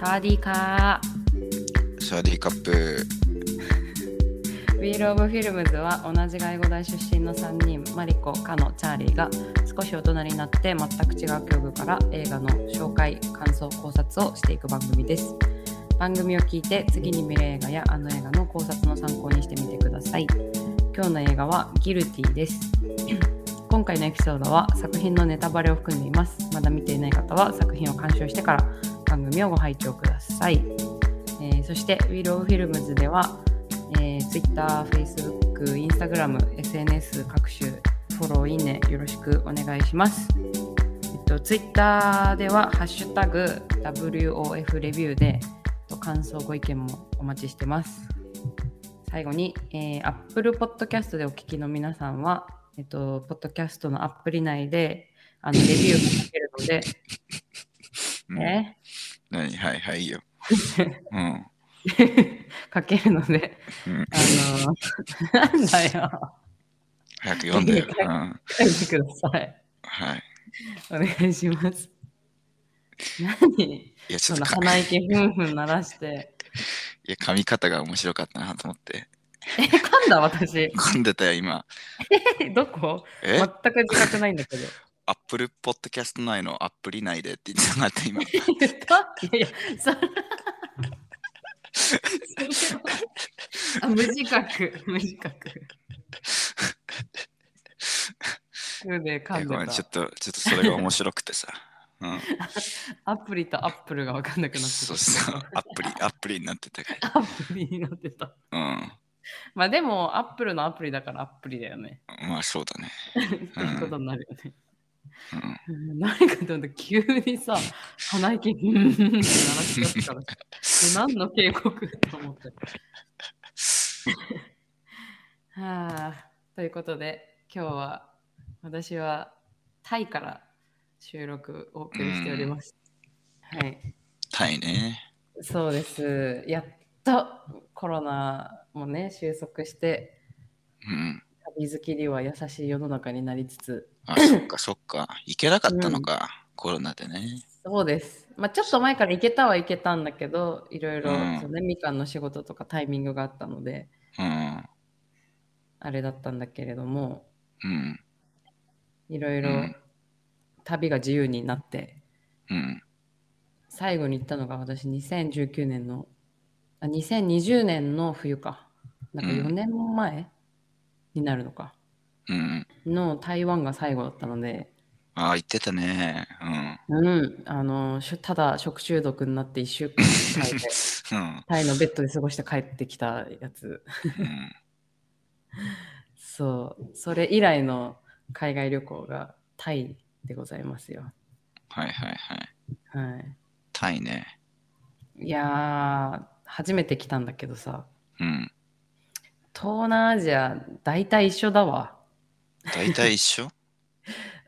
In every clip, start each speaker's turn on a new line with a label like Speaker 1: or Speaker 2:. Speaker 1: サワディーカー
Speaker 2: サワディーカップ
Speaker 1: ウィール・オブ・フィルムズは同じ外語大出身の3人マリコ、カノ、チャーリーが少し大人になって全く違う境遇から映画の紹介、感想、考察をしていく番組です番組を聞いて次に見る映画やあの映画の考察の参考にしてみてください今日の映画はギルティです 今回のエピソードは作品のネタバレを含んでいますまだ見ていない方は作品を鑑賞してから番組をご拝聴ください、えーそしてウィル・オブ・フィルムズではえー、Twitter、Facebook、Instagram、SNS 各種フォロー、いいねよろしくお願いします。えっと、Twitter では「ハッシュタグ #WOF レビューで」えっと感想、ご意見もお待ちしてます。最後に、えー、Apple Podcast でお聞きの皆さんは、えっと、ポッドキャストのアプリ内であのレビューが書けるので、
Speaker 2: うん
Speaker 1: ね、
Speaker 2: 何はいはいい いようん
Speaker 1: 書けるので、
Speaker 2: うん
Speaker 1: あの なん だよ、
Speaker 2: 早く読んでよ、うん、
Speaker 1: 書いてください。
Speaker 2: はい
Speaker 1: お願いし ます。何
Speaker 2: いやち
Speaker 1: そ
Speaker 2: ょっ
Speaker 1: の
Speaker 2: とか
Speaker 1: 鼻息ふんふん鳴らして。
Speaker 2: いや噛み方が面白かったなと思 って
Speaker 1: え、噛んだ私。
Speaker 2: 噛んでたよ今
Speaker 1: えどこ
Speaker 2: え
Speaker 1: 全く自覚ないんだけど。
Speaker 2: アップルポッドキャスト内のアプリ内でって言ってなかった今
Speaker 1: 言ったいやいや、それそれはあ、 無自覚、無自覚。それで
Speaker 2: い
Speaker 1: 噛
Speaker 2: や
Speaker 1: ん
Speaker 2: ごめん
Speaker 1: で
Speaker 2: ちょ
Speaker 1: た
Speaker 2: っ。とちょっとそれが面白くてさ、 うん、
Speaker 1: アプリとアップルが分かんなくなって
Speaker 2: そう
Speaker 1: た。
Speaker 2: そうアプリアプリになってたか
Speaker 1: アプリになってた。
Speaker 2: ら
Speaker 1: まあでも、アップルのアプリだからアプリだよね。
Speaker 2: うんまあそうだね
Speaker 1: っていうことになるよね。
Speaker 2: うん
Speaker 1: 何かと思って急にさ、鼻息に鳴らし出すから、で何の警告と思って。はあ、ということで、今日は私はタイから収録をお送りしております。はい、
Speaker 2: タイね
Speaker 1: そうです。やっとコロナもね、収束して、
Speaker 2: うん
Speaker 1: 旅好きには優しい世の中になりつつ、
Speaker 2: あそっかそっか行けなかったのか、コロナでね
Speaker 1: そうです。まあ、ちょっと前から行けたは行けたんだけど、いろいろ、
Speaker 2: うん
Speaker 1: そうね、みかんの仕事とかタイミングがあったので、
Speaker 2: うん
Speaker 1: あれだったんだけれども、
Speaker 2: うん
Speaker 1: いろいろ
Speaker 2: うん
Speaker 1: 旅が自由になって、
Speaker 2: うん
Speaker 1: 最後に行ったのが私2019年の、あ、2020年の冬か。なんか
Speaker 2: うん
Speaker 1: 4年前になるのか。
Speaker 2: うん
Speaker 1: の台湾が最後だったので、
Speaker 2: ああ行ってたねうん
Speaker 1: うん、あの、しただ食中毒になって1週間タイ でタ
Speaker 2: うん
Speaker 1: イのベッドで過ごして帰ってきたやつ。
Speaker 2: うん
Speaker 1: そう、それ以来の海外旅行がタイでございますよ。
Speaker 2: はいはいはい
Speaker 1: は
Speaker 2: タイね
Speaker 1: い、いやー、初めて来たんだけどさ、
Speaker 2: うん
Speaker 1: 東南アジア大体一緒だわ。
Speaker 2: 大体一緒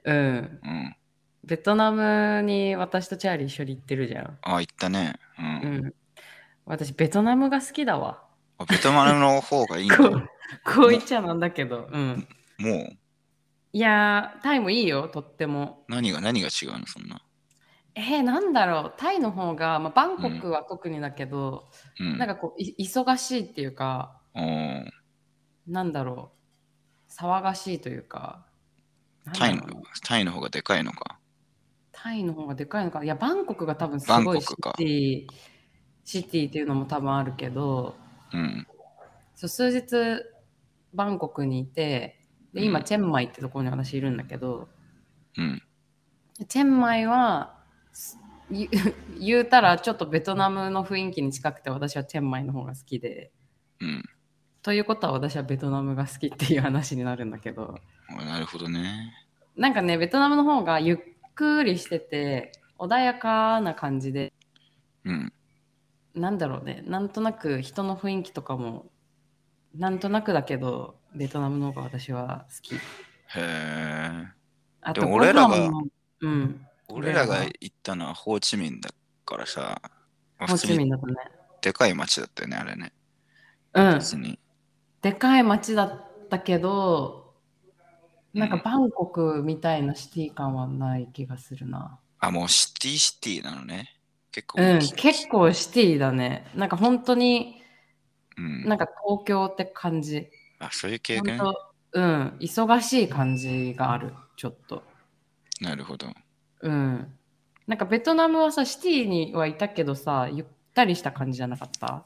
Speaker 1: うん。
Speaker 2: うん
Speaker 1: ベトナムに私とチャーリー一緒に行ってるじゃん。
Speaker 2: ああ行ったねうん、
Speaker 1: うん。私、ベトナムが好きだわ。
Speaker 2: あベトナムの方がいいんだ
Speaker 1: こう、こう言っちゃなんだけど。うん。
Speaker 2: もう
Speaker 1: いやー、タイもいいよ、とっても。
Speaker 2: 何が何が違うのそんな。
Speaker 1: えー、なんだろう。タイの方が、まあ、バンコクは特にだけど、
Speaker 2: うん。
Speaker 1: なんかこう、い忙しいっていうか、
Speaker 2: おー
Speaker 1: なんだろう、騒がしいというか、なんだ
Speaker 2: タイの
Speaker 1: ろうな
Speaker 2: タイの方がでかいのか。
Speaker 1: タイの方がでかいのかな、いや、バンコクが多分す
Speaker 2: バ
Speaker 1: ごい
Speaker 2: ンコ
Speaker 1: シ
Speaker 2: クか
Speaker 1: ティ、シティっていうのも多分あるけど、
Speaker 2: うん。
Speaker 1: そう数日、バンコクにいて、で今、
Speaker 2: うん
Speaker 1: チェンマイってところに私いるんだけど、
Speaker 2: うん。
Speaker 1: チェンマイは、す言う 言うたらちょっとベトナムの雰囲気に近くて私はチェンマイの方が好きで
Speaker 2: うん。
Speaker 1: ということは私はベトナムが好きっていう話になるんだけど
Speaker 2: おなるほどね。
Speaker 1: なんかね、ベトナムの方がゆっくりしてて、穏やかな感じで、
Speaker 2: うん。
Speaker 1: なんだろうね、なんとなく人の雰囲気とかも、なんとなくだけど、ベトナムの方が私は好き。
Speaker 2: へえ。
Speaker 1: あ
Speaker 2: でも俺らが
Speaker 1: ご飯もうん、
Speaker 2: 俺らが行ったのはホーチミンだからさ。まあ
Speaker 1: ホーチミン
Speaker 2: 普
Speaker 1: だとね。
Speaker 2: 通にでかい町だったよね、あれね。
Speaker 1: うん、
Speaker 2: 別に。
Speaker 1: でかい町だっったけど、なんかバンコクみたいなシティ感はない気がするな。
Speaker 2: あ、もうシティシティなのね。結構
Speaker 1: うん
Speaker 2: 大きい、
Speaker 1: 結構シティだね。なんか本当に、
Speaker 2: うん
Speaker 1: なんか東京って感じ。
Speaker 2: あ、そういう経
Speaker 1: 本
Speaker 2: 験
Speaker 1: 当うん、忙しい感じがある、ちょっと。
Speaker 2: なるほど。
Speaker 1: うん。なんかベトナムはさ、シティにはいたけどさ、ゆったりした感じじゃなかった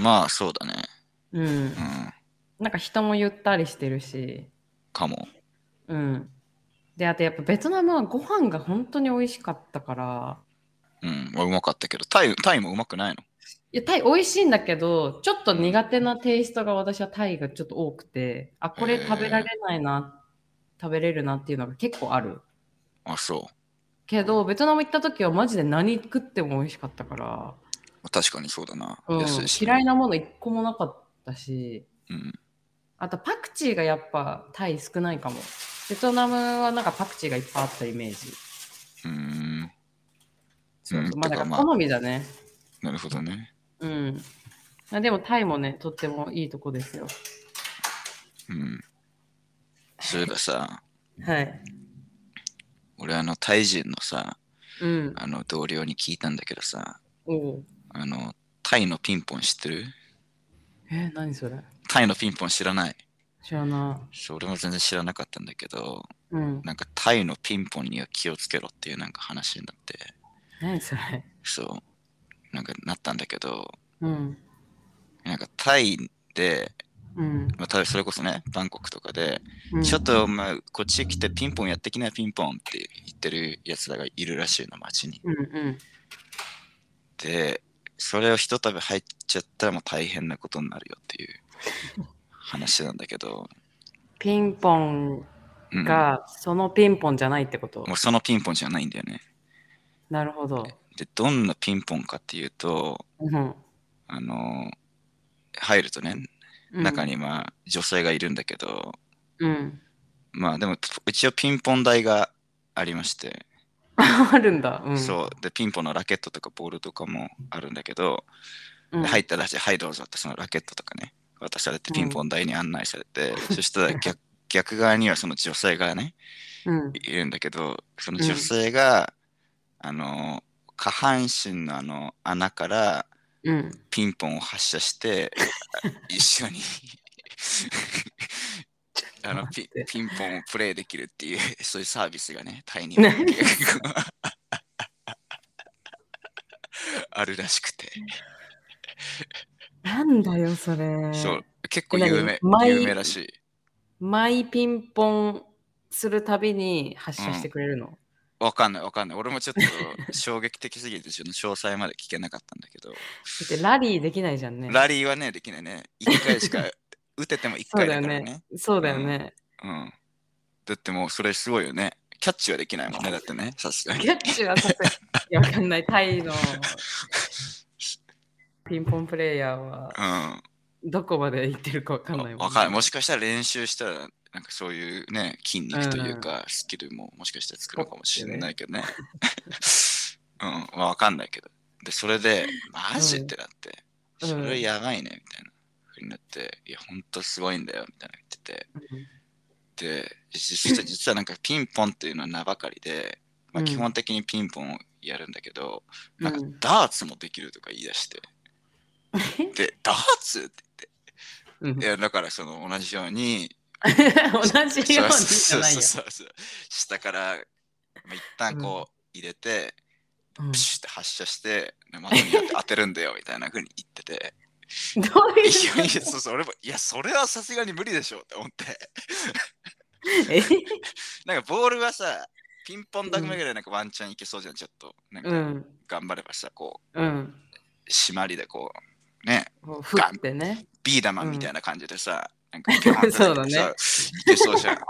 Speaker 2: まあ、そうだね。
Speaker 1: うん
Speaker 2: う。ん。
Speaker 1: なんか人もゆったりしてるし、
Speaker 2: かも。
Speaker 1: うん。で、あとやっぱベトナムはご飯が本当に美味しかったから、
Speaker 2: うん。まあうまかったけど、タイタイもうまくないの
Speaker 1: いや、タイ美味しいんだけど、ちょっと苦手なテイストが私はタイがちょっと多くて、あ、これ食べられないな、食べれるなっていうのが結構ある。
Speaker 2: あ、そ
Speaker 1: けど、ベトナム行った時はマジで何食っても美味しかったから、
Speaker 2: う。確かにそうだな。
Speaker 1: うん、
Speaker 2: 安いし。
Speaker 1: 嫌いなもの一個もなかったし、
Speaker 2: うん。
Speaker 1: あとパクチーがやっぱタイ少ないかも。ベトナムはなんかパクチーがいっぱいあったイメージ。
Speaker 2: うーん。
Speaker 1: そうそう
Speaker 2: うん
Speaker 1: まあだから
Speaker 2: てかまあ
Speaker 1: 好みだね。
Speaker 2: なるほどね。
Speaker 1: うん。あでもタイもね、とってもいいとこですよ。
Speaker 2: うん。そういえばさ、
Speaker 1: はい。
Speaker 2: 俺あのタイ人のさ、
Speaker 1: うん。
Speaker 2: あの同僚に聞いたんだけどさ、
Speaker 1: おお。
Speaker 2: あの、タイのピンポン知ってる
Speaker 1: え、何それ
Speaker 2: タイのピンポン知らない。
Speaker 1: 知らな
Speaker 2: そう俺も全然知らなかったんだけど、
Speaker 1: い。うん。
Speaker 2: なんかタイのピンポンには気をつけろっていうなんか話になって、
Speaker 1: 何それ
Speaker 2: そう、なんかなったんだけど、
Speaker 1: うん。
Speaker 2: なんかタイで、
Speaker 1: うん。
Speaker 2: まあ、たそれこそね、バンコクとかで、
Speaker 1: うん
Speaker 2: ちょっとお前こっち来てピンポンやってきなピンポンって言ってるやつらがいるらしいの、街に。
Speaker 1: うんうん。
Speaker 2: で、それを一食べ入っちゃったらもう大変なことになるよっていう話なんだけど、
Speaker 1: ピンポン
Speaker 2: うん、も
Speaker 1: がそのピンポンじゃないってこと。
Speaker 2: うそのピンポンじゃないんだよね。
Speaker 1: なるほど。
Speaker 2: で、どんなピンポンかっていうと、
Speaker 1: うん。
Speaker 2: あの、入るとね、
Speaker 1: うん
Speaker 2: 中。にまあ女性がいるんだけど、
Speaker 1: うん。
Speaker 2: まあでも一応ピンポン台がありまして、
Speaker 1: あるんだ。うん。
Speaker 2: そうでピンポンのラケットとかボールとかもあるんだけど、
Speaker 1: うん。
Speaker 2: 入ったらしい「はいどうぞ」ってそのラケットとかね渡されてピンポン台に案内され て、そしたら逆逆側にはその女性がね
Speaker 1: うん。
Speaker 2: いるんだけどその女性が、あの下半身のあの穴から
Speaker 1: うん。
Speaker 2: ピンポンを発射して 一緒にあの
Speaker 1: 待
Speaker 2: ピ
Speaker 1: って
Speaker 2: ピンポンをプレイできるっていうそういうサービス がね タイには
Speaker 1: 何
Speaker 2: 結構あるらしくて、
Speaker 1: なんだよ、それ。
Speaker 2: そう結構有
Speaker 1: え
Speaker 2: 名
Speaker 1: 何毎
Speaker 2: 有名らしい
Speaker 1: 毎ピンポンするたびに発射してくれるの。
Speaker 2: わかんないわかんない俺もちょっと衝撃的すぎてちょっと詳細まで聞けなかったんだけど、
Speaker 1: だってラリーできないじゃんね。
Speaker 2: ラリーはねできないね1 回しか打てても1
Speaker 1: そう
Speaker 2: 回
Speaker 1: だ
Speaker 2: だ
Speaker 1: よ
Speaker 2: から
Speaker 1: ね
Speaker 2: ね。
Speaker 1: そうだよね。
Speaker 2: うんだってもうそれすごいよねキャッチはできないもんねだってねさすがに
Speaker 1: キャッチはさすがにいやわかんない。タイのピンポンプレイヤーは
Speaker 2: うん
Speaker 1: どこまで行ってるかわかんないもん、ね。
Speaker 2: わかるもしかしたら練習したらなんかそういうね筋肉というかスキルももしかしたらつくのかもしれないけどね うんまあわかんないけどでそれでマジってなって、
Speaker 1: うん
Speaker 2: それやばいねみたいなふうになっていやほんとすごいんだよみたいな言っててで実際実はなんかピンポンっていうのは名ばかりで、まあ、
Speaker 1: うん
Speaker 2: 基本的にピンポンをやるんだけど、
Speaker 1: うん
Speaker 2: なんかダーツもできるとか言い出してでダーツって
Speaker 1: うんうん
Speaker 2: いやだからその同じように
Speaker 1: 同じようにじ
Speaker 2: そ
Speaker 1: ゃ
Speaker 2: う
Speaker 1: ない
Speaker 2: そ
Speaker 1: よ
Speaker 2: う。そうそう下から、まあ、一旦こう入れて、
Speaker 1: うん
Speaker 2: プシュって発射して、ね、窓に当て当てるんだよみたいなふうに言っ てて
Speaker 1: どう
Speaker 2: い
Speaker 1: いう
Speaker 2: やいやそうそう俺もいやそれはさすがに無理でしょうって思って
Speaker 1: え
Speaker 2: なんかボールはさピンポンだめぐらいなんかワンチャンいけそうじゃんちょっとなん
Speaker 1: う
Speaker 2: か
Speaker 1: ん。
Speaker 2: 頑張ればさこ
Speaker 1: うん。
Speaker 2: う締まりでこうね
Speaker 1: もう振ってね。
Speaker 2: ビーダマンみたいな感じでさ、なんかピョンって
Speaker 1: そうだね
Speaker 2: さいけそうじゃん
Speaker 1: うん。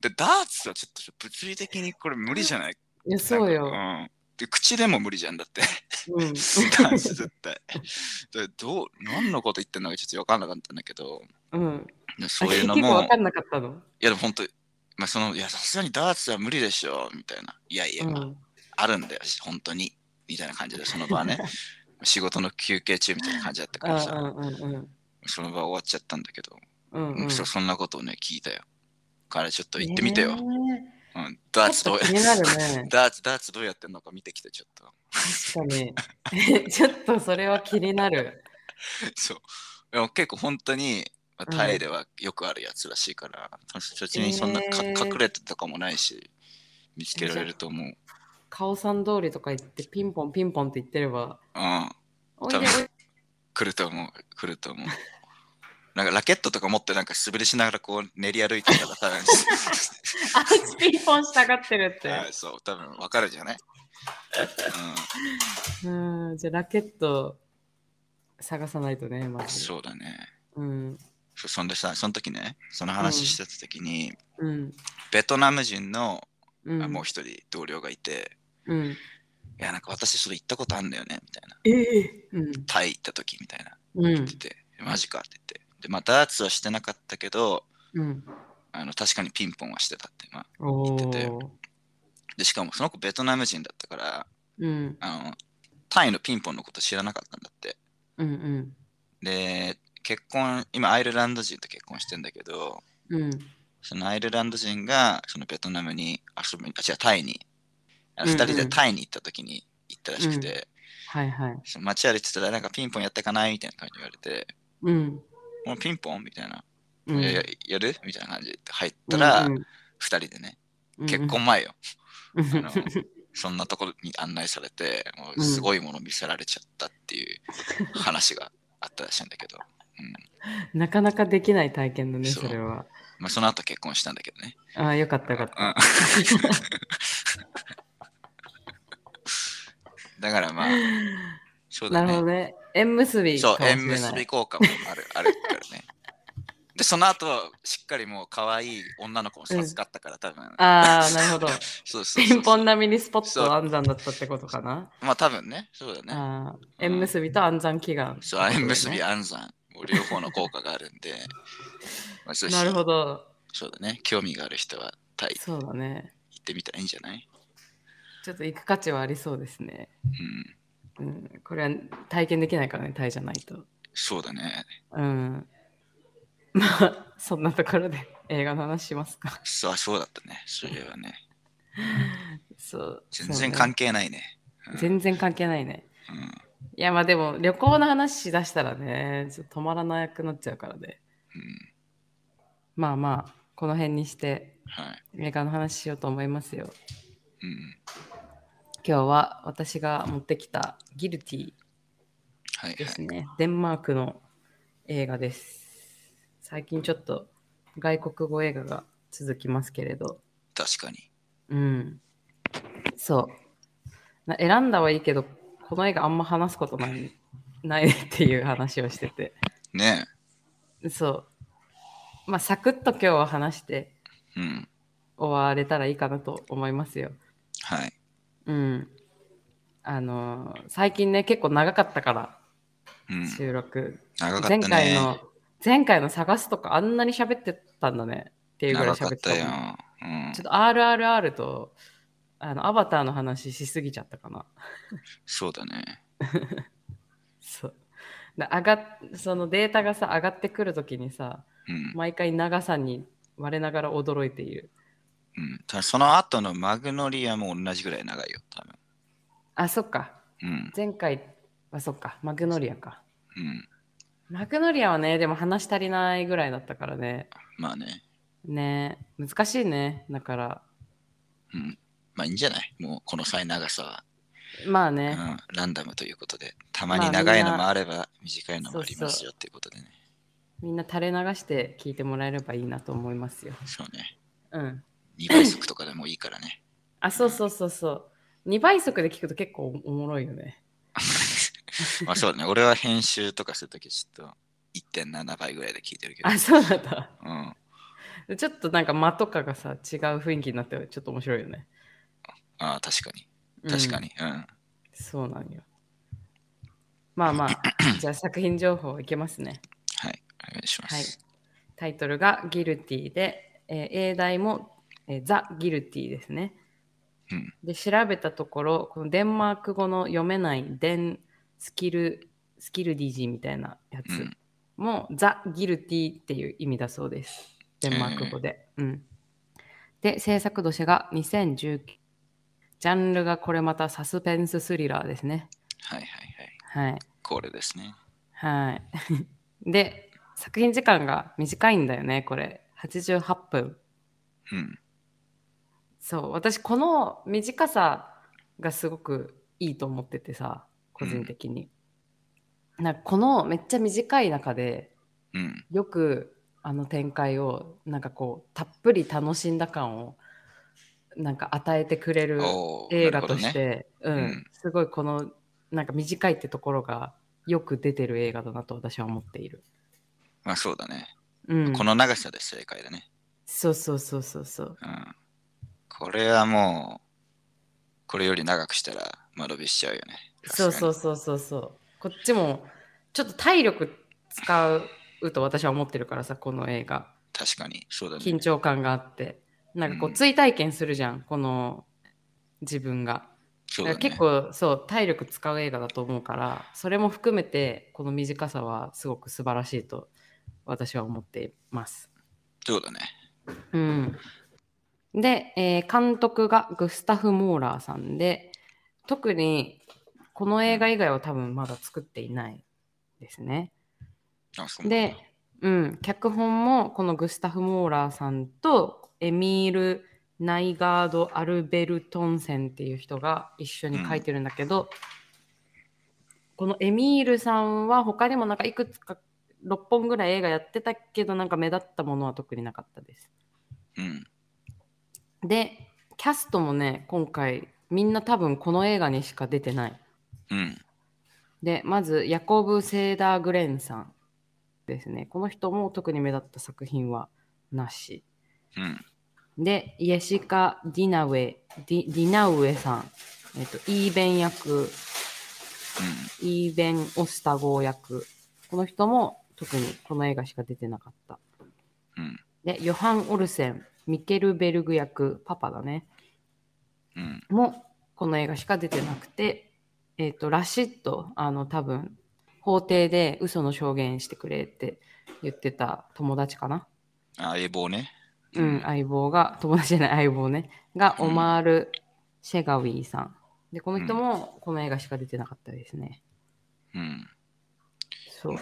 Speaker 2: でダーツはちょっと物理的にこれ無理じゃない
Speaker 1: いや、そうよ。
Speaker 2: なんかうんで口でも無理じゃんだって。
Speaker 1: うん。
Speaker 2: ダンス絶 対。でどう何のこと言ってんのかちょっと分かんなかったんだけど、
Speaker 1: うん。
Speaker 2: でそ
Speaker 1: あ
Speaker 2: うい
Speaker 1: 結
Speaker 2: うの
Speaker 1: 構
Speaker 2: も、
Speaker 1: わ
Speaker 2: い
Speaker 1: かんなかったの。
Speaker 2: やでも本当、まあ、そのいやさすがにダーツは無理でしょみたいな。いやいや、
Speaker 1: うん。
Speaker 2: あるんだよ、本当に。みたいな感じで、その場 はね、仕事の休憩中みたいな感じだった
Speaker 1: う
Speaker 2: からさ、
Speaker 1: んうんうんうん。
Speaker 2: その場は終わっちゃったんだけど、
Speaker 1: うんうん、
Speaker 2: そうそんなことをね、聞いたよ。からちょっと行ってみてよ。
Speaker 1: ね
Speaker 2: うん、
Speaker 1: え
Speaker 2: ダーツ
Speaker 1: ち
Speaker 2: ど
Speaker 1: ょ
Speaker 2: う
Speaker 1: っ
Speaker 2: や。
Speaker 1: と気になるね
Speaker 2: ダーツ、ダーツどうやってんのか見てきて、ちょっと。
Speaker 1: 確かに。ちょっとそれは気になる。
Speaker 2: そう。でも結構本当に、まあ
Speaker 1: うん
Speaker 2: タイではよくあるやつらしいから、そっち
Speaker 1: へ
Speaker 2: に
Speaker 1: ー
Speaker 2: そんなか、隠れてとかもないし、見つけられると思う。うん。
Speaker 1: カオさん通りとか行ってピンポンピンポンって言ってれば。おいで
Speaker 2: 多分来ると思う。来ると思う。 なんかラケットとか持ってなんか素振りしながらこう練り歩いて たら多分
Speaker 1: あいつピンポンしたがってるって。
Speaker 2: はい そう多分わかるじゃない、う
Speaker 1: うん、じゃあラケット探さないとね、ま
Speaker 2: ん、
Speaker 1: ず。
Speaker 2: そうだね
Speaker 1: うん。
Speaker 2: そそんでさその時ねその話してた時に、
Speaker 1: うん。
Speaker 2: ベトナム人の、
Speaker 1: うん。
Speaker 2: あもう一人同僚がいて
Speaker 1: うん。
Speaker 2: いやなんか私それ行ったことあるんだよねみたいな
Speaker 1: ええうん。
Speaker 2: タイ行った時みたいな
Speaker 1: う
Speaker 2: 言
Speaker 1: ん
Speaker 2: って。て、マジかって言ってでまあダーツはしてなかったけど
Speaker 1: うん。
Speaker 2: あの確かにピンポンはしてたって、まあ、
Speaker 1: お
Speaker 2: 言ってて
Speaker 1: ー。
Speaker 2: でしかもその子ベトナム人だったから
Speaker 1: うん。
Speaker 2: あのタイのピンポンのこと知らなかったんだって
Speaker 1: うん。
Speaker 2: で結婚今アイルランド人と結婚してんだけど
Speaker 1: うん。うん。
Speaker 2: そのアイルランド人がそのベトナムに遊びにあ違うタイにあの
Speaker 1: うんうん
Speaker 2: 二人でタイに行った時に行ったらしくて、
Speaker 1: はいはい。
Speaker 2: その街歩いてたらなんかピンポンやったかないみたいな感じで言われて
Speaker 1: うん。
Speaker 2: 「もうピンポン?」みたいな「
Speaker 1: うん
Speaker 2: いやややる?」みたいな感じで入ったら、
Speaker 1: うん
Speaker 2: 二人でね
Speaker 1: うん
Speaker 2: 結婚前 よ、
Speaker 1: うん
Speaker 2: あのそんなところに案内されてもうすごいもの見せられちゃったっていう話があったらしいんだけど、
Speaker 1: なかなかできない体験だね、
Speaker 2: そう
Speaker 1: それは。
Speaker 2: まあ、その後結婚したんだけどね。
Speaker 1: ああ、よかったよかった。
Speaker 2: うんだか らまあそうだ
Speaker 1: な
Speaker 2: ね
Speaker 1: るほどね。縁結びか
Speaker 2: そう
Speaker 1: もしれない。
Speaker 2: 縁結び効果もあるあるからね でその後はしっかりもう可愛い女の子も授かったから、多分
Speaker 1: ああ、なるほど。
Speaker 2: そうそうそう
Speaker 1: ピンポン
Speaker 2: な
Speaker 1: 並みにスポッ
Speaker 2: そう
Speaker 1: ト安産だったってことかな。
Speaker 2: まあ多分ねそうだね
Speaker 1: あー縁結びと安産祈願、
Speaker 2: そう縁結び暗算もう両方の効果がある んでまあそう
Speaker 1: なるほど。
Speaker 2: そうだね興味がある人はタイ
Speaker 1: そうだね。
Speaker 2: 行ってみたらいいんじゃない、
Speaker 1: ちょっと行く価値はありそうですね。
Speaker 2: うん、
Speaker 1: うん、これは体験できないからね、タイじゃないと。
Speaker 2: そうだね
Speaker 1: うん。 まあ、そんなところで映画の話しますか。
Speaker 2: そうそうだったねそういえばね
Speaker 1: そう。
Speaker 2: 全然関
Speaker 1: 係
Speaker 2: 係ないね
Speaker 1: ない。全然関係ないね。
Speaker 2: うん
Speaker 1: いや、まあでも旅行の話しだしたらね、ちょっと止まらなくなっちゃうからね。
Speaker 2: うん
Speaker 1: まあまあ、この辺にして
Speaker 2: はい
Speaker 1: 映画の話しようと思いますよ。
Speaker 2: うん
Speaker 1: 今日は私が持ってきたギルティ
Speaker 2: はい
Speaker 1: で
Speaker 2: は
Speaker 1: す
Speaker 2: い
Speaker 1: ね。デンマークの映画です。最近ちょっと外国語映画が続きますけれど。
Speaker 2: 確かに
Speaker 1: うん。そう。な選んだはいいけど、この映画あんま話すことないないっていう話をしてて。
Speaker 2: ね
Speaker 1: そう。まあ、サクッと今日は話して
Speaker 2: えうん
Speaker 1: 終われたらいいかなと思いますよ。
Speaker 2: はい
Speaker 1: うん。あのー最近ね、結構長かったから、
Speaker 2: うん
Speaker 1: 収録。
Speaker 2: 長かったね
Speaker 1: 前回の、前回の探すとかあんなに喋ってたんだねっていうぐらい
Speaker 2: 長
Speaker 1: 喋
Speaker 2: かっ
Speaker 1: ってた
Speaker 2: た
Speaker 1: もん
Speaker 2: よ、うん
Speaker 1: ちょっと RRR と、あの、アバターの話しすぎちゃったかな。
Speaker 2: そうだね
Speaker 1: そう。だ上がっそのデータがさ上がってくるときにさ
Speaker 2: うん、
Speaker 1: 毎回長さに我ながら驚いている
Speaker 2: うん、ただその後のマグノリアも同じぐらい長いよ多分
Speaker 1: あそっか
Speaker 2: うん
Speaker 1: 前回はそっかマグノリアか
Speaker 2: うん
Speaker 1: マグノリアはねでも話し足りないぐらいだったからね
Speaker 2: まあね
Speaker 1: ね難しいねだから
Speaker 2: うんまあいいんじゃないもうこの際長さは
Speaker 1: まあ
Speaker 2: う
Speaker 1: ね、
Speaker 2: ん、ランダムということで、たまに長いのもあれば、短いのもあります
Speaker 1: そう
Speaker 2: よっていうことでね。
Speaker 1: みんな垂れ流して聞いてもらえればいいなと思いますよ
Speaker 2: そうね。
Speaker 1: うん
Speaker 2: 2倍速とかでもいいか らね。
Speaker 1: あそうそうそうそう2倍速で聞くと結構おもろいよね
Speaker 2: まあそうだね。俺は編集とかするときちょっと1.7倍ぐらいで聞いてるけど。
Speaker 1: あそうなんだ
Speaker 2: うん。
Speaker 1: ったちょっとなんか間とかがさ違う雰囲気になってちょっと面白いよね
Speaker 2: ああ、確かに。
Speaker 1: うん
Speaker 2: 確かに。うん。
Speaker 1: そうなんよ。まあまあ、じゃあ作品情報いけますね。
Speaker 2: はい。お願いしま
Speaker 1: はい
Speaker 2: す。。
Speaker 1: タイトルがギルティで、えー英題も、えーザ・ギルティですね。
Speaker 2: うん。
Speaker 1: で、調べたところ、このデンマーク語の読めないデン・スキル・スキルディジみたいなや
Speaker 2: う
Speaker 1: つ
Speaker 2: ん
Speaker 1: もザ・ギルティっていう意味だそうです。デンマーク語で。うん、で、制作年が2019。ジャンルがこれまたサスペンススリラーですね。
Speaker 2: はいはいはい。
Speaker 1: はい。
Speaker 2: これですね。
Speaker 1: はい。 で、作品時間が短いんだよね、これ。88分。
Speaker 2: うん。
Speaker 1: そう、私、この短さがすごくいいと思っててさ、個人的に。なんかこのめっちゃ短い中で、
Speaker 2: うん。
Speaker 1: よくあの展開をなんかこうたっぷり楽しんだ感をなんか与えてくれる
Speaker 2: おー
Speaker 1: 映画と
Speaker 2: な
Speaker 1: し
Speaker 2: る
Speaker 1: て、うん
Speaker 2: うん
Speaker 1: すごいこのなんか短いってところがよく出てる映画だなと私は思っている。
Speaker 2: ほどねまあそうだね。
Speaker 1: うん、
Speaker 2: この長さで正解だね。
Speaker 1: そうそうそうそうそう。
Speaker 2: うん。これはもう、これより長くしたら間延びしちゃうよね。
Speaker 1: そうそううそうそうそう。こっちもちょっと体力使うと私は思ってるからさこの映画。
Speaker 2: 確かに。そうだね。
Speaker 1: 緊張感があってなんかこ
Speaker 2: う
Speaker 1: うん追体験するじゃん、この自分が。
Speaker 2: そう
Speaker 1: だ
Speaker 2: だ
Speaker 1: から
Speaker 2: ね。
Speaker 1: 結構そう体力使う映画だと思うからそれも含めてこの短さはすごく素晴らしいと私は思っています。
Speaker 2: そうだね。
Speaker 1: うん、で、えー監督がグスタフ・モーラーさんで特にこの映画以外は多分まだ作っていないですね。
Speaker 2: あ、そうなん
Speaker 1: で
Speaker 2: だ、、
Speaker 1: うん、脚本もこのグスタフ・モーラーさんとエミール・ナイガード・アルベルトンセンっていう人が一緒に書いてるんだけど、このエミールさんは他にもなんかいくつか6本ぐらい映画やってたけどなんか目立ったものは特になかったです。
Speaker 2: うん。
Speaker 1: でキャストもね今回みんな多分この映画にしか出てない。
Speaker 2: うん。
Speaker 1: でまずヤコブ・セーダー・グレンさんですねこの人も特に目立った作品はなし
Speaker 2: うん。
Speaker 1: でイエシカ・ディナウェイディディナウェさん、えっとイーベン役イーベン・オスタゴー役この人も特にこの映画しか出てなかった
Speaker 2: うん。うん。
Speaker 1: でヨハン・オルセンミケルベルグ役パパだね
Speaker 2: うん。
Speaker 1: もこの映画しか出てなくて、えっとラシッドあの多分法廷で嘘の証言してくれって言ってた友達かな、
Speaker 2: あ、相棒ね。
Speaker 1: うん、相棒が友達じゃない相棒ねが
Speaker 2: うん
Speaker 1: オマール・シェガウィさんでこの人もこの映画しか出てなかったですね、
Speaker 2: うん。
Speaker 1: そう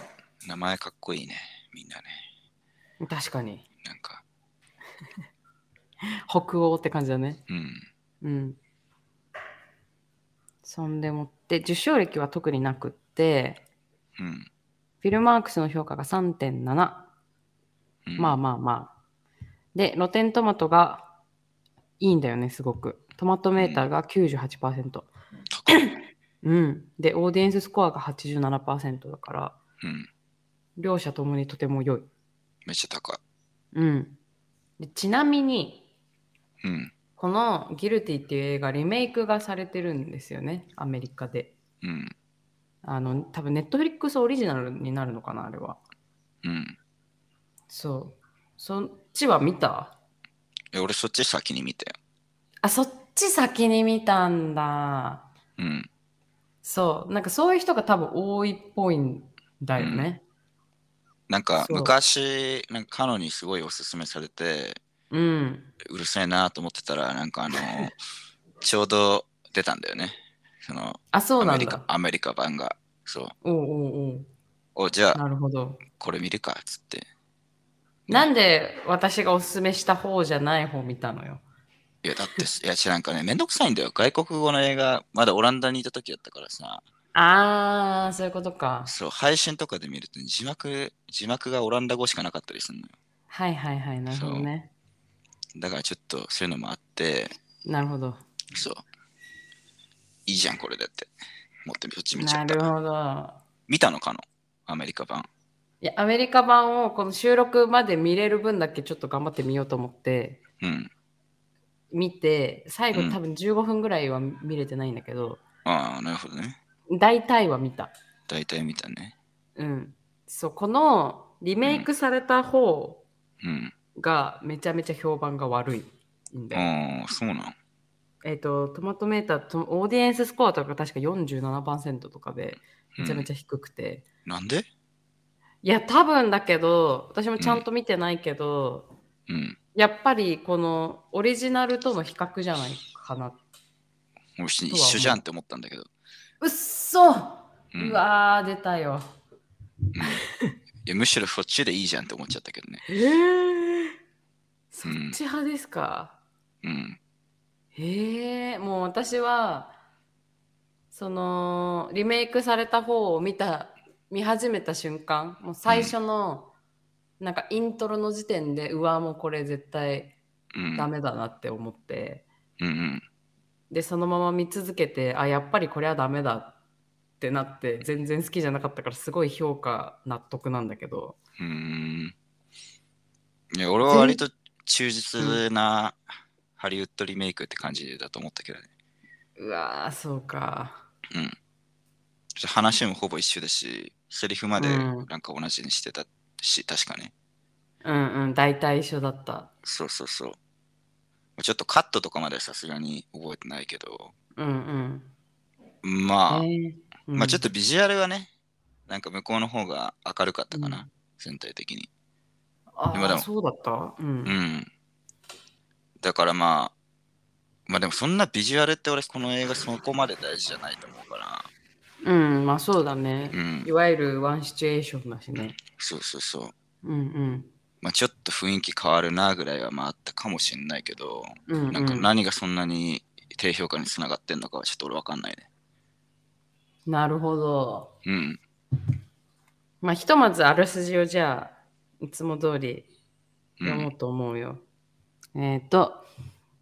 Speaker 2: 名前かっこいいね。みんなね。
Speaker 1: 確かに
Speaker 2: なんか。
Speaker 1: 北欧って感じだね
Speaker 2: うん。
Speaker 1: うん。そんでもって受賞歴は特になくって
Speaker 2: うん。
Speaker 1: フィルマークスの評価が3.7
Speaker 2: うん
Speaker 1: まあまあまあ。で、露天トマトがいいんだよね、すごく。トマトメーターが98%。
Speaker 2: 高い
Speaker 1: うん。で、オーディエンススコアが87%だから、
Speaker 2: うん。
Speaker 1: 両者ともにとても良い。
Speaker 2: めっちゃ高い。
Speaker 1: うん。でちなみに、
Speaker 2: うん。
Speaker 1: この「ギルティ」っていう映画リメイクがされてるんですよね、アメリカで。
Speaker 2: うん。
Speaker 1: あの、多分ネットフリックスオリジナルになるのかな、あれは。
Speaker 2: うん。
Speaker 1: そう。そっちは見た
Speaker 2: え、俺そっち先に見たよ。
Speaker 1: あ、そっち先に見たんだ。
Speaker 2: うん。
Speaker 1: そう、なんかそういう人が多分多いっぽいんだよね。
Speaker 2: なんか
Speaker 1: そう
Speaker 2: 昔、なんかカノにすごいおすすめされて、
Speaker 1: うん。
Speaker 2: うるさいなと思ってたら、な んかあの、ちょうど出たんだよね。その、
Speaker 1: あ、そう
Speaker 2: ア
Speaker 1: な
Speaker 2: メ
Speaker 1: ん
Speaker 2: リカ
Speaker 1: だ。
Speaker 2: アメリカ版が。そう。
Speaker 1: おうおう
Speaker 2: お、じ
Speaker 1: お
Speaker 2: ゃ
Speaker 1: う。
Speaker 2: あ、
Speaker 1: なるほど。
Speaker 2: これ見るかっつって。
Speaker 1: なんで私がおすすめした方じゃない方見たのよ。
Speaker 2: いや、だってす、いや、違うなんかね、めんどくさいんだよ。外国語の映画、まだオランダにいた時だったからさ、
Speaker 1: あー、そういうことか。
Speaker 2: そう、配信とかで見ると、字幕、字幕がオランダ語しかなかったりするのよ。
Speaker 1: はいはいはい、なるほどね。
Speaker 2: だからちょっと、そういうのもあって、
Speaker 1: なるほど。
Speaker 2: そう。いいじゃん、これだって。持ってそっち見ちゃ
Speaker 1: な
Speaker 2: っ
Speaker 1: る
Speaker 2: た。
Speaker 1: ほど。
Speaker 2: 見たのかのアメリカ版。
Speaker 1: いや、アメリカ版をこの収録まで見れる分だけちょっと頑張ってみようと思って、
Speaker 2: うん。
Speaker 1: 見て、最
Speaker 2: う
Speaker 1: 後
Speaker 2: ん
Speaker 1: 多分15分ぐらいは見れてないんだけど、
Speaker 2: ああ、なるほどね。
Speaker 1: 大体は見た。
Speaker 2: 大体見たね。
Speaker 1: うん、そうこのリメイクされた方
Speaker 2: うん。
Speaker 1: がめちゃめちゃ評判が悪いんだよ。
Speaker 2: ああ、そうなん。
Speaker 1: えっ、とトマトメーターとオーディエンススコアとか確か47%とかでめちゃめち
Speaker 2: ゃ。
Speaker 1: ゃ低くて、
Speaker 2: なんで
Speaker 1: いや、多分だけど、私もちゃんと見てないけど、
Speaker 2: うん。
Speaker 1: やっぱりこのオリジナルとの比較じゃないかな。
Speaker 2: もう一緒一緒じゃんって思ったんだけど。
Speaker 1: うっそ、
Speaker 2: う、
Speaker 1: うんわー、出たよ。
Speaker 2: いやむしろそっちでいいじゃんって思っちゃったけどね。
Speaker 1: えー、そ
Speaker 2: うん
Speaker 1: っち派ですか、
Speaker 2: うん。
Speaker 1: えー、もう私は、その、リメイクされた方を見た、見始めた瞬間、もう最初の、なんかイントロの時点で、うわ、もうこれ絶対
Speaker 2: うん。
Speaker 1: ダメだなって思って。
Speaker 2: うんうん。
Speaker 1: でそのまま見続けてあやっぱりこれはダメだってなって全然好きじゃなかったからすごい評価納得なんだけど
Speaker 2: うーん。いや、俺は割と忠実なハリウッドリメイクって感じだと思ったけどね。
Speaker 1: うわーそうか
Speaker 2: うん。ちょっと話もほぼ一緒だし、セリフまで
Speaker 1: うん
Speaker 2: なんか同じにしてたし、確かね。
Speaker 1: うんうん大体一緒だった
Speaker 2: そうそうそう。ちょっとカットとかまではさすがに覚えてないけど、
Speaker 1: うんうん
Speaker 2: まあ、
Speaker 1: えーうん
Speaker 2: まあちょっとビジュアルはね、なんか向こうの方が明るかったかな、
Speaker 1: うん
Speaker 2: 全体的に。
Speaker 1: あ
Speaker 2: 今で
Speaker 1: ー
Speaker 2: も
Speaker 1: そうだったう
Speaker 2: うんん。だからまあ、まあでもそんなビジュアルって俺この映画そこまで大事じゃないと思うから。
Speaker 1: うん、まあそうだね
Speaker 2: う、ん
Speaker 1: い。わゆるワンシチュエーションだしね
Speaker 2: そうそうそう。
Speaker 1: うん
Speaker 2: まあちょっと雰囲気変わるなぐらいはまああったかもしんないけど、
Speaker 1: うんうん、うん、
Speaker 2: なんか何がそんなに低評価につながってんのかはちょっと俺わかんないね。
Speaker 1: なるほど
Speaker 2: うん。
Speaker 1: まあひとまずあらすじをじゃあいつも通り
Speaker 2: う。
Speaker 1: 読もうんと思うよ。えっ、と、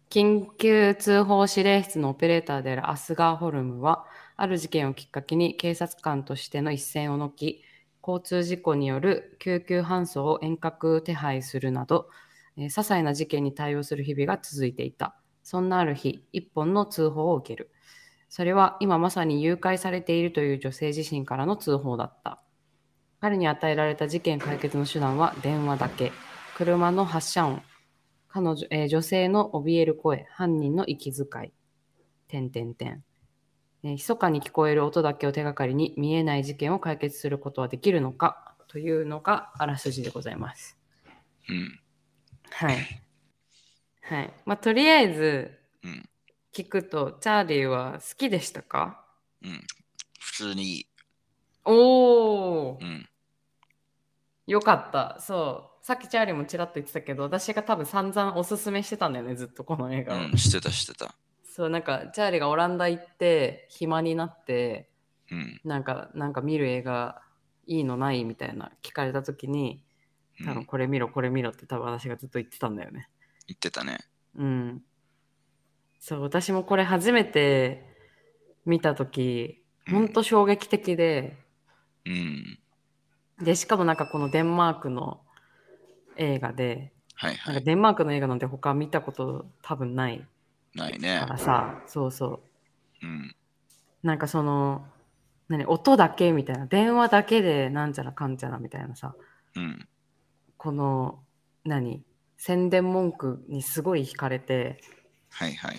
Speaker 1: 緊急通報指令室のオペレーターであるアスガーホルムは、ある事件をきっかけに警察官としての一線を除き、交通事故による救急搬送を遠隔手配するなど、えー些細な事件に対応する日々が続いていた。そんなある日、一本の通報を受ける。それは今まさに誘拐されているという女性自身からの通報だった。彼に与えられた事件解決の手段は電話だけ。車の発車音、彼女、えー女性の怯える声、犯人の息遣い、点点点。えー密かに聞こえる音だけを手がかりに見えない事件を解決することはできるのかというのがあらすじでございます。
Speaker 2: うん。
Speaker 1: はい。はい。まあ、とりあえず
Speaker 2: うん。
Speaker 1: 聞くと、チャーリーは好きでしたか
Speaker 2: うん。普通にいい。
Speaker 1: おー
Speaker 2: う、ん。
Speaker 1: よかった。そう。さっきチャーリーもちらっと言ってたけど、私が多分散々おすすめしてたんだよね、ずっとこの映画を。
Speaker 2: うん。してたしてた。
Speaker 1: そうなんかチャーリーがオランダ行って暇になって
Speaker 2: うん。
Speaker 1: なんかなんか見る映画いいのないみたいな聞かれた時に
Speaker 2: うん
Speaker 1: 多分これ見ろこれ見ろって多分私がずっと言ってたんだよね
Speaker 2: 言ってたね。
Speaker 1: うんそう私もこれ初めて見た時
Speaker 2: うん
Speaker 1: ほんと衝撃的で、
Speaker 2: うん。
Speaker 1: でしかもなんかこのデンマークの映画で
Speaker 2: はい
Speaker 1: な
Speaker 2: は
Speaker 1: んか
Speaker 2: い。
Speaker 1: デンマークの映画なんて他見たこと多分ない
Speaker 2: ない
Speaker 1: か
Speaker 2: ね。
Speaker 1: らさ、そうそう
Speaker 2: うん。
Speaker 1: なんかその何音だけみたいな電話だけでなんちゃらかんちゃらみたいなさ
Speaker 2: うん。
Speaker 1: この何宣伝文句にすごい惹かれて
Speaker 2: はいはいはい。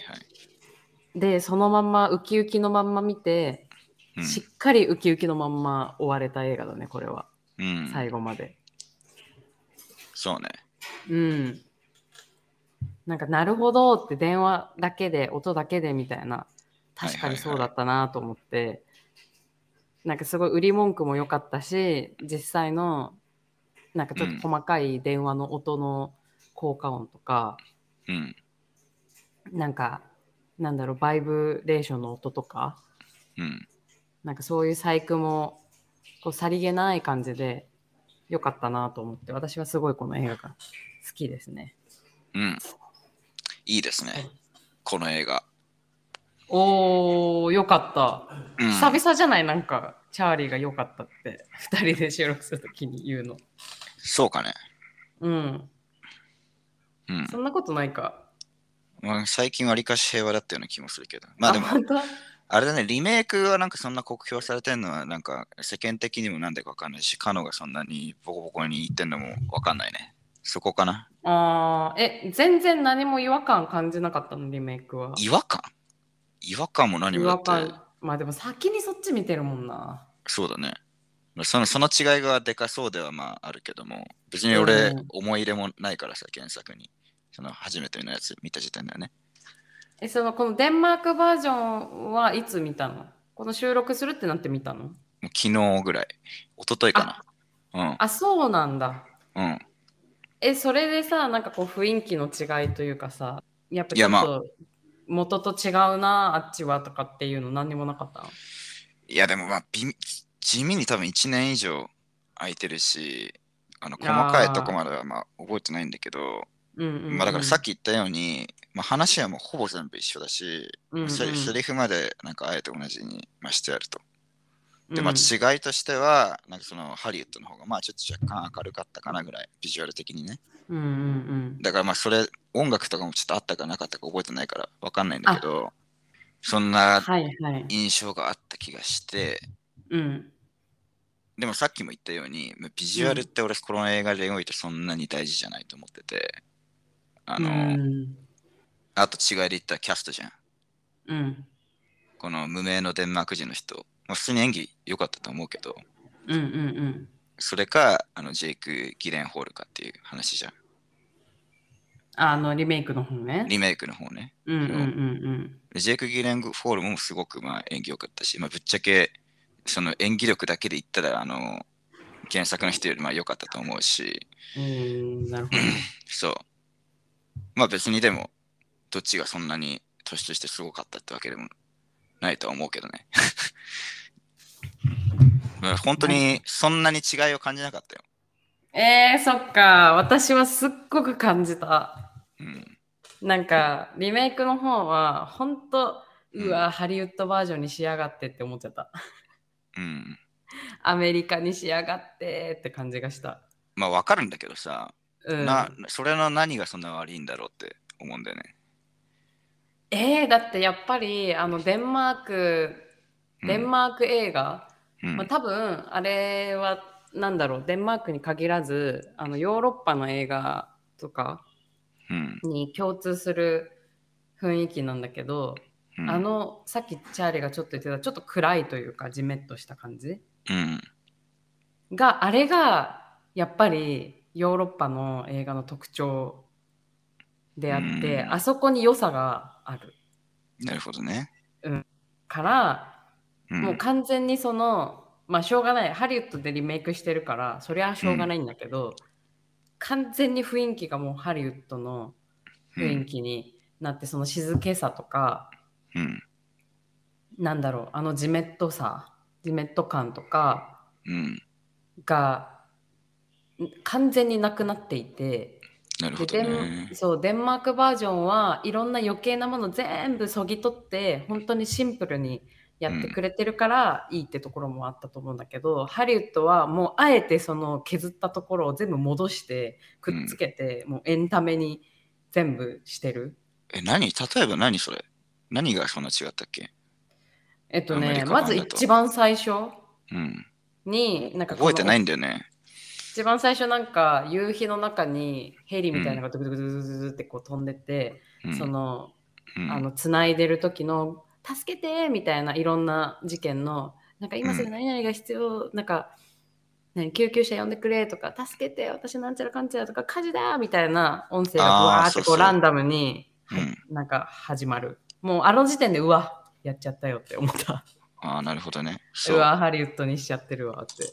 Speaker 1: でそのまんまウキウキのまんま見て、
Speaker 2: うん
Speaker 1: しっかりウキウキのまんま終われた映画だねこれは、
Speaker 2: うん。
Speaker 1: 最後まで
Speaker 2: そうね。
Speaker 1: うんなんかなるほどって電話だけで音だけでみたいな確かにそうだったなと思って、なんかすごい売り文句も良かったし実際のなんかちょっと細かい電話の音の効果音とか、
Speaker 2: うん。
Speaker 1: なんかなんだろうバイブレーションの音とか
Speaker 2: うん。
Speaker 1: なんかそういう細工もこうさりげない感じで良かったなと思って私はすごいこの映画が好きですね。
Speaker 2: うん。いいですね。この映画。
Speaker 1: おーよかった。
Speaker 2: うん、
Speaker 1: 久々じゃないなんか、チャーリーが良かったって、二人で収録するときに言うの。
Speaker 2: そうかね。
Speaker 1: うん。
Speaker 2: うん。
Speaker 1: そんなことないか。
Speaker 2: まあ、最近わりかし平和だったような気もするけど。まあでも、
Speaker 1: 本当
Speaker 2: あれだね、リメイクはなんかそんな酷評されてるのは、なんか世間的にもなんでかわかんないし、カノがそんなにボコボコに言ってんのもわかんないね。そこかな。
Speaker 1: あーえ、全然何も違和感感じなかったの、リメイクは。
Speaker 2: 違和感違和感も何
Speaker 1: 違
Speaker 2: も
Speaker 1: 和
Speaker 2: だって、
Speaker 1: 感。まあでも先にそっち見てるもんな。
Speaker 2: そうだね。そのその違いがでかそうではまああるけども、別に
Speaker 1: う
Speaker 2: 俺
Speaker 1: ん、
Speaker 2: 思い入れもないからさ、原作に。その初めてのやつ見た時点だよね。
Speaker 1: え、その、このデンマークバージョンはいつ見たのこの収録するってなって見たの
Speaker 2: もう昨日ぐらい、一昨日かな。
Speaker 1: あ、そうなんだ。
Speaker 2: うん、うん。
Speaker 1: え、それでさ、なんかこう雰囲気の違いというかさ、やっぱ
Speaker 2: い
Speaker 1: ちょっ
Speaker 2: やまあ
Speaker 1: と元と違うな、あっちはとかっていうの何にもなかった
Speaker 2: いや、でもまあ、微地味に多分1年以上空いてるし、あの細かいとこまではまあ覚えてないんだけど、
Speaker 1: うんうん、うん。
Speaker 2: まあだからさっき言ったように、まあ、話はもうほぼ全部一緒だし、
Speaker 1: うんうん、
Speaker 2: セリセリフまでなんかあえて同じに、まあ、してやると。で、
Speaker 1: うん
Speaker 2: まあ、違いとしては、なんかそのハリウッドの方がまあちょっと若干明るかったかなぐらい、ビジュアル的にね。
Speaker 1: うんうんうん。
Speaker 2: だからまあそれ、音楽とかもちょっとあったかなかったか覚えてないからわかんないんだけど、そんな
Speaker 1: はいはい。
Speaker 2: 印象があった気がして、
Speaker 1: うん。
Speaker 2: でもさっきも言ったように、まあビジュアルって俺この映画でおいてそんなに大事じゃないと思ってて、あの、
Speaker 1: うん。
Speaker 2: あと違いで言ったらキャストじゃん。
Speaker 1: うん。
Speaker 2: この無名のデンマーク人の人、まあ、普通に演技良かったと思うけど、
Speaker 1: うんうんうん。
Speaker 2: それか、あのジェイク・ギレンホールかっていう話じゃん。
Speaker 1: あの、リメイクの方ね。
Speaker 2: リメイクの方ね。
Speaker 1: うんうんうん
Speaker 2: でジェイク・ギレンホールもすごくまあ演技良かったし、まあ、ぶっちゃけ、その演技力だけで言ったら、あの、原作の人よりまあ良かったと思うし、
Speaker 1: うん。うん、なるほど。
Speaker 2: そう。まあ別にでも、どっちがそんなに突出してすごかったってわけでもないとは思うけど ね。まあ本当にそんなに違いを感じなかったよ。
Speaker 1: えー、そっか。私はすっごく感じた。
Speaker 2: うん。
Speaker 1: なんか、リメイクの方は、ほんと、
Speaker 2: うん
Speaker 1: うわ、ハリウッドバージョンにしやがってって思っちゃった。
Speaker 2: うん。
Speaker 1: アメリカにしやがってって感じがした。
Speaker 2: まあわかるんだけどさ、
Speaker 1: うん、
Speaker 2: な、それの何がそんな悪いんだろうって思うんだよね。
Speaker 1: えー、だってやっぱり、あの、デンマーク、
Speaker 2: うん
Speaker 1: デンマーク映画、
Speaker 2: うん
Speaker 1: まあ、多分あれはなんだろうデンマークに限らずあのヨーロッパの映画とか
Speaker 2: うん
Speaker 1: に共通する雰囲気なんだけど、
Speaker 2: うん
Speaker 1: あのさっきチャーリーがちょっと言ってたちょっと暗いというかジメッとした感じ
Speaker 2: うん。
Speaker 1: があれがやっぱりヨーロッパの映画の特徴であって、
Speaker 2: うん
Speaker 1: あそこに良さがある
Speaker 2: なるほどね。
Speaker 1: から
Speaker 2: うん
Speaker 1: もう完全にそのまあしょうがないハリウッドでリメイクしてるからそりゃしょうがないんだけど、完全に雰囲気がもうハリウッドの雰囲気になって、その静けさとか
Speaker 2: うん。
Speaker 1: なんだろうあのジメッとさジメッと感とか
Speaker 2: うん。
Speaker 1: がん完全になくなっていて、
Speaker 2: なる
Speaker 1: で
Speaker 2: ほど
Speaker 1: デ
Speaker 2: ね
Speaker 1: ン。そうデンマークバージョンはいろんな余計なもの全部そぎ取って本当にシンプルにやってくれてるからいいってところもあったと思うんだけど、ハリウッドはもうあえてその削ったところを全部戻してくっつけて、もうエンタメに全部してる。
Speaker 2: え、何例えば何それ何がそんな違ったっけ
Speaker 1: えっと
Speaker 2: アメリ
Speaker 1: ね
Speaker 2: カ版
Speaker 1: ま
Speaker 2: だ
Speaker 1: ず
Speaker 2: と
Speaker 1: 一番最初
Speaker 2: うん。
Speaker 1: になんかこの
Speaker 2: 覚えてないんだよね。
Speaker 1: 一番最初なんか夕日の中にヘリみたいなのがドクドクドクドクドクってこう飛んでて、
Speaker 2: うん
Speaker 1: その
Speaker 2: うん
Speaker 1: あの繋いでる時の「助けて!」みたいないろんな事件のなんか今すぐ何々が必要、なんか何救急車呼んでくれとか助けて私なんちゃらかんちゃらとか火事だみたいな音声がぶわーって
Speaker 2: あーそう
Speaker 1: こ
Speaker 2: そう
Speaker 1: うランダムに
Speaker 2: うん
Speaker 1: はいなんか始まる、もうあの時点でうわやっちゃったよって思った
Speaker 2: ああ、なるほどね。
Speaker 1: う
Speaker 2: そう。
Speaker 1: わハリウッドにしちゃってるわって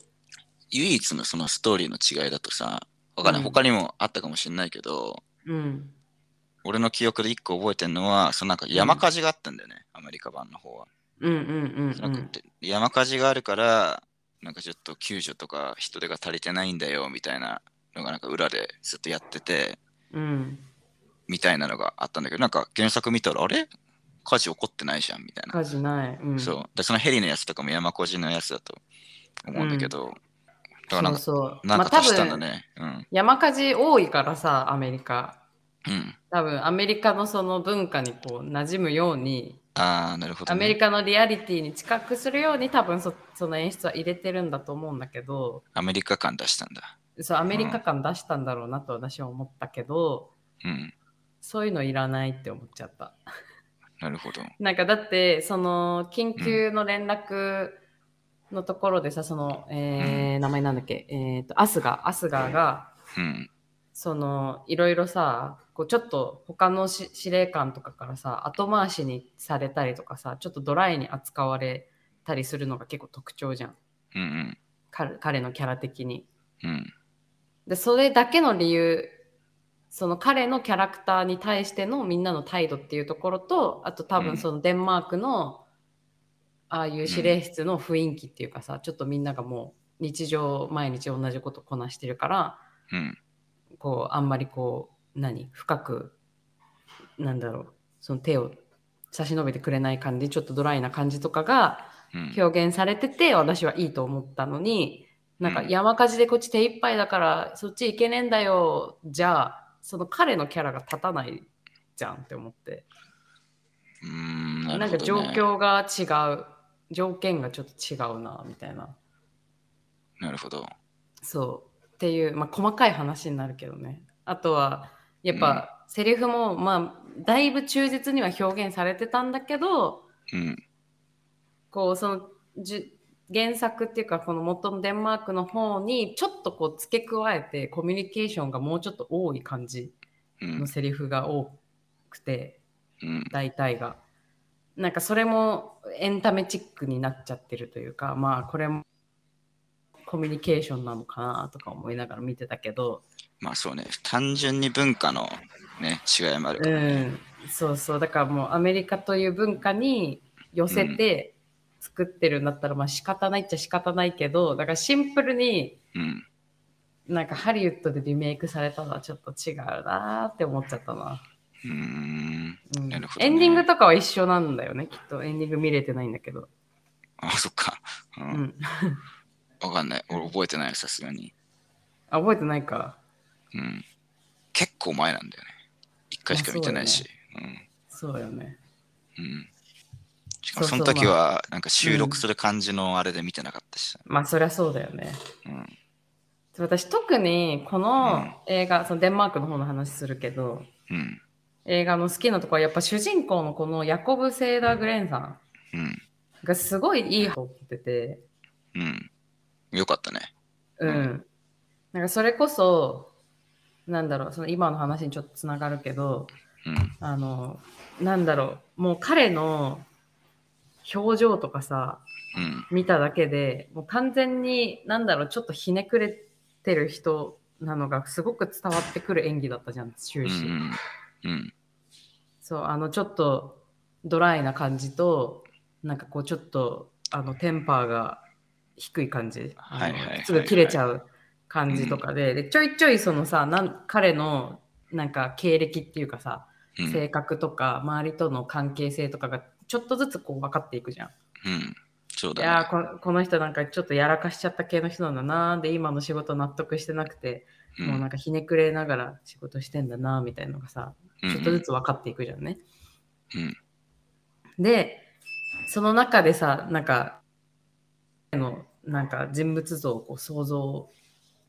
Speaker 2: 唯一のそのストーリーの違いだとさ、わかんない。
Speaker 1: うん
Speaker 2: 他にもあったかもしれないけど、
Speaker 1: うん
Speaker 2: 俺の記憶で一個覚えてるのは、そのなんか山火事があったんだよね、アメリカ版の方は。
Speaker 1: うんうんうんう
Speaker 2: なんか
Speaker 1: ん
Speaker 2: 山火事があるから、なんかちょっと救助とか人手が足りてないんだよみたいなのがなんか裏でずっとやってて、
Speaker 1: うん
Speaker 2: みたいなのがあったんだけど、なんか原作見たら、あれ火事起こってないじゃんみたいな。
Speaker 1: 火事ない、うん、
Speaker 2: そう。で、そのヘリのやつとかも山火事のやつだと思うんだけど、だからなんか、
Speaker 1: そうそう
Speaker 2: なん
Speaker 1: ま
Speaker 2: か
Speaker 1: あ
Speaker 2: 足したんだ
Speaker 1: 多分
Speaker 2: ね。うん。
Speaker 1: 山火事多いからさアメリカ
Speaker 2: うん。
Speaker 1: 多分アメリカのその文化にこう馴染むように
Speaker 2: ああ、なるほど、
Speaker 1: ア
Speaker 2: ね。
Speaker 1: メリカのリアリティに近くするように多分そその演出は入れてるんだと思うんだけど
Speaker 2: アメリカ感出したんだ。
Speaker 1: そうアメリカ感出したんだろうなと私は思ったけど、
Speaker 2: うん。
Speaker 1: そういうのいらないって思っちゃった
Speaker 2: なるほど。
Speaker 1: なんかだってその緊急の連絡のところでさ、その、えー名前なんだっけ、えっ、と、アスガ、アスガが、
Speaker 2: うん。
Speaker 1: その、いろいろさ、こうちょっと他のし司令官とかからさ、後回しにされたりとかさ、ちょっとドライに扱われたりするのが結構特徴じゃん。
Speaker 2: うん。
Speaker 1: 彼彼のキャラ的に。
Speaker 2: うん。
Speaker 1: で、それだけの理由、その彼のキャラクターに対してのみんなの態度っていうところと、あと多
Speaker 2: うん
Speaker 1: 分そのデンマークの、ああいう司令室の雰囲気っていうかさ、ちょっとみんながもう日常毎日同じことこなしてるから、
Speaker 2: うん。
Speaker 1: こう、あんまりこう、何深く、なんだろう、その手を差し伸べてくれない感じ、ちょっとドライな感じとかが、
Speaker 2: うん。
Speaker 1: 表現されてて私はいいと思ったのになんか
Speaker 2: うん
Speaker 1: 山火事でこっち手一杯だからそっち行けねえんだよじゃあその彼のキャラが立たないじゃんって思って
Speaker 2: うーん
Speaker 1: な,、ん
Speaker 2: なるほ
Speaker 1: か
Speaker 2: ど
Speaker 1: 状
Speaker 2: ね
Speaker 1: 況が違う条件がちょっと違うなみたいな
Speaker 2: なるほど。
Speaker 1: そうっていう、まあ、細かい話になるけどねあとはやっぱ、セリフもまあだいぶ忠実には表現されてたんだけど
Speaker 2: うん。
Speaker 1: こうそのじゅ原作っていうかこの元のデンマークの方にちょっとこう付け加えてコミュニケーションがもうちょっと多い感じ
Speaker 2: うん
Speaker 1: の。セリフが多くて
Speaker 2: うん。
Speaker 1: 大体がなんかそれもエンタメチックになっちゃってるというかまあこれもコミュニケーションなのかなとか思いながら見てたけど
Speaker 2: まあそうね。単純に文化のね、違いもあるか
Speaker 1: う
Speaker 2: ら。
Speaker 1: んそうそうだからもうアメリカという文化に寄せて作ってるんだったらまあ仕方ないっちゃ仕方ないけどだからシンプルに
Speaker 2: うん。
Speaker 1: なんかハリウッドでリメイクされたのはちょっと違うなーって思っちゃったな。
Speaker 2: うーん。
Speaker 1: うん
Speaker 2: なるほどね
Speaker 1: エンディングとかは一緒なんだよね、きっと。エンディング見れてないんだけど。
Speaker 2: あ、そっか。う。
Speaker 1: うんん。
Speaker 2: わかんない。俺覚えてないよ、さすがに。
Speaker 1: あ、覚えてないか。
Speaker 2: うん。結構前なんだよね。一回しか見てないし。
Speaker 1: そうよね。
Speaker 2: うん。うん。しかも
Speaker 1: そ
Speaker 2: そう
Speaker 1: そ
Speaker 2: の
Speaker 1: う
Speaker 2: 時
Speaker 1: ま
Speaker 2: は、なんか収録する感じのあれで見てなかったし。
Speaker 1: まあ、そりゃそうだよね。
Speaker 2: うん。
Speaker 1: 私、特にこ
Speaker 2: う
Speaker 1: の
Speaker 2: ん
Speaker 1: 映画、そのデンマークの方の話するけど、
Speaker 2: うん。
Speaker 1: 映画の好きなとこはやっぱ主人公のこのヤコブ・セーダー・グレンさん
Speaker 2: うん。
Speaker 1: がすごいいい方をってて、
Speaker 2: うん。よかったね。
Speaker 1: う。
Speaker 2: うん
Speaker 1: なんかそれこそ、なんだろう、その今の話にちょっとつながるけど、
Speaker 2: うん。
Speaker 1: あの、なんだろう、もう彼の表情とかさ、
Speaker 2: うん。
Speaker 1: 見ただけで、もう完全に、なんだろう、ちょっとひねくれてる人なのがすごく伝わってくる演技だったじゃん、
Speaker 2: う
Speaker 1: 終始。
Speaker 2: ん。うん。
Speaker 1: そう、あの、ちょっとドライな感じと、なんかこう、ちょっと、あの、テンパーが低い感じ。あの
Speaker 2: はいはいはいはい
Speaker 1: すぐ切れちゃう感じとかで、で、ちょいちょいそのさ、なん彼の、なんか経歴っていうかさ、
Speaker 2: うん。うん
Speaker 1: 性格とか周りとの関係性とかがちょっとずつこう分かっていくじゃん。
Speaker 2: うん。そう
Speaker 1: いや
Speaker 2: だね
Speaker 1: ー。ここの人なんかちょっとやらかしちゃった系の人なんだなーで今の仕事納得してなくて、
Speaker 2: うん
Speaker 1: もうなんかひねくれながら仕事してんだなーみたいなのがさちょっとずつ分かっていくじゃんね。
Speaker 2: うん
Speaker 1: でその中でさなんかのなんか人物像をこう想像を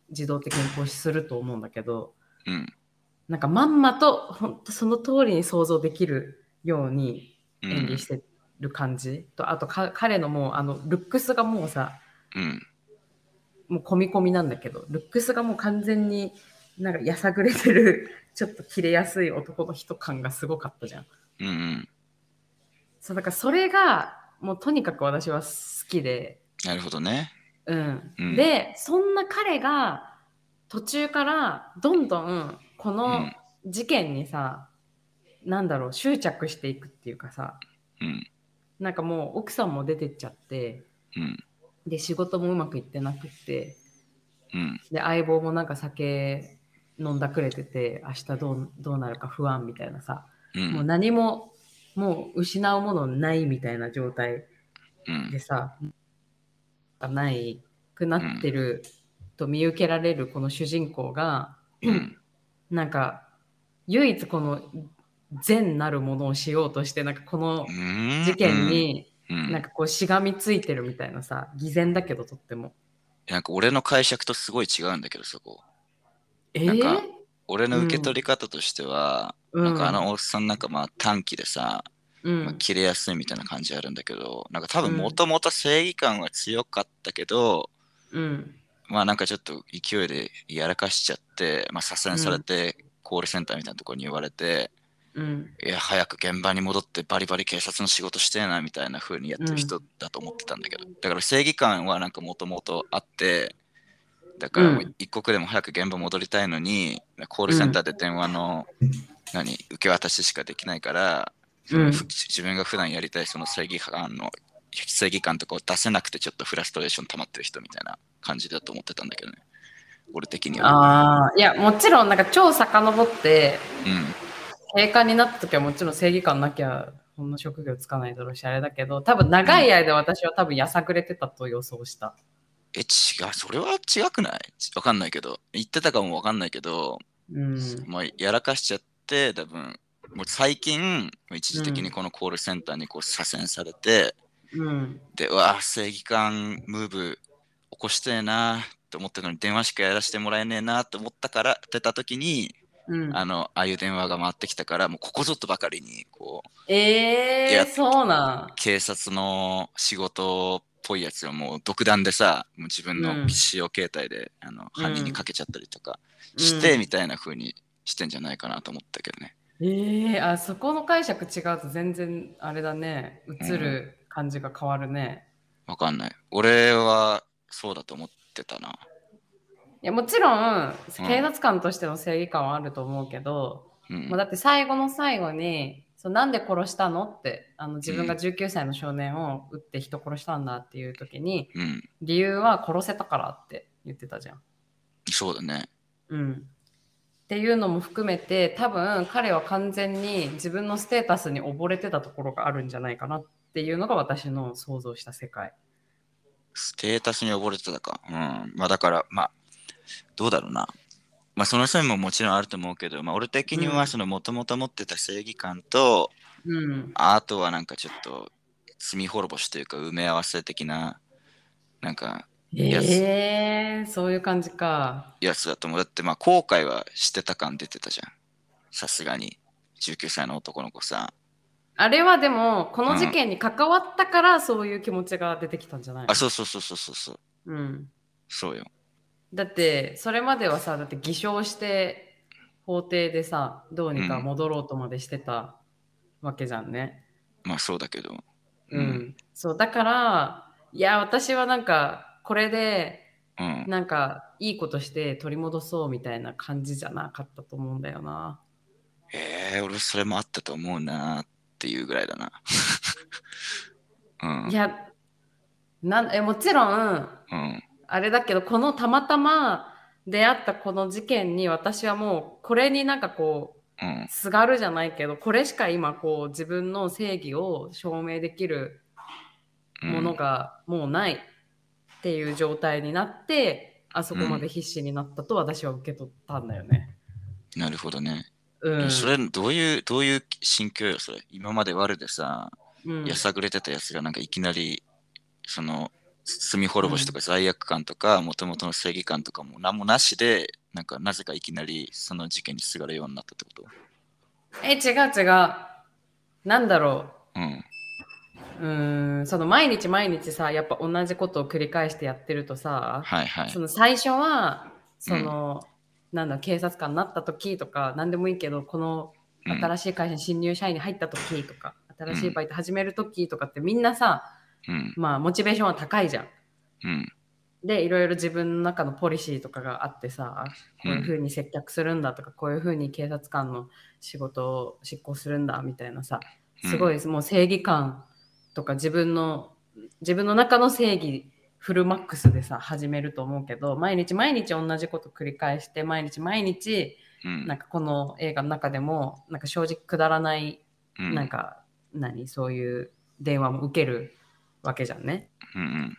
Speaker 1: 自動的にこうすると思うんだけど
Speaker 2: うん。
Speaker 1: なんかまんまと本当その通りに想像できるように
Speaker 2: うん。
Speaker 1: 演技してる感じ、とあとか彼のもうあのルックスがもうさ
Speaker 2: うん。
Speaker 1: もう込み込みなんだけどルックスがもう完全になんかやさぐれてるちょっと切れやすい男の人感がすごかったじゃん
Speaker 2: うん。うん。
Speaker 1: そうだからそれがもうとにかく私は好きで、
Speaker 2: なるほどね。
Speaker 1: うん
Speaker 2: うん
Speaker 1: でそんな彼が途中からどんどんこ
Speaker 2: う
Speaker 1: の
Speaker 2: ん。
Speaker 1: 事件にさ、なんだろう執着していくっていうかさ
Speaker 2: うん。
Speaker 1: なんかもう奥さんも出てっちゃって
Speaker 2: うん。
Speaker 1: で仕事もうまくいってなくって
Speaker 2: うん。
Speaker 1: で相棒もなんか酒飲んだくれてて明日どうどうなるか不安みたいなさ、
Speaker 2: うん。
Speaker 1: もう何ももう失うものないみたいな状態
Speaker 2: うん
Speaker 1: でさ、ないくなってると見受けられるこの主人公が、
Speaker 2: うん。
Speaker 1: なんか唯一この善なるものをしようとしてなんかこの
Speaker 2: うん
Speaker 1: 事件、に
Speaker 2: うん
Speaker 1: なんかこうしがみついてるみたいなさ偽善だけどとっても。
Speaker 2: なんか俺の解釈とすごい違うんだけど、そこ。
Speaker 1: え
Speaker 2: なんか
Speaker 1: ー
Speaker 2: 俺の受け取り方としては、
Speaker 1: うん
Speaker 2: なんかあのおっさんなんかまあ短期でさ、
Speaker 1: うん
Speaker 2: まあ、切れやすいみたいな感じあるんだけど、なんか多分もともと正義感は強かったけど、
Speaker 1: うん
Speaker 2: まあなんかちょっと勢いでやらかしちゃって、まあ左遷されて、コールセンターみたいなところに言われて、
Speaker 1: うん
Speaker 2: いや、早く現場に戻ってバリバリ警察の仕事してえなみたいな風にやってる人だと思ってたんだけど、だから正義感はなんかもともとあって、だからもう一刻でも早く現場戻りたいのに、コールセンターで電話の、何、受け渡ししかできないから、その
Speaker 1: うん
Speaker 2: ふ自分が普段やりたいその正義感の、正義感とかを出せなくてちょっとフラストレーション溜まってる人みたいな感じだと思ってたんだけどね。俺的には。
Speaker 1: ああいやもちろんなんか超遡って
Speaker 2: うん。
Speaker 1: 警官になった時はもちろん正義感なきゃこんな職業つかないだろうしあれだけど多分長い間私は多分やさぐれてたと予想した
Speaker 2: え、違う。それは違くないわかんないけど。言ってたかもわかんないけど、
Speaker 1: うん
Speaker 2: まあ、やらかしちゃって、多分もう最近、一時的にこのコールセンターにこう左遷されて、
Speaker 1: うん
Speaker 2: で、うわ、正義感ムーブ起こしてえなと思ってたのに、電話しかやらせてもらえねえなと思ったから、出た時に、
Speaker 1: うん
Speaker 2: あの、ああいう電話が回ってきたから、もうここぞとばかりに、こう、い
Speaker 1: ええ
Speaker 2: や
Speaker 1: ー、そうなん
Speaker 2: 警察の仕事っぽいやつをもう独断でさ、もう自分
Speaker 1: う
Speaker 2: の
Speaker 1: ん
Speaker 2: 使用形態で、あの犯人にかけちゃったりとかして、
Speaker 1: うん
Speaker 2: みたいな風にしてんじゃないかなと思ったけどね。
Speaker 1: ええあそこの解釈違うと全然あれだね映る感じが変わるね、
Speaker 2: わかんない。俺はそうだと思ってたな。
Speaker 1: いやもちろん警察官としての正義感はあると思うけど、
Speaker 2: うん
Speaker 1: もうだって最後の最後にそうなんで殺したのってあの自分が19歳の少年を撃って人殺したんだっていう時に
Speaker 2: うん、
Speaker 1: 理由は殺せたからって言ってたじゃん。
Speaker 2: そうだね。
Speaker 1: うん、っていうのも含めて多分彼は完全に自分のステータスに溺れてたところがあるんじゃないかなっていうのが私の想像した世界。
Speaker 2: ステータスに溺れてたか。うん。まあだから、まあ、どうだろうな。まあその線ももちろんあると思うけど、まあ俺的に
Speaker 1: う
Speaker 2: は
Speaker 1: ん
Speaker 2: そのもともと持ってた正義感と、
Speaker 1: うん
Speaker 2: あとはなんかちょっと罪滅ぼしというか埋め合わせ的ななんかや
Speaker 1: えー、そういう感じか。
Speaker 2: やつだと思う。だってまあ後悔はしてた感出てたじゃん。さすがに19歳の男の子さ。
Speaker 1: あれはでもこの事件に関わったからそういう気持ちが出てきたんじゃない
Speaker 2: あ、そうそうそうそうそうそう。
Speaker 1: うん
Speaker 2: そうよ。
Speaker 1: だってそれまではさだって偽証して法廷でさどうにか戻ろうとまでしてたわけじゃんね。
Speaker 2: まあそうだけど。
Speaker 1: うん。そうだからいや私はなんかこれで
Speaker 2: うん。うん
Speaker 1: なんかいいことして取り戻そうみたいな感じじゃなかったと思うんだよな。
Speaker 2: えー、俺それもあったと思うなーっていうぐらいだな。うん
Speaker 1: い。やなんえもちろん
Speaker 2: うん。
Speaker 1: あれだけどこのたまたま出会ったこの事件に私はもうこれになんかこう
Speaker 2: うん。
Speaker 1: すがるじゃないけどこれしか今こう自分の正義を証明できる
Speaker 2: うん
Speaker 1: ものがもうないっていう状態になって、あそこまで必死になったと私は受け取ったんだよね。
Speaker 2: なるほどね。
Speaker 1: うん。
Speaker 2: それどういう、どういう心境よ、それ。今まで悪でさ、
Speaker 1: うん
Speaker 2: やさぐれてたやつがなんかいきなりその罪滅ぼしとか罪悪感とかもともとの正義感とかも何もなしでなんかなぜかいきなりその事件にすがるようになったってこと
Speaker 1: え、違う違う。なんだろ
Speaker 2: うん
Speaker 1: う。うーん、その毎日毎日さ、やっぱ同じことを繰り返してやってるとさ、
Speaker 2: はいはい
Speaker 1: その最初は、その、なんだ警察官になった時とか、何でもいいけど、この
Speaker 2: うん
Speaker 1: 新しい会社に新入社員に入った時とか、新しいバイト始める時とかってみんなさ、
Speaker 2: うん
Speaker 1: まあモチベーションは高いじゃん。
Speaker 2: うん
Speaker 1: で、いろいろ自分の中のポリシーとかがあってさ、こういう
Speaker 2: う
Speaker 1: 風に接客するんだとか、こういう風に警察官の仕事を執行するんだみたいなさ、すごいもう正義感とか自分の、自分の中の正義フルマックスでさ、始めると思うけど、毎日毎日同じこと繰り返して、毎日毎日、
Speaker 2: ん
Speaker 1: なんかこの映画の中でも、なんか正直くだらない
Speaker 2: うん
Speaker 1: なんか何そういう電話も受けるわけじゃんね。
Speaker 2: うんうん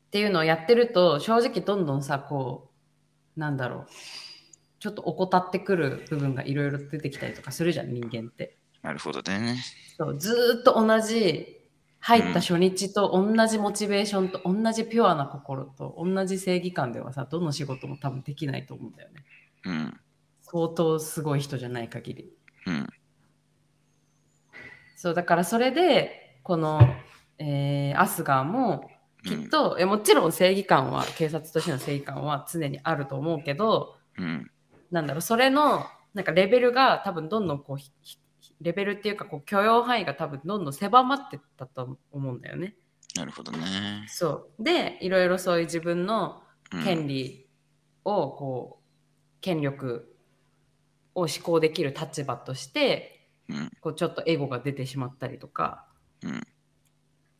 Speaker 1: っていうのをやってると正直どんどんさこうなんだろうちょっと怠ってくる部分がいろいろ出てきたりとかするじゃん人間って。
Speaker 2: なるほどね
Speaker 1: そうずーっと同じ入った初日と同じモチベーションと同じピュアな心と同じ正義感ではさどの仕事も多分できないと思うんだよね。
Speaker 2: うん
Speaker 1: 相当すごい人じゃない限り。
Speaker 2: うん
Speaker 1: そうだからそれでこの、えーアスガーも
Speaker 2: う
Speaker 1: きっ
Speaker 2: ん
Speaker 1: と、えもちろん正義感は警察としての正義感は常にあると思うけど
Speaker 2: うん
Speaker 1: なんだろうそれのなんかレベルが多分どんどんこうひひレベルっていうかこう許容範囲が多分どんどん狭まってったと思うんだよね。
Speaker 2: なるほどね。
Speaker 1: そうでいろいろそういう自分の
Speaker 2: うん
Speaker 1: 権利をこう権力を施行できる立場として
Speaker 2: うん
Speaker 1: こうちょっとエゴが出てしまったりとか
Speaker 2: うん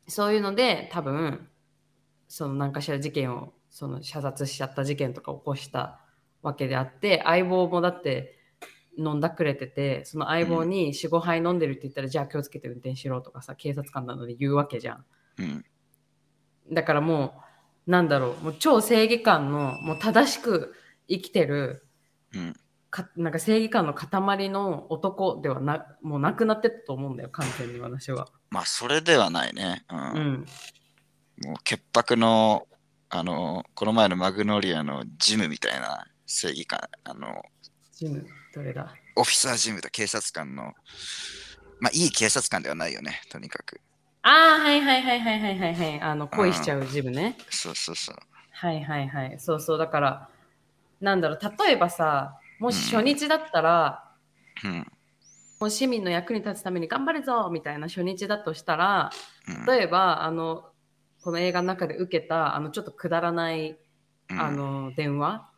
Speaker 1: そういうので多分その何かしら事件をその射殺しちゃった事件とか起こしたわけであって相棒もだって飲んだくれててその相棒に45杯飲んでるって言ったら、じゃあ気をつけて運転しろとかさ警察官なので言うわけじゃん。
Speaker 2: うん
Speaker 1: だからもう、なんだろう、もう超正義感の、もう正しく生きてる、
Speaker 2: うん
Speaker 1: かなんか正義感の塊の男ではな、もうなくなってったと思うんだよ、完全に私は。
Speaker 2: まあそれではないね。うん
Speaker 1: うん。
Speaker 2: もう潔白のあのこの前のマグノリアのジムみたいな正義感あの
Speaker 1: ジム、どれだ。
Speaker 2: オフィサージムと警察官のまあいい警察官ではないよねとにかく
Speaker 1: ああ、はいはいはいはいはいはいはい。あの、恋しちゃうジムね。
Speaker 2: そうそうそう
Speaker 1: はいはいはい。そうそう、だから、なんだろう、例えばさ、もし初日だったら、
Speaker 2: うん
Speaker 1: もう市民の役に立つために頑張るぞみたいな初日だとしたら、
Speaker 2: うん
Speaker 1: 例えばあのこの映画の中で受けたあのちょっとくだらない、
Speaker 2: うん
Speaker 1: あの電話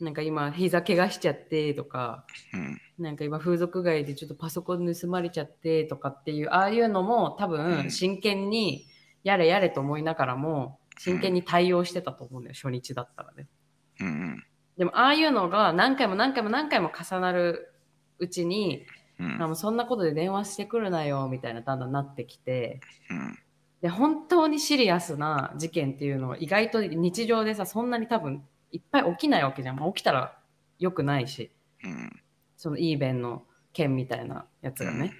Speaker 1: なんか今膝怪我しちゃってとか
Speaker 2: うん
Speaker 1: なんか今風俗街でちょっとパソコン盗まれちゃってとかっていうああいうのも多
Speaker 2: う
Speaker 1: 分
Speaker 2: ん
Speaker 1: 真剣にやれやれと思いながらも真剣に対応してたと思うんだよ初日だったらね。
Speaker 2: うん
Speaker 1: でもああいうのが何回も何回も何回も重なるうちに
Speaker 2: うん
Speaker 1: あもうそんなことで電話してくるなよみたいなだんだんなってきて。
Speaker 2: うん
Speaker 1: で本当にシリアスな事件っていうのは意外と日常でさそんなに多分いっぱい起きないわけじゃん、まあ、起きたら良くないし
Speaker 2: うん
Speaker 1: そのイーベンの件みたいなやつがね、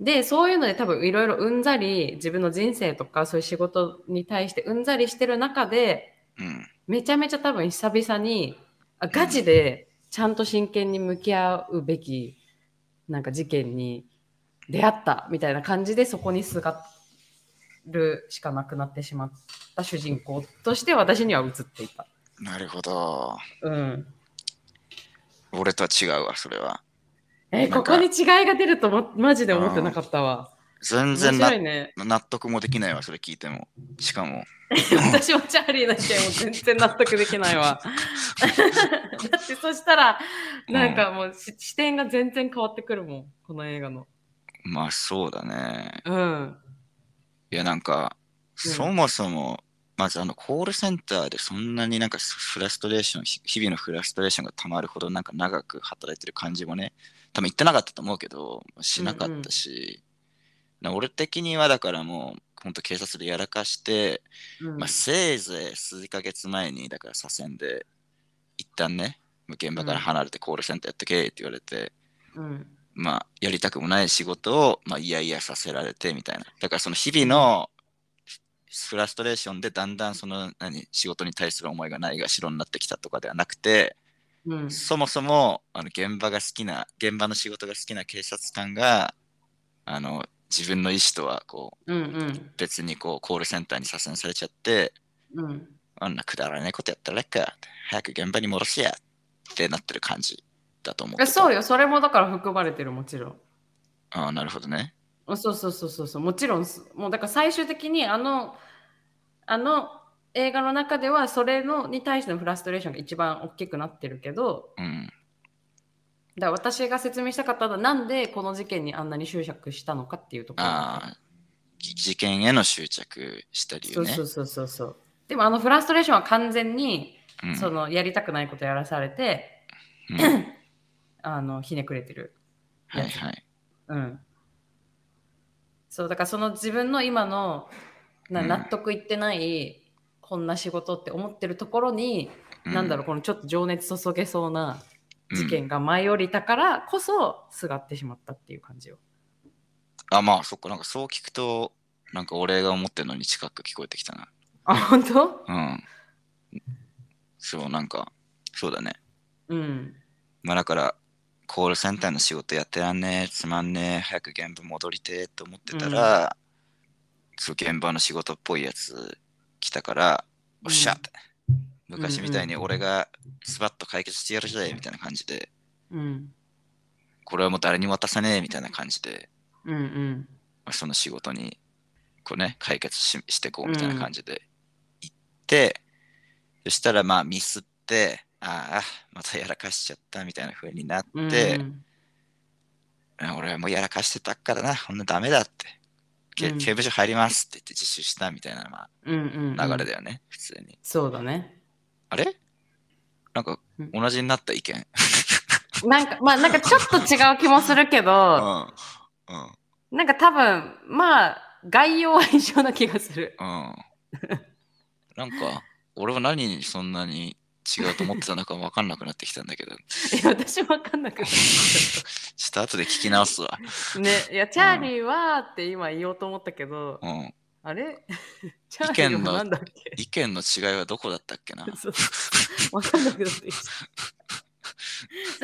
Speaker 1: でそういうので多分いろいろうんざり自分の人生とかそういう仕事に対してうんざりしてる中で
Speaker 2: うん
Speaker 1: めちゃめちゃ多分久々にあガチでちゃんと真剣に向き合うべきなんか事件に出会ったみたいな感じでそこにすがるしかなくなってしまった主人公として私には映っていた。
Speaker 2: なるほど
Speaker 1: うん、
Speaker 2: 俺とは違うわそれは
Speaker 1: え
Speaker 2: な
Speaker 1: こ
Speaker 2: んか
Speaker 1: こに違いが出るともマジで思ってなかったわ。
Speaker 2: 全
Speaker 1: 面
Speaker 2: 然な
Speaker 1: 白い ね。
Speaker 2: 納得もできないわそれ聞いてもしかも
Speaker 1: 私もチャーリーの意見も全然納得できない わ。だってそしたらなんかもうし視点が全然変わってくるもんこの映画の。
Speaker 2: まあそうだね
Speaker 1: うん。
Speaker 2: いやなん
Speaker 1: う
Speaker 2: か、
Speaker 1: ん
Speaker 2: そもそもまずあのコールセンターでそんなになんかフラストレーションひ日々のフラストレーションがたまるほどなんか長く働いてる感じもね多分言ってなかったと思うけどしなかったし、な俺的にはだからもう本当警察でやらかして、
Speaker 1: うん
Speaker 2: まあ、せいぜい数ヶ月前にだから左遷で一旦ねもう現場から離れてコールセンターやっとけって言われて、
Speaker 1: うん
Speaker 2: まあ、やりたくもない仕事を、まあ、いやいやさせられてみたいな。だからその日々のフラストレーションでだんだんその何仕事に対する思いがないがしろになってきたとかではなくて、
Speaker 1: うん
Speaker 2: そもそもあの現場が好きな、現場の仕事が好きな警察官が、あの自分の意思とはこ
Speaker 1: う
Speaker 2: う
Speaker 1: んうん
Speaker 2: 別にこうコールセンターに左遷されちゃって、
Speaker 1: うん
Speaker 2: あんなくだらないことやったらいいか、早く現場に戻しやってなってる感じだと思
Speaker 1: え
Speaker 2: う。
Speaker 1: そうよそれもだから含まれてるもちろん
Speaker 2: ああ、なるほどね。
Speaker 1: あそうそうそうそうそうもちろんすもうだから最終的にあのあの映画の中ではそれのに対してのフラストレーションが一番大きくなってるけど
Speaker 2: うん。
Speaker 1: だから私が説明したかったのはなんでこの事件にあんなに執着したのかっていうところ
Speaker 2: ああ、じ事件への執着した理
Speaker 1: そ
Speaker 2: 由
Speaker 1: う
Speaker 2: ね。
Speaker 1: そうそうそうそうでもあのフラストレーションは完全に、
Speaker 2: うん
Speaker 1: そのやりたくないことやらされて
Speaker 2: うん
Speaker 1: あのひねくれてる
Speaker 2: はいはい。
Speaker 1: うん。そう、だからその自分の今のな
Speaker 2: うん
Speaker 1: 納得いってない、こんな仕事って思ってるところに、なんだろう、このちょっと情熱注げそうな
Speaker 2: うん
Speaker 1: 事件が舞い降りたからこそ、すがってしまったっていう感じよ。
Speaker 2: あ、まあそっか、なんかそう聞くと、なんか俺が思ってるのに近く聞こえてきたな。
Speaker 1: あ、本当
Speaker 2: うん。そう、なんか、そうだね。
Speaker 1: うん。
Speaker 2: まあだから、コールセンターの仕事やってらんねえ、つまんねえ、早く現場戻りてえと思ってたら、そう現場の仕事っぽいやつ来たから、おっしゃ
Speaker 1: うん
Speaker 2: って。昔みたいに俺がスパッと解決してやるぜみたいな感じで、
Speaker 1: うん
Speaker 2: これはもう誰にも渡さねえみたいな感じで、
Speaker 1: うんうん
Speaker 2: まあその仕事にこうね解決ししてこうみたいな感じで行って、そしたらまあミスってああまたやらかしちゃったみたいな風になって、
Speaker 1: うん
Speaker 2: あ俺はもうやらかしてたからなこんなダメだって、け
Speaker 1: うん
Speaker 2: 刑務所入りますって言って自首したみたいな、ま
Speaker 1: うんうん
Speaker 2: あ、流れ
Speaker 1: で
Speaker 2: だよね、普通に
Speaker 1: そうだね
Speaker 2: あれなんか
Speaker 1: うん
Speaker 2: 同じになった意見
Speaker 1: なんかまあなんかちょっと違う気もするけ
Speaker 2: う
Speaker 1: ど
Speaker 2: んうん
Speaker 1: なんか多分まあ概要は一緒な気がする
Speaker 2: うんなんか俺は何にそんなに違うと思ってたのか分かんなくなってきたんだけ ど
Speaker 1: いや私わかんなくなっちゃっ
Speaker 2: ちょっと後で聞き直すわ。
Speaker 1: たねいやチャーリーはって今言おうと思ったけど
Speaker 2: うん、
Speaker 1: あれ チャーリーはなんだっけ
Speaker 2: 意見の違いはどこだったっけな
Speaker 1: そうわかんなくなってき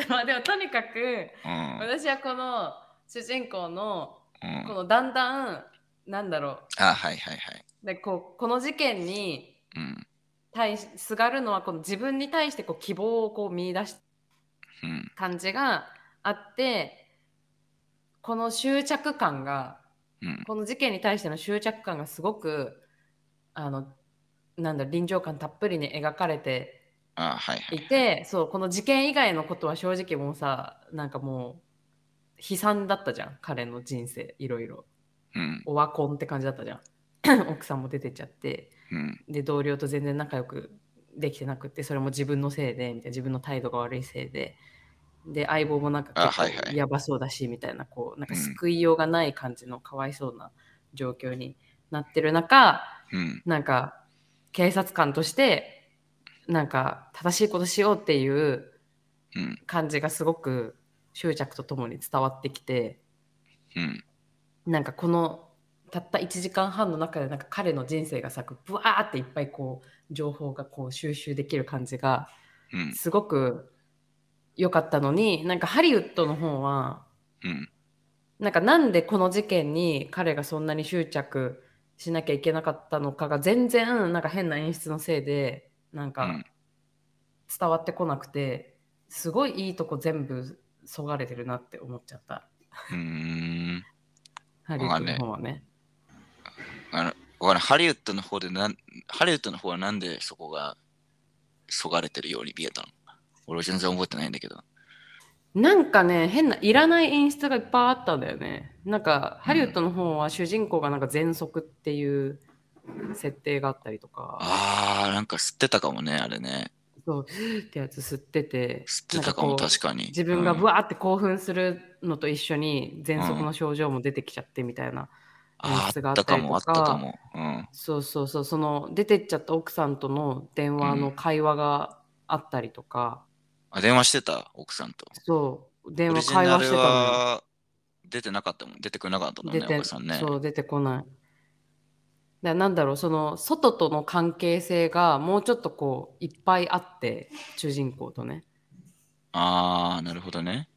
Speaker 1: た まあでもとにかく
Speaker 2: うん、
Speaker 1: 私はこの主人公の
Speaker 2: うん
Speaker 1: こ。のだんだんなんだろ
Speaker 2: あ、はいはいはい。
Speaker 1: うでこうこの事件に
Speaker 2: うん。
Speaker 1: 対しすがるのはこの自分に対してこう希望をこう見出し
Speaker 2: うん。
Speaker 1: 感じがあってこの執着感が
Speaker 2: うん。
Speaker 1: この事件に対しての執着感がすごくあのなんだ臨場感たっぷりに描かれて
Speaker 2: あ、はいはいい。
Speaker 1: てそうこの事件以外のことは正直もうさなんかもう悲惨だったじゃん彼の人生いろいろ
Speaker 2: うん。
Speaker 1: オワコンって感じだったじゃん 奥さんも出てっちゃって
Speaker 2: うん。
Speaker 1: で同僚と全然仲良くできてなくってそれも自分のせいでみたいな自分の態度が悪いせいでで相棒もなんか
Speaker 2: あ
Speaker 1: 結構
Speaker 2: はいはい
Speaker 1: やばそうだしみたいなこうなんか
Speaker 2: うん
Speaker 1: 救いようがない感じのかわいそうな状況になってる中
Speaker 2: うん。
Speaker 1: なんか警察官としてなんか正しいことしようっていう
Speaker 2: うん。
Speaker 1: 感じがすごく執着とともに伝わってきて
Speaker 2: うん。
Speaker 1: なんかこのたった1時間半の中でなんか彼の人生がさこうブワーっていっぱいこう情報がこう収集できる感じが
Speaker 2: うん。
Speaker 1: すごく良かったのになんかハリウッドの方は
Speaker 2: うん。
Speaker 1: なんかなんでこの事件に彼がそんなに執着しなきゃいけなかったのかが全然なんか変な演出のせいでなん
Speaker 2: う
Speaker 1: か
Speaker 2: ん
Speaker 1: 伝わってこなくて、すごいいいとこ全部そがれてるなって思っちゃった
Speaker 2: うーん。
Speaker 1: ハリウッドの方はね。
Speaker 2: あの、わかんないハリウッドの方でなん、ハリウッドの方はなんでそこが、そがれてるように見えたの俺は全然覚えてないんだけど。
Speaker 1: なんかね変ないらない演出がいっぱいあったんだよねなんかハリウッドの方は主人公がなんか喘息っていう設定があったりとか、
Speaker 2: あー、なんか吸ってたかもね、あれね。
Speaker 1: そうってやつ吸ってて
Speaker 2: 吸ってたかも、
Speaker 1: なんこう
Speaker 2: 確かに。
Speaker 1: 自分が
Speaker 2: うん
Speaker 1: ブワーって興奮するのと一緒に喘息の症状も出てきちゃってみたいな、
Speaker 2: あ
Speaker 1: 演出
Speaker 2: ー
Speaker 1: が
Speaker 2: あ
Speaker 1: あ
Speaker 2: っ
Speaker 1: ったた
Speaker 2: か
Speaker 1: りと
Speaker 2: も、
Speaker 1: か
Speaker 2: あったかも。うん。
Speaker 1: そうそうそうその出てっちゃった奥さんとの電話の会話があったりとか、
Speaker 2: あ、電話してた、奥さんと。
Speaker 1: そう電
Speaker 2: オリ
Speaker 1: 話
Speaker 2: ジナ
Speaker 1: 会
Speaker 2: ル
Speaker 1: 話してたのよ。
Speaker 2: は出てなかったもん。出てくれなかったもん
Speaker 1: 出
Speaker 2: ね、お
Speaker 1: て
Speaker 2: 母さんね。
Speaker 1: そう出てこない。だからなんだろうその外との関係性がもうちょっとこういっぱいあって主人公とね、
Speaker 2: ああ、なるほどね。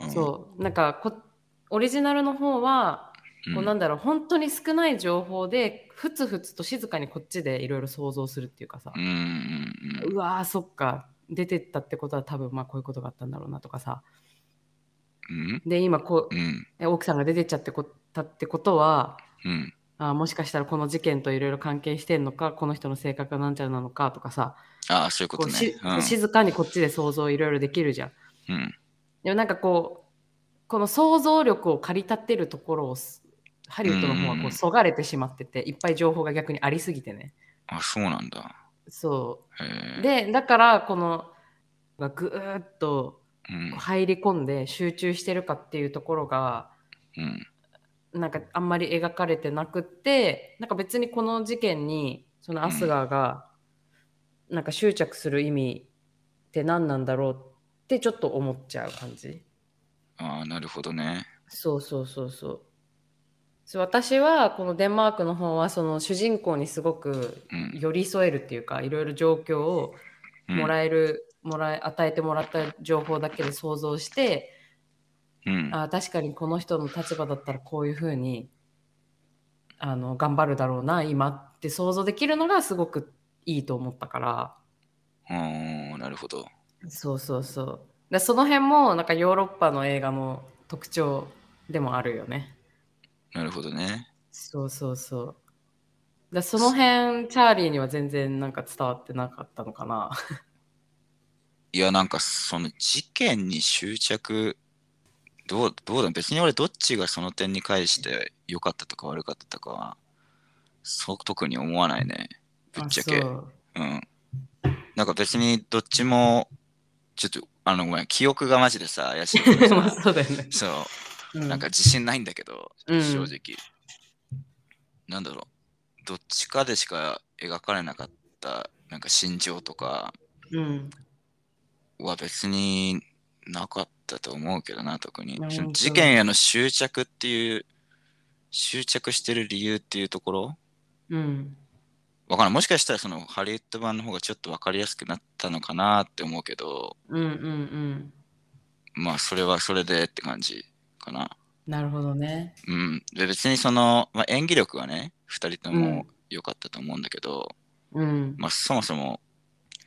Speaker 2: うん
Speaker 1: そうなんかこオリジナルの方は、
Speaker 2: うん。
Speaker 1: こうなんだろう本当に少ない情報でふつふつと静かにこっちでいろいろ想像するっていうかさ、
Speaker 2: うんうん
Speaker 1: うわーそっか出てったってことは多分まあこういうことがあったんだろうなとかさ
Speaker 2: うん。
Speaker 1: で今こ
Speaker 2: うんうん
Speaker 1: う奥さんが出てっちゃってこたってことは
Speaker 2: うん
Speaker 1: あーもしかしたらこの事件といろいろ関係してんのかこの人の性格がなんちゃらなのかとかさ
Speaker 2: ああ、そういうこ
Speaker 1: ことう
Speaker 2: ね。
Speaker 1: し
Speaker 2: うん
Speaker 1: 静かにこっちで想像いろいろできるじゃん。
Speaker 2: うん
Speaker 1: でもなんかこうこの想像力を駆り立てるところをすハリウッドの方は
Speaker 2: うんう
Speaker 1: こ
Speaker 2: んうん
Speaker 1: うそがれてしまってていっぱい情報が逆にありすぎてね。
Speaker 2: あ、そうなんだ。
Speaker 1: そ
Speaker 2: へ
Speaker 1: う
Speaker 2: え。
Speaker 1: でだからこのがぐーっと
Speaker 2: うん
Speaker 1: 入り込んで集中してるかっていうところが
Speaker 2: うん
Speaker 1: なんかあんまり描かれてなくってなんか別にこの事件にそのアスガーがなんか執着する意味って何なんだろうってちょっと思っちゃう感じ
Speaker 2: ああ、なるほどね。
Speaker 1: そうそうそうそうそう私はこのデンマークの方はその主人公にすごく
Speaker 2: うん
Speaker 1: 寄り添えるっていうかいろいろ状況を
Speaker 2: うん
Speaker 1: もらえる、もらえ与えてもらった情報だけで想像して
Speaker 2: うん。
Speaker 1: あー確かにこの人の立場だったらこういうふうにあの頑張るだろうな今って想像できるのがすごくいいと思ったから
Speaker 2: うん、なるほど。
Speaker 1: そうそうそうでその辺もなんかヨーロッパの映画の特徴でもあるよね
Speaker 2: なるほどね。
Speaker 1: そうそうそうでその辺チャーリーには全然なんか伝わってなかったのかな
Speaker 2: いや、なんかその事件に執着、どう、どうだ、別に俺どっちがその点に関して良かったとか悪かったとかは、そう特に思わないね。ぶっちゃけ。。
Speaker 1: あそううん
Speaker 2: なんか別にどっちも、ちょっと、あの、ごめん、記憶がマジでさ、怪しいから
Speaker 1: まあ
Speaker 2: さ
Speaker 1: そう だよね、
Speaker 2: そうう、
Speaker 1: ん
Speaker 2: なんか自信ないんだけど、
Speaker 1: うん
Speaker 2: 正直。なんだろう、どっちかでしか描かれなかった、なんか心情とか、
Speaker 1: うん
Speaker 2: は別になかったと思うけどな、特に
Speaker 1: な。るほど
Speaker 2: その事件への執着っていう、執着してる理由っていうところ
Speaker 1: うん
Speaker 2: わかんない。もしかしたらそのハリウッド版の方がちょっとわかりやすくなったのかなって思うけど、
Speaker 1: うんうんうん
Speaker 2: まあそれはそれでって感じかな。
Speaker 1: なるほどね
Speaker 2: うん。で別にその、まあ、演技力はね、二人と
Speaker 1: うん
Speaker 2: も良かったと思うんだけど、
Speaker 1: うん
Speaker 2: まあそもそも、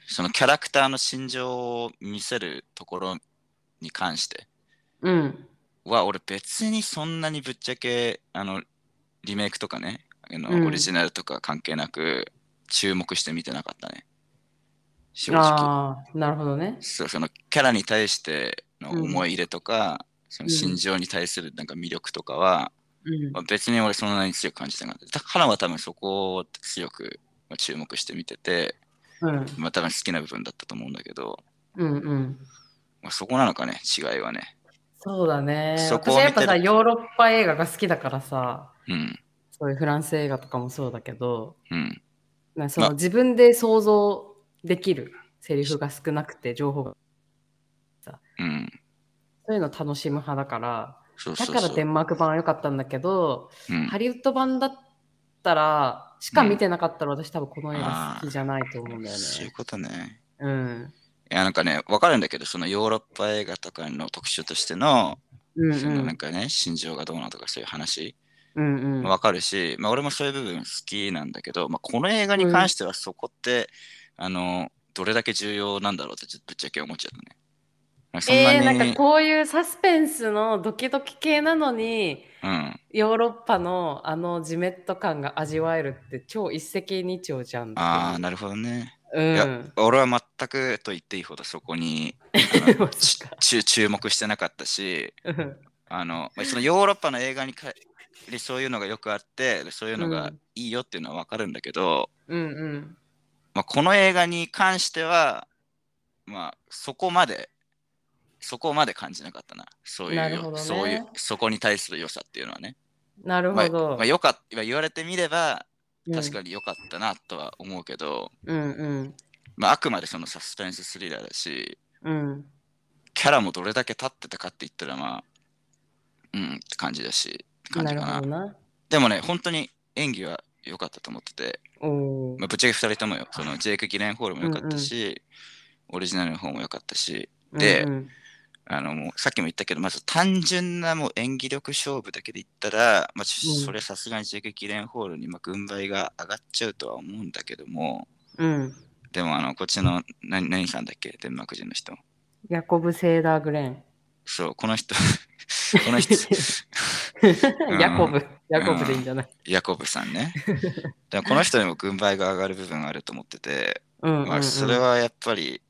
Speaker 2: そのキャラクターの心情を見せるところに関して、
Speaker 1: うん
Speaker 2: は俺別にそんなにぶっちゃけあのリメイクとかねあの、
Speaker 1: うん
Speaker 2: オリジナルとか関係なく注目して見てなかったね正直
Speaker 1: ああなるほどね
Speaker 2: そうそのキャラに対しての思い入れとか、その
Speaker 1: う
Speaker 2: 心
Speaker 1: ん
Speaker 2: 情に対するなんか魅力とかは、
Speaker 1: うん
Speaker 2: まあ別に俺そんなに強く感じてなかっただからは多分そこを強くまあ注目して見てて、
Speaker 1: うん
Speaker 2: まあ、多分好きな部分だったと思うんだけど、
Speaker 1: うんうん
Speaker 2: まあ、そこなのかね違いはね
Speaker 1: そうだね。
Speaker 2: そこ
Speaker 1: 私
Speaker 2: を
Speaker 1: はやっぱ
Speaker 2: 見て
Speaker 1: さ、
Speaker 2: る
Speaker 1: ヨーロッパ映画が好きだからさ、
Speaker 2: うん
Speaker 1: そういうフランス映画とかもそうだけど、
Speaker 2: うん
Speaker 1: なそ
Speaker 2: ま
Speaker 1: の自分で想像できるセリフが少なくて、情報が、
Speaker 2: うん
Speaker 1: そういうの楽しむ派だから、
Speaker 2: そう
Speaker 1: だ
Speaker 2: そう
Speaker 1: か
Speaker 2: そ
Speaker 1: ら
Speaker 2: う
Speaker 1: デンマーク版は良かったんだけど、
Speaker 2: うん
Speaker 1: ハリウッド版だったら、しか見てなかったら私多分この映画好きじゃないと思うんだよね。
Speaker 2: そういうことね。
Speaker 1: うん。
Speaker 2: いやなんかね、わかるんだけど、そのヨーロッパ映画とかの特集としての、
Speaker 1: うんう
Speaker 2: そのなん
Speaker 1: ん。
Speaker 2: かね、心情がどうなとかそういう話、
Speaker 1: うんうん。
Speaker 2: わかるし、まあ俺もそういう部分好きなんだけど、まあこの映画に関してはそこって、あの、どれだけ重要なんだろうってちょっとぶっちゃけ思っちゃったね。まあそんな
Speaker 1: え
Speaker 2: に、
Speaker 1: ー、なんかこういうサスペンスのドキドキ系なのに、
Speaker 2: うん。
Speaker 1: ヨーロッパのあのジメット感が味わえるって超一石二鳥じゃんっていう。
Speaker 2: ああ、なるほどね。いや
Speaker 1: うん。
Speaker 2: 俺は全くと言っていいほどそこに、あ
Speaker 1: マ
Speaker 2: の
Speaker 1: ジ
Speaker 2: ち
Speaker 1: か
Speaker 2: 注注目してなかったし、
Speaker 1: うん
Speaker 2: あのまあそのヨーロッパの映画にかでそういうのがよくあってでそういうの
Speaker 1: う
Speaker 2: が
Speaker 1: ん
Speaker 2: いいよっていうのは分かるんだけど、
Speaker 1: うん
Speaker 2: まあ、この映画に関しては、まあ、そこまでそこまで感じなかったなそういう
Speaker 1: なるほどね
Speaker 2: そういうそこに対する良さっていうのはね
Speaker 1: なるほど。
Speaker 2: まあまあ、よかっまあ言われてみれば
Speaker 1: うん
Speaker 2: 確かに良かったなとは思うけど、
Speaker 1: うんうん
Speaker 2: まあ、あくまでそのサスペンススリラーだし
Speaker 1: うん。
Speaker 2: キャラもどれだけ立ってたかって言ったらまあうんって感じだしって感
Speaker 1: な
Speaker 2: じ
Speaker 1: る
Speaker 2: かな
Speaker 1: ほどな。
Speaker 2: でもね、本当に演技は良かったと思ってて、
Speaker 1: おお
Speaker 2: まあ、ぶっちゃけ2人ともよ、そのジェイク・ギレンホールも良かったし、オリジナルの方も良かったし、
Speaker 1: ー。
Speaker 2: で
Speaker 1: うんうん
Speaker 2: あのもうさっきも言ったけど、まず単純なもう演技力勝負だけで言ったら、まあ、ちょ
Speaker 1: うん
Speaker 2: それはさすがにジェイク・ギレンホールにまあ軍配が上がっちゃうとは思うんだけども、
Speaker 1: うん。
Speaker 2: でもあのこっちの何何さんだっけ、デンマーク人の人。
Speaker 1: ヤコブ・セーダー・グレン。
Speaker 2: そう、こ の人、この人、ん
Speaker 1: ヤコブ。ヤコブでいいんじゃない
Speaker 2: ヤコブさんね。でもこの人にも軍配が上がる部分があると思ってて、
Speaker 1: うんうん
Speaker 2: ま
Speaker 1: う
Speaker 2: あ、
Speaker 1: ん。
Speaker 2: それはやっぱり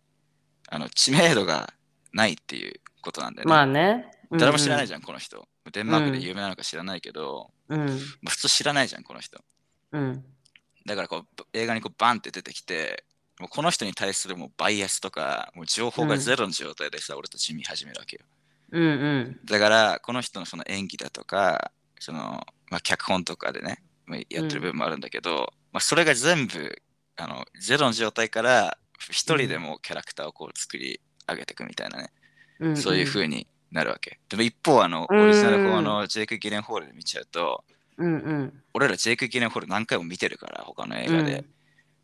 Speaker 2: あの知名度がないっていうことなんだよね。
Speaker 1: まあね。
Speaker 2: 誰も知らないじ
Speaker 1: ゃ
Speaker 2: ゃん、この人。デンマークで有名なのか知らないけど、
Speaker 1: ん。うん
Speaker 2: まあ、普通知らないじゃん、この人。
Speaker 1: うん。
Speaker 2: だからこうぶ映画にこうバンって出てきて、もうこの人に対するもうバイアスとか、もう情報がゼロの状態でさ、俺たち見始めるわけよ。
Speaker 1: うんうん。
Speaker 2: だから、この人のその演技だとか、その、まあ、脚本とかでね、まあやってる部分もあるんだけど、まあ、それが全部あのゼロの状態から、一人でもキャラクターをこう作り上げていくみたいなね。
Speaker 1: うんうん。
Speaker 2: そういう風になるわけ。でも一方、あの、オリジナル方のジェイク・ギレンホールで見ちゃうと、
Speaker 1: うんうん。
Speaker 2: 俺らジェイク・ギレンホール何回も見てるから、他の映画で。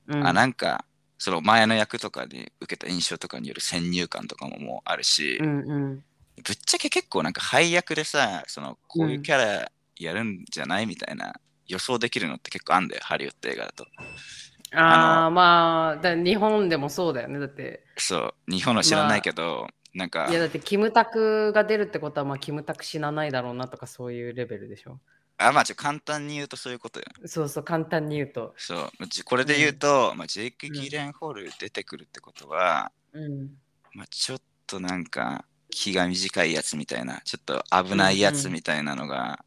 Speaker 1: うん。
Speaker 2: あなんか、その前の役とかで受けた印象とかによる先入観とかももうあるし、
Speaker 1: うんうん。
Speaker 2: ぶっちゃけ結構なんか配役でさ、そのこういうキャラやるんじゃないみたいな予想できるのって結構あんだよ、ハリウッド映画だと。
Speaker 1: ああ、まあ、だ日本でもそうだよね。だって、
Speaker 2: そう、日本の知らないけど、なんか
Speaker 1: いやだって、キムタクが出るってことは、まあ、キムタク死なないだろうなとか、そういうレベルでしょ。
Speaker 2: あ、まあちょ、簡単に言うとそういうことよ。
Speaker 1: そうそう、簡単に言うと。
Speaker 2: そう、じこれで言うと、まあ、ジェイク・ギレンホール出てくるってことは、
Speaker 1: うん。
Speaker 2: まあ、ちょっとなんか気が短いやつみたいな、ちょっと危ないやつみたいなのが、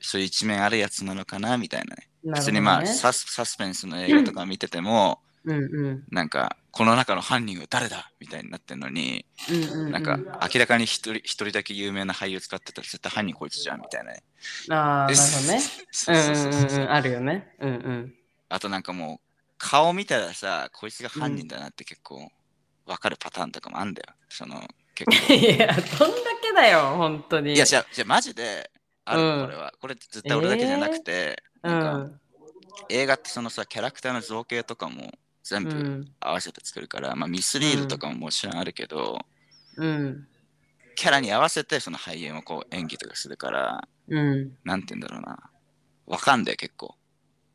Speaker 2: そういう一面あるやつなのかなみたいなね。
Speaker 1: なるほどね
Speaker 2: 別にまあサスサスペンスの映画とか見てても、
Speaker 1: うんうん。
Speaker 2: なんかこの中の犯人は誰だみたいになってんのに、
Speaker 1: うんうん、うん。
Speaker 2: なんか明らかに一人一人だけ有名な俳優使ってたら絶対犯人こいつじゃんみたいなね。
Speaker 1: ああ、なるほどね。
Speaker 2: そううんそうそうそ
Speaker 1: う
Speaker 2: う
Speaker 1: んうんうん、あるよね。うんうん。
Speaker 2: あとなんかもう顔見たらさ、こいつが犯人だなって結構わかるパターンとかもあんだよ。その結構。
Speaker 1: いや、どんだけだよ、本当に。
Speaker 2: いや、じゃあ、じゃあマジで、ある
Speaker 1: うん
Speaker 2: のこれは。これ絶対俺だけじゃなくて、
Speaker 1: う
Speaker 2: なんか
Speaker 1: ん。
Speaker 2: 映画ってそのさ、キャラクターの造形とかも全
Speaker 1: う
Speaker 2: 部
Speaker 1: ん。
Speaker 2: 合わせて作るから、まあミスリードとかももちろんあるけど、
Speaker 1: うん。
Speaker 2: キャラに合わせてその俳優もこう演技とかするから、
Speaker 1: うん。
Speaker 2: なんて言うんだろうな。わかんだよ、結構。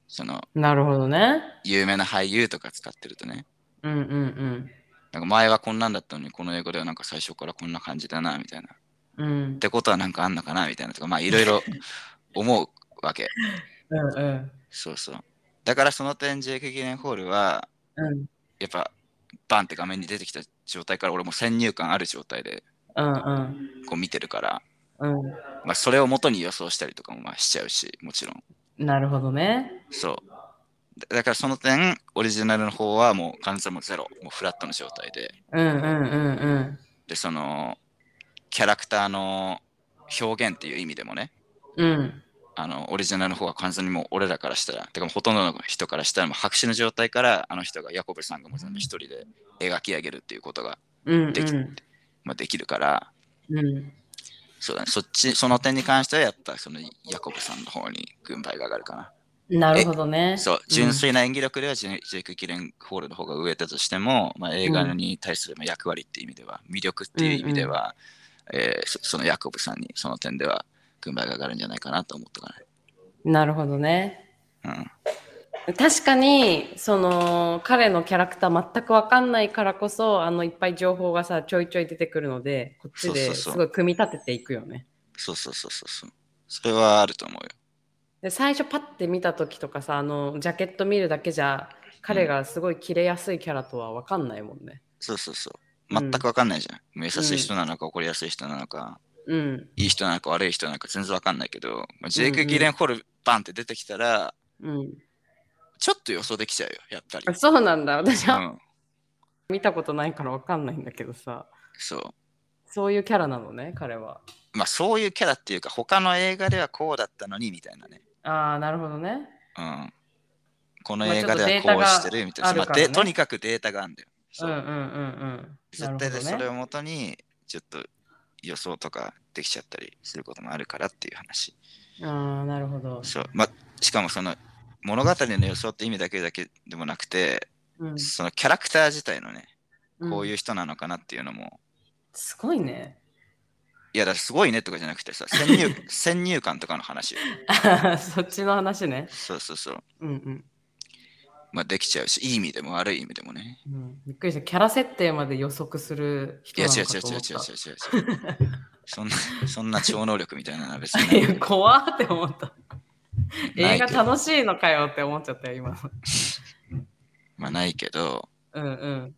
Speaker 2: その、
Speaker 1: なるほどね。
Speaker 2: 有名な俳優とか使ってるとね。
Speaker 1: うんうんうん。
Speaker 2: なんか前はこんなんだったのに、この英語ではなんか最初からこんな感じだな、みたいな。
Speaker 1: うん
Speaker 2: っ、てことはなんかあんのかな、みたいなとか、まあいろいろ思うわけ。
Speaker 1: うんうん
Speaker 2: そうそう。だからその点、ジェイク・ギレンホールは、
Speaker 1: うん
Speaker 2: やっぱ、バンって画面に出てきた状態から、俺も先入観ある状態で、
Speaker 1: うん
Speaker 2: こう見てるから、
Speaker 1: うんう
Speaker 2: まあ、それを元に予想したりとかもまあしちゃうし、もちろん。
Speaker 1: んなるほどね。
Speaker 2: そう。だだからその点、オリジナルの方はもう完全もうゼロ、もうフラットの状態で、
Speaker 1: うんうんうん
Speaker 2: で、その、キャラクターの表現っていう意味でもね、
Speaker 1: うん。うん。
Speaker 2: あの、オリジナルの方は完全にもう俺らからしたら、てかもうほとんどの人からしたらもう白紙の状態から、あの人が、ヤコブさんがもう全部一人で描き上げるっていうことが、
Speaker 1: うん
Speaker 2: でき
Speaker 1: うん
Speaker 2: まあ、できるから、
Speaker 1: うん。
Speaker 2: そうだね、そっち、その点に関してはやったらそのヤコブさんの方に軍配が上がるか
Speaker 1: なるほどね。
Speaker 2: な。そう、純粋な演技力ではジェ,、ジェイク・ギレンホールの方が上だとしても、まあ、映画に対するまあ役割っていう意味では、魅力っていう意味では、えーそそのヤコブさんにその点では軍配が上がるんじゃないかなと思っとかない。
Speaker 1: うん。なるほどね。
Speaker 2: うん、
Speaker 1: 確かに、その、彼のキャラクター全くわかんないからこそ、あの、いっぱい情報がさ、ちょいちょい出てくるので、こっち
Speaker 2: そう
Speaker 1: で
Speaker 2: そう
Speaker 1: す
Speaker 2: そう
Speaker 1: ごい組み立てていくよね。
Speaker 2: そうそうそうそうそう。それはあると思うよ。
Speaker 1: で最初パッて見た時とかさ、あの、ジャケット見るだけじゃ、彼がすごい切れやすいキャラとはわかんないもんね。
Speaker 2: そうそうそう。
Speaker 1: うん
Speaker 2: 全くわかんないじゃん。もう優しい人なのか怒りやすい人なのか、
Speaker 1: うん。
Speaker 2: いい人なのか悪い人なのか全然わかんないけど、まあ、ジェイ
Speaker 1: うんう
Speaker 2: ク・
Speaker 1: ん
Speaker 2: ギレンホールバンって出てきたら、
Speaker 1: うん。
Speaker 2: ちょっと予想できちゃうよ、やっぱり。
Speaker 1: あそうなんだ。私は
Speaker 2: うん、
Speaker 1: 見たことないからわかんないんだけどさ。
Speaker 2: そ
Speaker 1: そういうキャラなのね、彼は。
Speaker 2: う。まあそういうキャラっていうか、他の映画ではこうだったのにみたいなね。
Speaker 1: ああ、なるほどね。
Speaker 2: うん。この
Speaker 1: まあ
Speaker 2: 映画では
Speaker 1: ちょっ
Speaker 2: こと
Speaker 1: データ
Speaker 2: う
Speaker 1: が
Speaker 2: してるみたいな。
Speaker 1: ある
Speaker 2: まあ
Speaker 1: からね
Speaker 2: でとにかくデータがあるんだよ。
Speaker 1: う
Speaker 2: そ
Speaker 1: ん
Speaker 2: う
Speaker 1: うんうんうん。
Speaker 2: 絶対で
Speaker 1: な
Speaker 2: それ
Speaker 1: る
Speaker 2: をもとに、ちょっと予想とかできちゃったりすることもあるからっていう話。
Speaker 1: ほどね。ああ、なるほど。
Speaker 2: そう。まあ、しかもその物語の予想って意味だけだけでもなくて、
Speaker 1: う
Speaker 2: そのキャラクター自体のね、
Speaker 1: ん、
Speaker 2: こう
Speaker 1: う
Speaker 2: い
Speaker 1: ん。
Speaker 2: う人なのかなっていうのも、
Speaker 1: すごいね。
Speaker 2: いやだからすごいねとかじゃなくてさ先入先入観とかの話よ
Speaker 1: そっちの話ね。
Speaker 2: そうそうそう
Speaker 1: うん
Speaker 2: まあできちゃうしいい意味でも悪い意味でもね
Speaker 1: うんうん。びっくりした。キャラ設定まで予測する
Speaker 2: い
Speaker 1: 人
Speaker 2: や
Speaker 1: なの
Speaker 2: 違う
Speaker 1: か
Speaker 2: 違う
Speaker 1: と
Speaker 2: 違
Speaker 1: 思
Speaker 2: う
Speaker 1: っ
Speaker 2: 違
Speaker 1: た。
Speaker 2: う違う違う そんなそんな超能力みたいなのは別に
Speaker 1: いや、 怖って思った。
Speaker 2: な
Speaker 1: 映
Speaker 2: い
Speaker 1: 画
Speaker 2: けど
Speaker 1: 楽しいのかよって思っちゃったよ、今。
Speaker 2: まあないけど
Speaker 1: うんうん。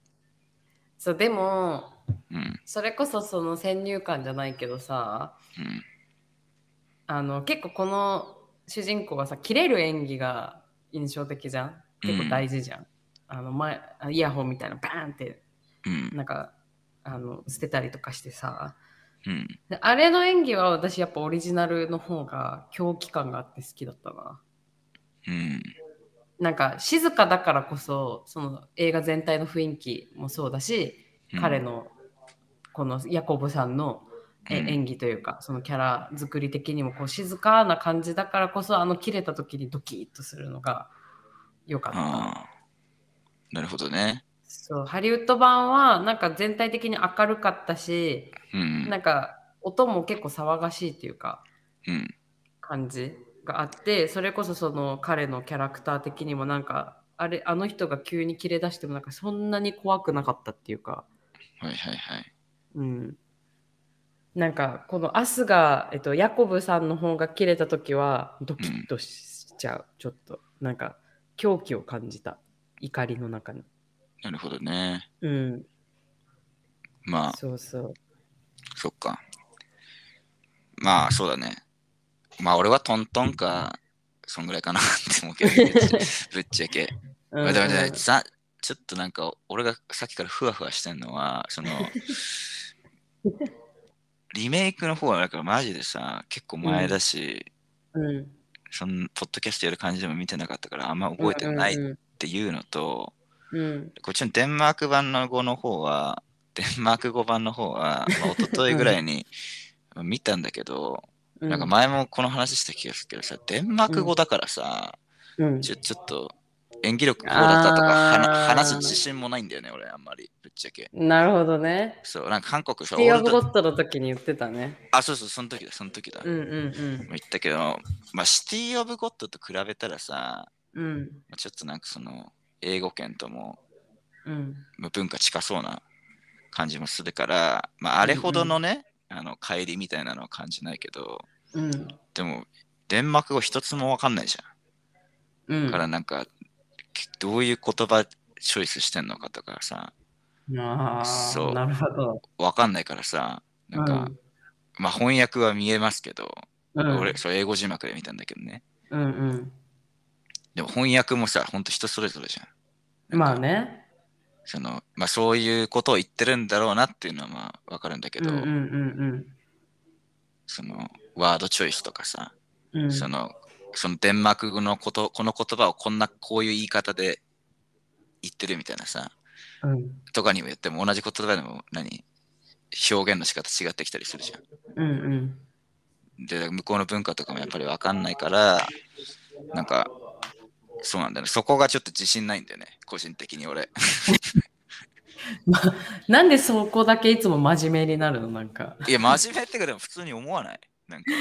Speaker 1: そう、でも、
Speaker 2: うん
Speaker 1: それこそその先入観じゃないけどさ、
Speaker 2: うん
Speaker 1: あの結構この主人公がさ切れる演技が印象的じゃん結構大事じゃん、あの前あイヤホンみたいなバーンって
Speaker 2: うん
Speaker 1: なんかあの捨てたりとかしてさ
Speaker 2: うん
Speaker 1: であれの演技は私やっぱオリジナルの方が狂気感があって好きだったな
Speaker 2: うん
Speaker 1: なんか静かだからこそその映画全体の雰囲気もそうだし、
Speaker 2: うん
Speaker 1: 彼のこのヤコブさんのえ
Speaker 2: うん
Speaker 1: 演技というか、そのキャラ作り的にもこう静かな感じだからこそあの切れた時にドキッとするのが良かった。
Speaker 2: ああなるほどね
Speaker 1: そうハリウッド版はなんか全体的に明るかったし、
Speaker 2: うん
Speaker 1: なんか音も結構騒がしいっていうか
Speaker 2: うん
Speaker 1: 感じがあってそれこそその彼のキャラクター的にもなんかあれあの人が急に切れ出してもなんかそんなに怖くなかったっていうか、
Speaker 2: はいはいはい
Speaker 1: うん、なんかこのアスが、えっと、ヤコブさんの方が切れた時はドキッとしちゃう、ちょっとなんか狂気を感じた怒りの中に。
Speaker 2: なるほどね
Speaker 1: うん、
Speaker 2: まあ
Speaker 1: そう そう。
Speaker 2: そっかまあそうだねまあ俺はトントンかそんぐらいかなって思うけどぶっちぶっちゃけ
Speaker 1: うん
Speaker 2: まあでもね
Speaker 1: うん
Speaker 2: さちょっとなんか俺がさっきからふわふわしてんのは そのリメイクの方はだからマジでさ結構前だし、
Speaker 1: うん、
Speaker 2: そのポッドキャストやる感じでも見てなかったからあんま覚えてないっ
Speaker 1: うん
Speaker 2: ていうのと、
Speaker 1: うんうん
Speaker 2: こっちのデンマーク版の語の方はデンマーク語版の方は、まあ、一昨日ぐらいに見たんだけど、
Speaker 1: うん、
Speaker 2: なんか前もこの話した気がするけどさデンマーク語だからさ、
Speaker 1: うん、
Speaker 2: ちょちょっと演技力こうだったとかはな
Speaker 1: あー
Speaker 2: 話す自信もないんだよね俺あんまりぶっちゃけ
Speaker 1: なるほどね。
Speaker 2: そうなんか韓国さ
Speaker 1: スティア
Speaker 2: 俺
Speaker 1: ブ・ゴ
Speaker 2: と
Speaker 1: ッドの時に言ってたね。
Speaker 2: あそうそうその時だその時だ、
Speaker 1: うんうん
Speaker 2: 言ったけど、まあ、シティ・オブ・ゴッドと比べたらさ
Speaker 1: うん。うん
Speaker 2: まあちょっとなんかその英語圏とも
Speaker 1: うん。
Speaker 2: まあ文化近そうな感じもするから、まあ、あれほどのね、あの帰りみたいなのは感じないけど
Speaker 1: うん。
Speaker 2: でもデンマーク語一つもわかんないじ
Speaker 1: う
Speaker 2: ゃん、
Speaker 1: ん。
Speaker 2: からなんかきどういう言葉チョイスしてんのかとかさ
Speaker 1: ああ、
Speaker 2: そう
Speaker 1: なるほど。
Speaker 2: わかんないからさなんか、
Speaker 1: うん
Speaker 2: まあ翻訳は見えますけど、
Speaker 1: うん、
Speaker 2: 俺そう英語字幕で見たんだけどね
Speaker 1: うんうん。
Speaker 2: でも翻訳もさほんと人それぞれじゃん
Speaker 1: まあね。
Speaker 2: その、まあ、そういうことを言ってるんだろうなっていうのはまあわかるんだけ
Speaker 1: うん
Speaker 2: ど、
Speaker 1: うんうん
Speaker 2: そのワードチョイスとかさ、
Speaker 1: うん。うん
Speaker 2: そのそのデンマーク語のことこの言葉をこんなこういう言い方で言ってるみたいなさ
Speaker 1: うん
Speaker 2: とかにもよっても同じ言葉でも何表現の仕方違ってきたりするじゃ
Speaker 1: う
Speaker 2: ん。
Speaker 1: んうん。
Speaker 2: で向こうの文化とかもやっぱり分かんないからなんかそうなんだよねそこがちょっと自信ないんだよね個人的 に俺
Speaker 1: なんでそこだけいつも真面目になるのなんか。
Speaker 2: いや真面目ってかでも普通に思わないなんか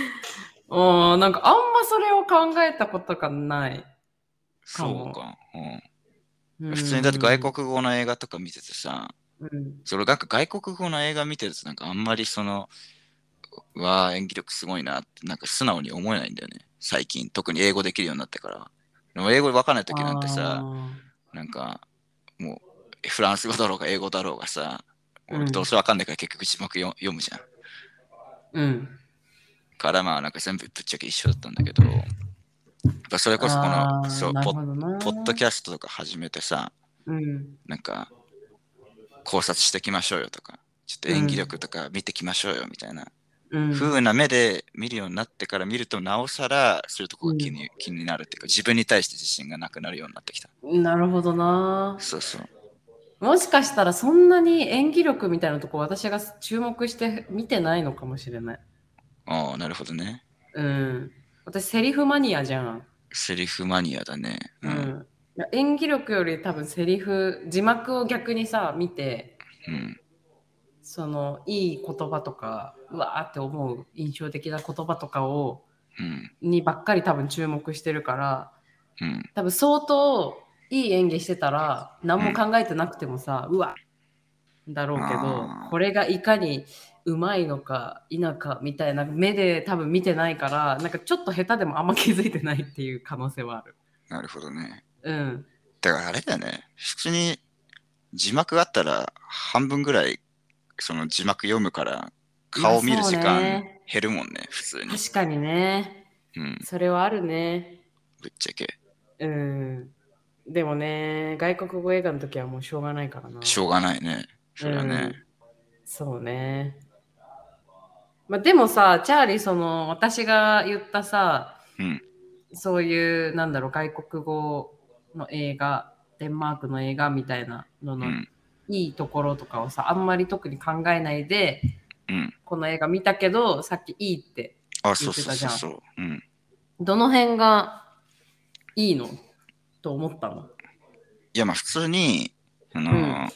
Speaker 1: うん、なんかあんまそれを考えたことがない。
Speaker 2: そうか、う
Speaker 1: うん
Speaker 2: ん、普通にだって外国語の映画とか見ててさ
Speaker 1: うん
Speaker 2: それなんか外国語の映画見てるとなんかあんまりそのうわあ演技力すごいなってなんか素直に思えないんだよね最近特に英語できるようになってからでも英語分かんない時なんてさなんかもうフランス語だろうが英語だろうがさ
Speaker 1: うん
Speaker 2: どうせ分かんないから結局字幕よ読むじゃん
Speaker 1: あーうん。
Speaker 2: からまあなんか全部ぶっちゃけ一緒だったんだけどやっぱそれこそこ
Speaker 1: あ
Speaker 2: の
Speaker 1: ー
Speaker 2: そう
Speaker 1: なる
Speaker 2: ポ
Speaker 1: ほ
Speaker 2: ッ
Speaker 1: どな
Speaker 2: ポッドキャストとか始めてさ
Speaker 1: うん。
Speaker 2: なんか考察してきましょうよとかちょっと演技力とか見てきましょうよみたいな
Speaker 1: うん。
Speaker 2: 風な目で見るようになってから見るとなおさらそういうとこが気に,、気になるっていうか自分に対して自信がなくなるようになってきた
Speaker 1: なるほどな。
Speaker 2: そうそう
Speaker 1: もしかしたらそんなに演技力みたいなとこ私が注目して見てないのかもしれない。
Speaker 2: ああなるほどね
Speaker 1: うん。私セリフマニアじゃん。
Speaker 2: セリフマニアだねう、
Speaker 1: うん
Speaker 2: うん
Speaker 1: ん。演技力より多分セリフ、字幕を逆にさ、見て、そのいい言葉とか、うわーって思う印象的な言葉とかを、
Speaker 2: うん
Speaker 1: にばっかり多分注目してるから、
Speaker 2: うん
Speaker 1: 多分相当いい演技してたら何も考えてなくてもさ、うわだろうけど
Speaker 2: あー
Speaker 1: これがいかにうまいのか否かみたいな目で多分見てないからなんかちょっと下手でもあんま気づいてないっていう可能性はある。
Speaker 2: なるほどね
Speaker 1: うん、
Speaker 2: だからあれだよね普通に字幕があったら半分ぐらいその字幕読むから顔見る時
Speaker 1: まあそう
Speaker 2: 間
Speaker 1: ね
Speaker 2: 減るもんね普通に
Speaker 1: 確かにね
Speaker 2: うん
Speaker 1: それはあるね。
Speaker 2: ぶっちゃけ
Speaker 1: うん、でもね外国語映画の時はもうしょうがないからな。
Speaker 2: しょうがないねそれはね
Speaker 1: そうね。まあ、でもさ、チャーリー、その、私が言ったさ、
Speaker 2: うん
Speaker 1: そういう、なんだろう、外国語の映画、デンマークの映画みたいなの
Speaker 2: う
Speaker 1: の、
Speaker 2: ん
Speaker 1: いいところとかをさ、あんまり特に考えないで、
Speaker 2: うん
Speaker 1: この映画見たけど、さっきいいって、
Speaker 2: あそうそうそうそううん
Speaker 1: どの辺がいいのと思ったの。
Speaker 2: いやまあ普通に、あのー、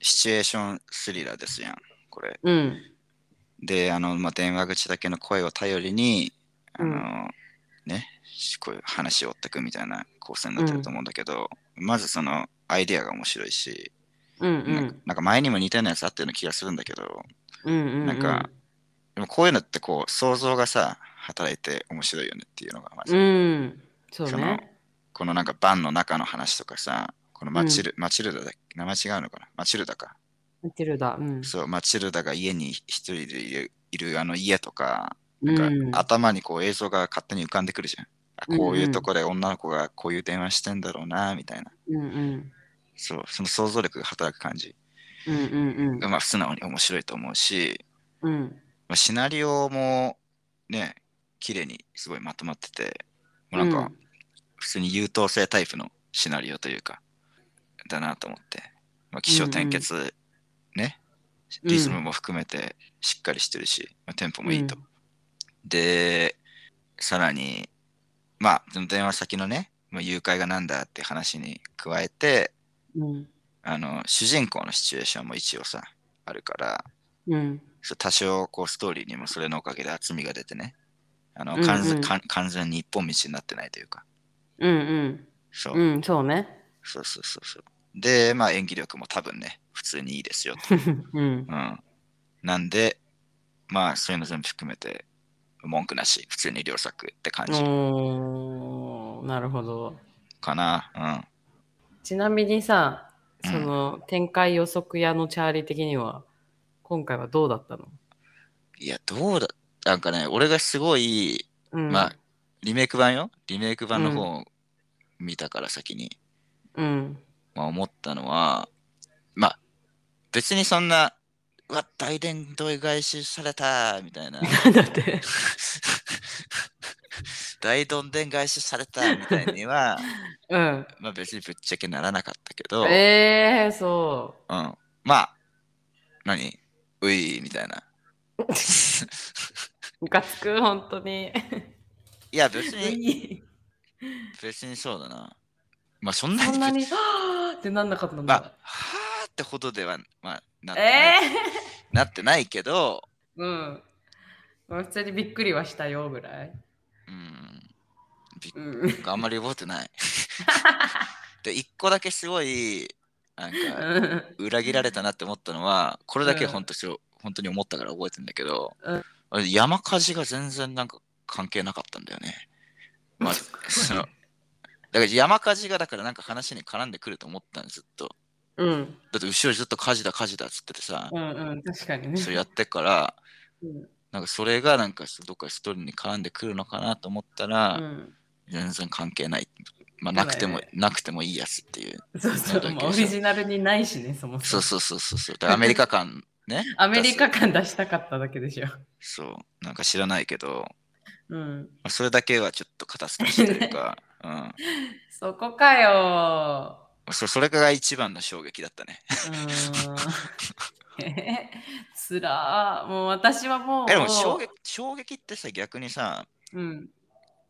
Speaker 2: シチュエーションスリラーですやん、これ。
Speaker 1: うん。
Speaker 2: で、あの、まあ、電話口だけの声を頼りに、あのー、ね、こういう話を追ってくみたいな構成になってると思うんだけど、まずそのアイデアが面白いし、
Speaker 1: うんう
Speaker 2: なんか
Speaker 1: ん。
Speaker 2: なんか前にも似たようなやつあったような気がするんだけど、
Speaker 1: うんうん。
Speaker 2: なんか、でもこういうのってこう、想像がさ、働いて面白いよねっていうのがまず、
Speaker 1: うん。そう
Speaker 2: その
Speaker 1: ね。
Speaker 2: このなんかバンの中の話とかさ、このマチル、マチルダだっけ名前違うのかなマチルダか。
Speaker 1: マチルダ。うん。
Speaker 2: そう、マチルダが家に一人でいるいるあの家とか、
Speaker 1: う
Speaker 2: なん
Speaker 1: ん
Speaker 2: か頭にこう映像が勝手に浮かんでくるじゃん。あ
Speaker 1: うんうん
Speaker 2: こういうとこで女の子がこういう電話してんだろうな、みたいな。
Speaker 1: うんうん。
Speaker 2: そう、その想像力が働く感じ
Speaker 1: うんうん
Speaker 2: が、まあ、素直に面白いと思うし、
Speaker 1: うん。うん。
Speaker 2: まあ、シナリオもね、綺麗にすごいまとまってて、もうなんか、普通に優等生タイプのシナリオというか、だなと思って、まあ、気象転結、ね、
Speaker 1: うん
Speaker 2: リズムも含めてしっかりしてるし、まあ、テンポもいいと。で、さらに、まあ、その電話先のね、まあ、誘拐がなんだって話に加えて、
Speaker 1: うん。
Speaker 2: あの、主人公のシチュエーションも一応さ、あるから、
Speaker 1: うん。
Speaker 2: そう多少こうストーリーにもそれのおかげで厚みが出てね、あの
Speaker 1: うんうん
Speaker 2: 完全完完全に一本道になってないというか、
Speaker 1: うん
Speaker 2: そう
Speaker 1: うん。うん。そうね。
Speaker 2: そうそうそうそう。で、まあ演技力も多分ね、普通にいいですよと。
Speaker 1: うん。
Speaker 2: うん。なんで、まあそういうの全部含めて、文句なし、普通に良作って感じ
Speaker 1: おーなるほど。
Speaker 2: かな。
Speaker 1: ちなみにさ、
Speaker 2: うん
Speaker 1: その展開予測屋のチャーリー的には、今回はどうだったの
Speaker 2: うん。いや、どうだ、なんかね、俺がすごい、
Speaker 1: うん。
Speaker 2: まあ、リメイク版よ。リメイク版の方を見たから先に、
Speaker 1: うん。
Speaker 2: まあ思ったのは、まあ、別にそんな、うわ、大殿堂返しされたみ たいな。
Speaker 1: だって。
Speaker 2: 大どんでん返しされたみたい には、
Speaker 1: うん。
Speaker 2: まあ別にぶっちゃけならなかったけど、
Speaker 1: ええー、そ
Speaker 2: うん、まあ、何ういみた いな。
Speaker 1: う。ムカつく、本当に。
Speaker 2: いや、別に、
Speaker 1: いい
Speaker 2: 別にそうだな。まあそんな
Speaker 1: そ
Speaker 2: に
Speaker 1: んな
Speaker 2: ぶっ、
Speaker 1: に、はぁーってなんなかったん
Speaker 2: ま
Speaker 1: だ
Speaker 2: あ。、はーってほどでは、まあ、なってない,、
Speaker 1: え
Speaker 2: なってないけど、
Speaker 1: えー、うん。まあ普通にびっくりはしたよぐらい。
Speaker 2: うん、び
Speaker 1: うん。
Speaker 2: あんまり覚え てない。で、一個だけすごい、なんか、裏切られたなって思ったのは、これだけ本当そう、本当に思ったから覚えてんだけど、
Speaker 1: うん
Speaker 2: あれ山火事が全然なんか関係なかったんだよね。まあ、その、だから山火事がだからなんか話に絡んでくると思ったんずっと。
Speaker 1: うん。
Speaker 2: だって後ろずっと火事だ火事だっつっててさ、
Speaker 1: うんうん。確かにね。
Speaker 2: そうやってっから、
Speaker 1: うん
Speaker 2: なんかそれがなんかどっかストーリーに絡んでくるのかなと思ったら、
Speaker 1: うん
Speaker 2: 全然関係ない。まあなくても、
Speaker 1: そうだ
Speaker 2: なくてもいいやつっていう。
Speaker 1: そうそう、まあオリジナルにないしね、そもそ
Speaker 2: そう
Speaker 1: も。。
Speaker 2: そうそうそうそう。だからアメリカ感ね
Speaker 1: アメリカ感出したかっただけでしょ。
Speaker 2: そう、なんか知らないけど、
Speaker 1: うん。
Speaker 2: まあそれだけはちょっと肩透かしという か、うんま
Speaker 1: そこか よ
Speaker 2: あ、そそれが一番の衝撃だったね。
Speaker 1: ー。うーん。えーつらー。もう私はもう。
Speaker 2: えでも衝撃衝撃ってさ、逆にさ、
Speaker 1: うん。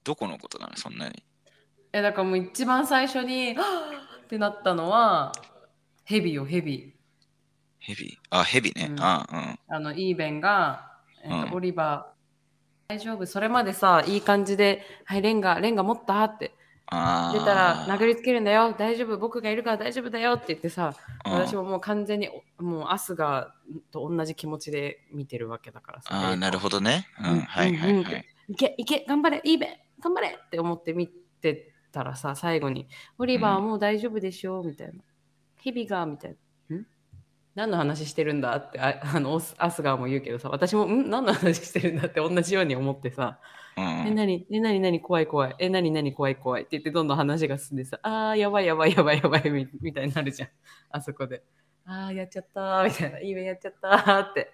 Speaker 2: どこのことなのそんなに。
Speaker 1: え、だからもう一番最初に、 はぁーってなったのは、ヘビよ、ヘビ。
Speaker 2: ヘビあ、ヘビね。
Speaker 1: うん
Speaker 2: あうん。
Speaker 1: あの、イーベンが、えっと
Speaker 2: うん
Speaker 1: オリバー、大丈夫、それまでさ、いい感じで、はい、レンガ、レンガ持ったって、
Speaker 2: あ
Speaker 1: 出たら殴りつけるんだよ、大丈夫、僕がいるから大丈夫だよって言ってさ、私
Speaker 2: も。
Speaker 1: ももう完全におもうアスガと同じ気持ちで見てるわけだからさ。
Speaker 2: あーなるほどね。うん、
Speaker 1: うん
Speaker 2: はいはい
Speaker 1: うん
Speaker 2: はい。
Speaker 1: いけいけ頑張れいいべ頑張れって思って見てたらさ最後に「オリバーはもう大丈夫でしょう」みたいな「日々が」みたいな「ん何の話してるんだ?」ってあ あのオスアスガーも言うけどさ私も「ん何の話してるんだ?」って同じように思ってさ
Speaker 2: う
Speaker 1: え、
Speaker 2: ん、
Speaker 1: なに、え、なになに怖い怖い。え、なになに怖い怖いって言ってどんどん話が進んでさ、あー、やばいやばいやばいやばいみみたいになるじゃん。あそこで。あー、やっちゃったーみたいな。いいね、やっちゃったーって。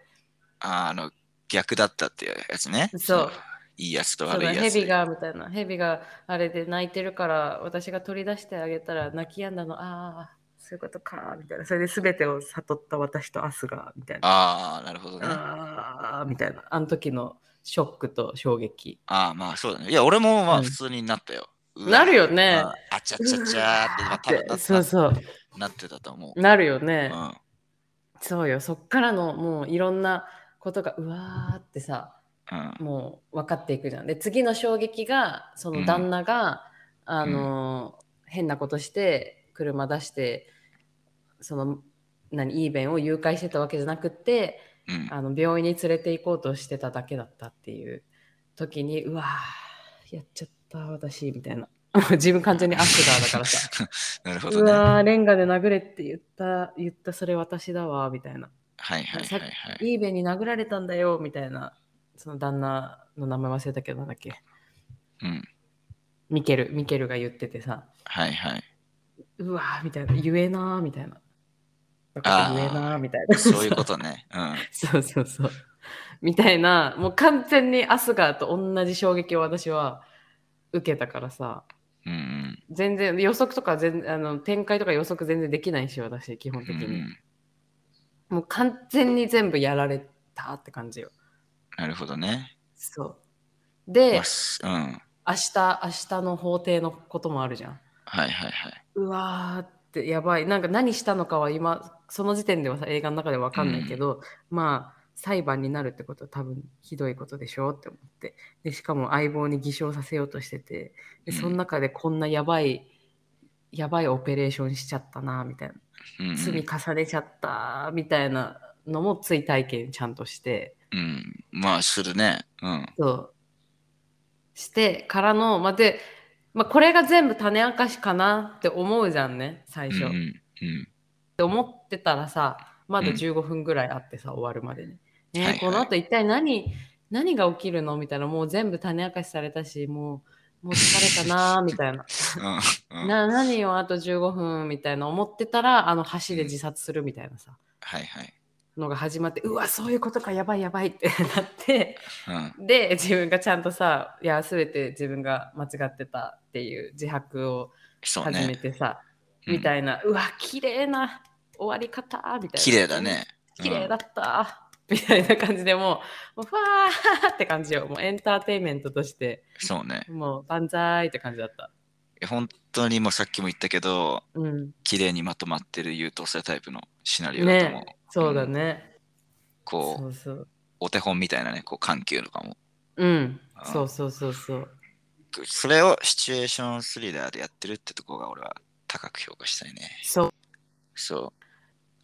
Speaker 2: あーあの、逆だったっていうやつね。
Speaker 1: そう。
Speaker 2: いいやつと
Speaker 1: そう
Speaker 2: 悪い
Speaker 1: だ、
Speaker 2: やつ。
Speaker 1: ヘビがみたいな。ヘビがあれで泣いてるから、私が取り出してあげたら泣き止んだの。あー、そういうことかーみたいな。それで全てを悟った私とアスが、みたいな。
Speaker 2: ああ、なるほどね。あ
Speaker 1: あー、みたいな。あの時のショックと衝撃。
Speaker 2: あー、まあそうだね。いや、俺もま
Speaker 1: う
Speaker 2: あ
Speaker 1: ん
Speaker 2: 普通になったよ。うわ
Speaker 1: なるよね。
Speaker 2: ああちゃちゃちゃーって、まあ、た
Speaker 1: で
Speaker 2: だ
Speaker 1: そうそう。
Speaker 2: なってたと思う。
Speaker 1: なるよね。
Speaker 2: うん、
Speaker 1: そうよ。そっからのもういろんなことがうわーってさ、
Speaker 2: うん、
Speaker 1: もう分かっていくじゃん。で、次の衝撃が、その旦那が、あのー、変なことして、車出して、その、何、イーベンを誘拐してたわけじゃなくって、
Speaker 2: うん。
Speaker 1: あの病院に連れて行こうとしてただけだったっていう時に、うわー、やっちゃった、私、みたいな。 自分完全にアクターだから さ。
Speaker 2: なるほ
Speaker 1: う
Speaker 2: どね。は
Speaker 1: わー、レンガで殴れって言った、言った、それ私だわ、みたいな。
Speaker 2: いはいはいはい。
Speaker 1: イーベンに殴られたんだよみたいなその旦那の名前忘れたけどなんだっけ
Speaker 2: うん。
Speaker 1: ミケルミケルが言っててさ
Speaker 2: はいはい。
Speaker 1: うわーみたいな言えなーみたいな
Speaker 2: あー
Speaker 1: 言えなーみたいな
Speaker 2: そういうことね。うん。
Speaker 1: そうそうそうみたいなもう完全にアスガーと同じ衝撃を私は受けたからさ
Speaker 2: うん
Speaker 1: 全然予測とか全あの展開とか予測全然できないし私基本
Speaker 2: う
Speaker 1: 的
Speaker 2: ん。う
Speaker 1: に、
Speaker 2: ん。
Speaker 1: もう完全に全部やられたって感じよ
Speaker 2: なるほどね。
Speaker 1: そうで
Speaker 2: まあすうん。はい
Speaker 1: 明日明日の法廷のこともあるじゃん
Speaker 2: はいはい。
Speaker 1: うわーってやばいなんか何したのかは今その時点ではさ映画の中でわかんないけど、まあ裁判になるってことは多分ひどいことでしょうって思ってでしかも相棒に偽証させようとしててでその中でこんなやばい、やばいオペレーションしちゃったなみたいな
Speaker 2: うんうん
Speaker 1: 罪重ねちゃったみたいなのも追体験ちゃんとして
Speaker 2: うん。まあ、するね。うん。
Speaker 1: そうしてからの、まあ、で、まあ、これが全部種明かしかなって思うじゃんね最
Speaker 2: うん
Speaker 1: 初。
Speaker 2: うん。うん
Speaker 1: って思ってたらさまだ
Speaker 2: うん
Speaker 1: 15分ぐらいあってさ、終わるまでに、ね
Speaker 2: はいはい
Speaker 1: この後一体何何が起きるのみたいなもう全部種明かしされたしもうもう疲れた なーみたいな
Speaker 2: うん。うん。
Speaker 1: な何をあと15分みたいな思ってたらあの橋で自殺するみたいなさ
Speaker 2: はいはい。
Speaker 1: のが始まってうわそういうことかやばいやばいって なって
Speaker 2: うん。
Speaker 1: で自分がちゃんとさいや全て自分が間違ってたっていう自白を
Speaker 2: そう
Speaker 1: 始め
Speaker 2: ね。
Speaker 1: てさ、
Speaker 2: うん
Speaker 1: みたいなうわ綺麗な終わり方みたいな
Speaker 2: 綺麗だね。うん
Speaker 1: 綺麗だった、みたいな感じでもうもうふわーって感じよもうエンターテインメントとして
Speaker 2: そうね。
Speaker 1: もう万歳って感じだった
Speaker 2: 本当にもうさっきも言ったけど、
Speaker 1: うん
Speaker 2: 綺麗にまとまってる優等生タイプのシナリオだと思う。
Speaker 1: そうだね、
Speaker 2: こ、
Speaker 1: そううそう
Speaker 2: お手本みたいなね、こう、緩急とかも。
Speaker 1: うん
Speaker 2: あー
Speaker 1: そうそうそうそう
Speaker 2: それをシチュエーションスリラーでやってるってとこが俺は高く評価したいね。
Speaker 1: そう
Speaker 2: そう。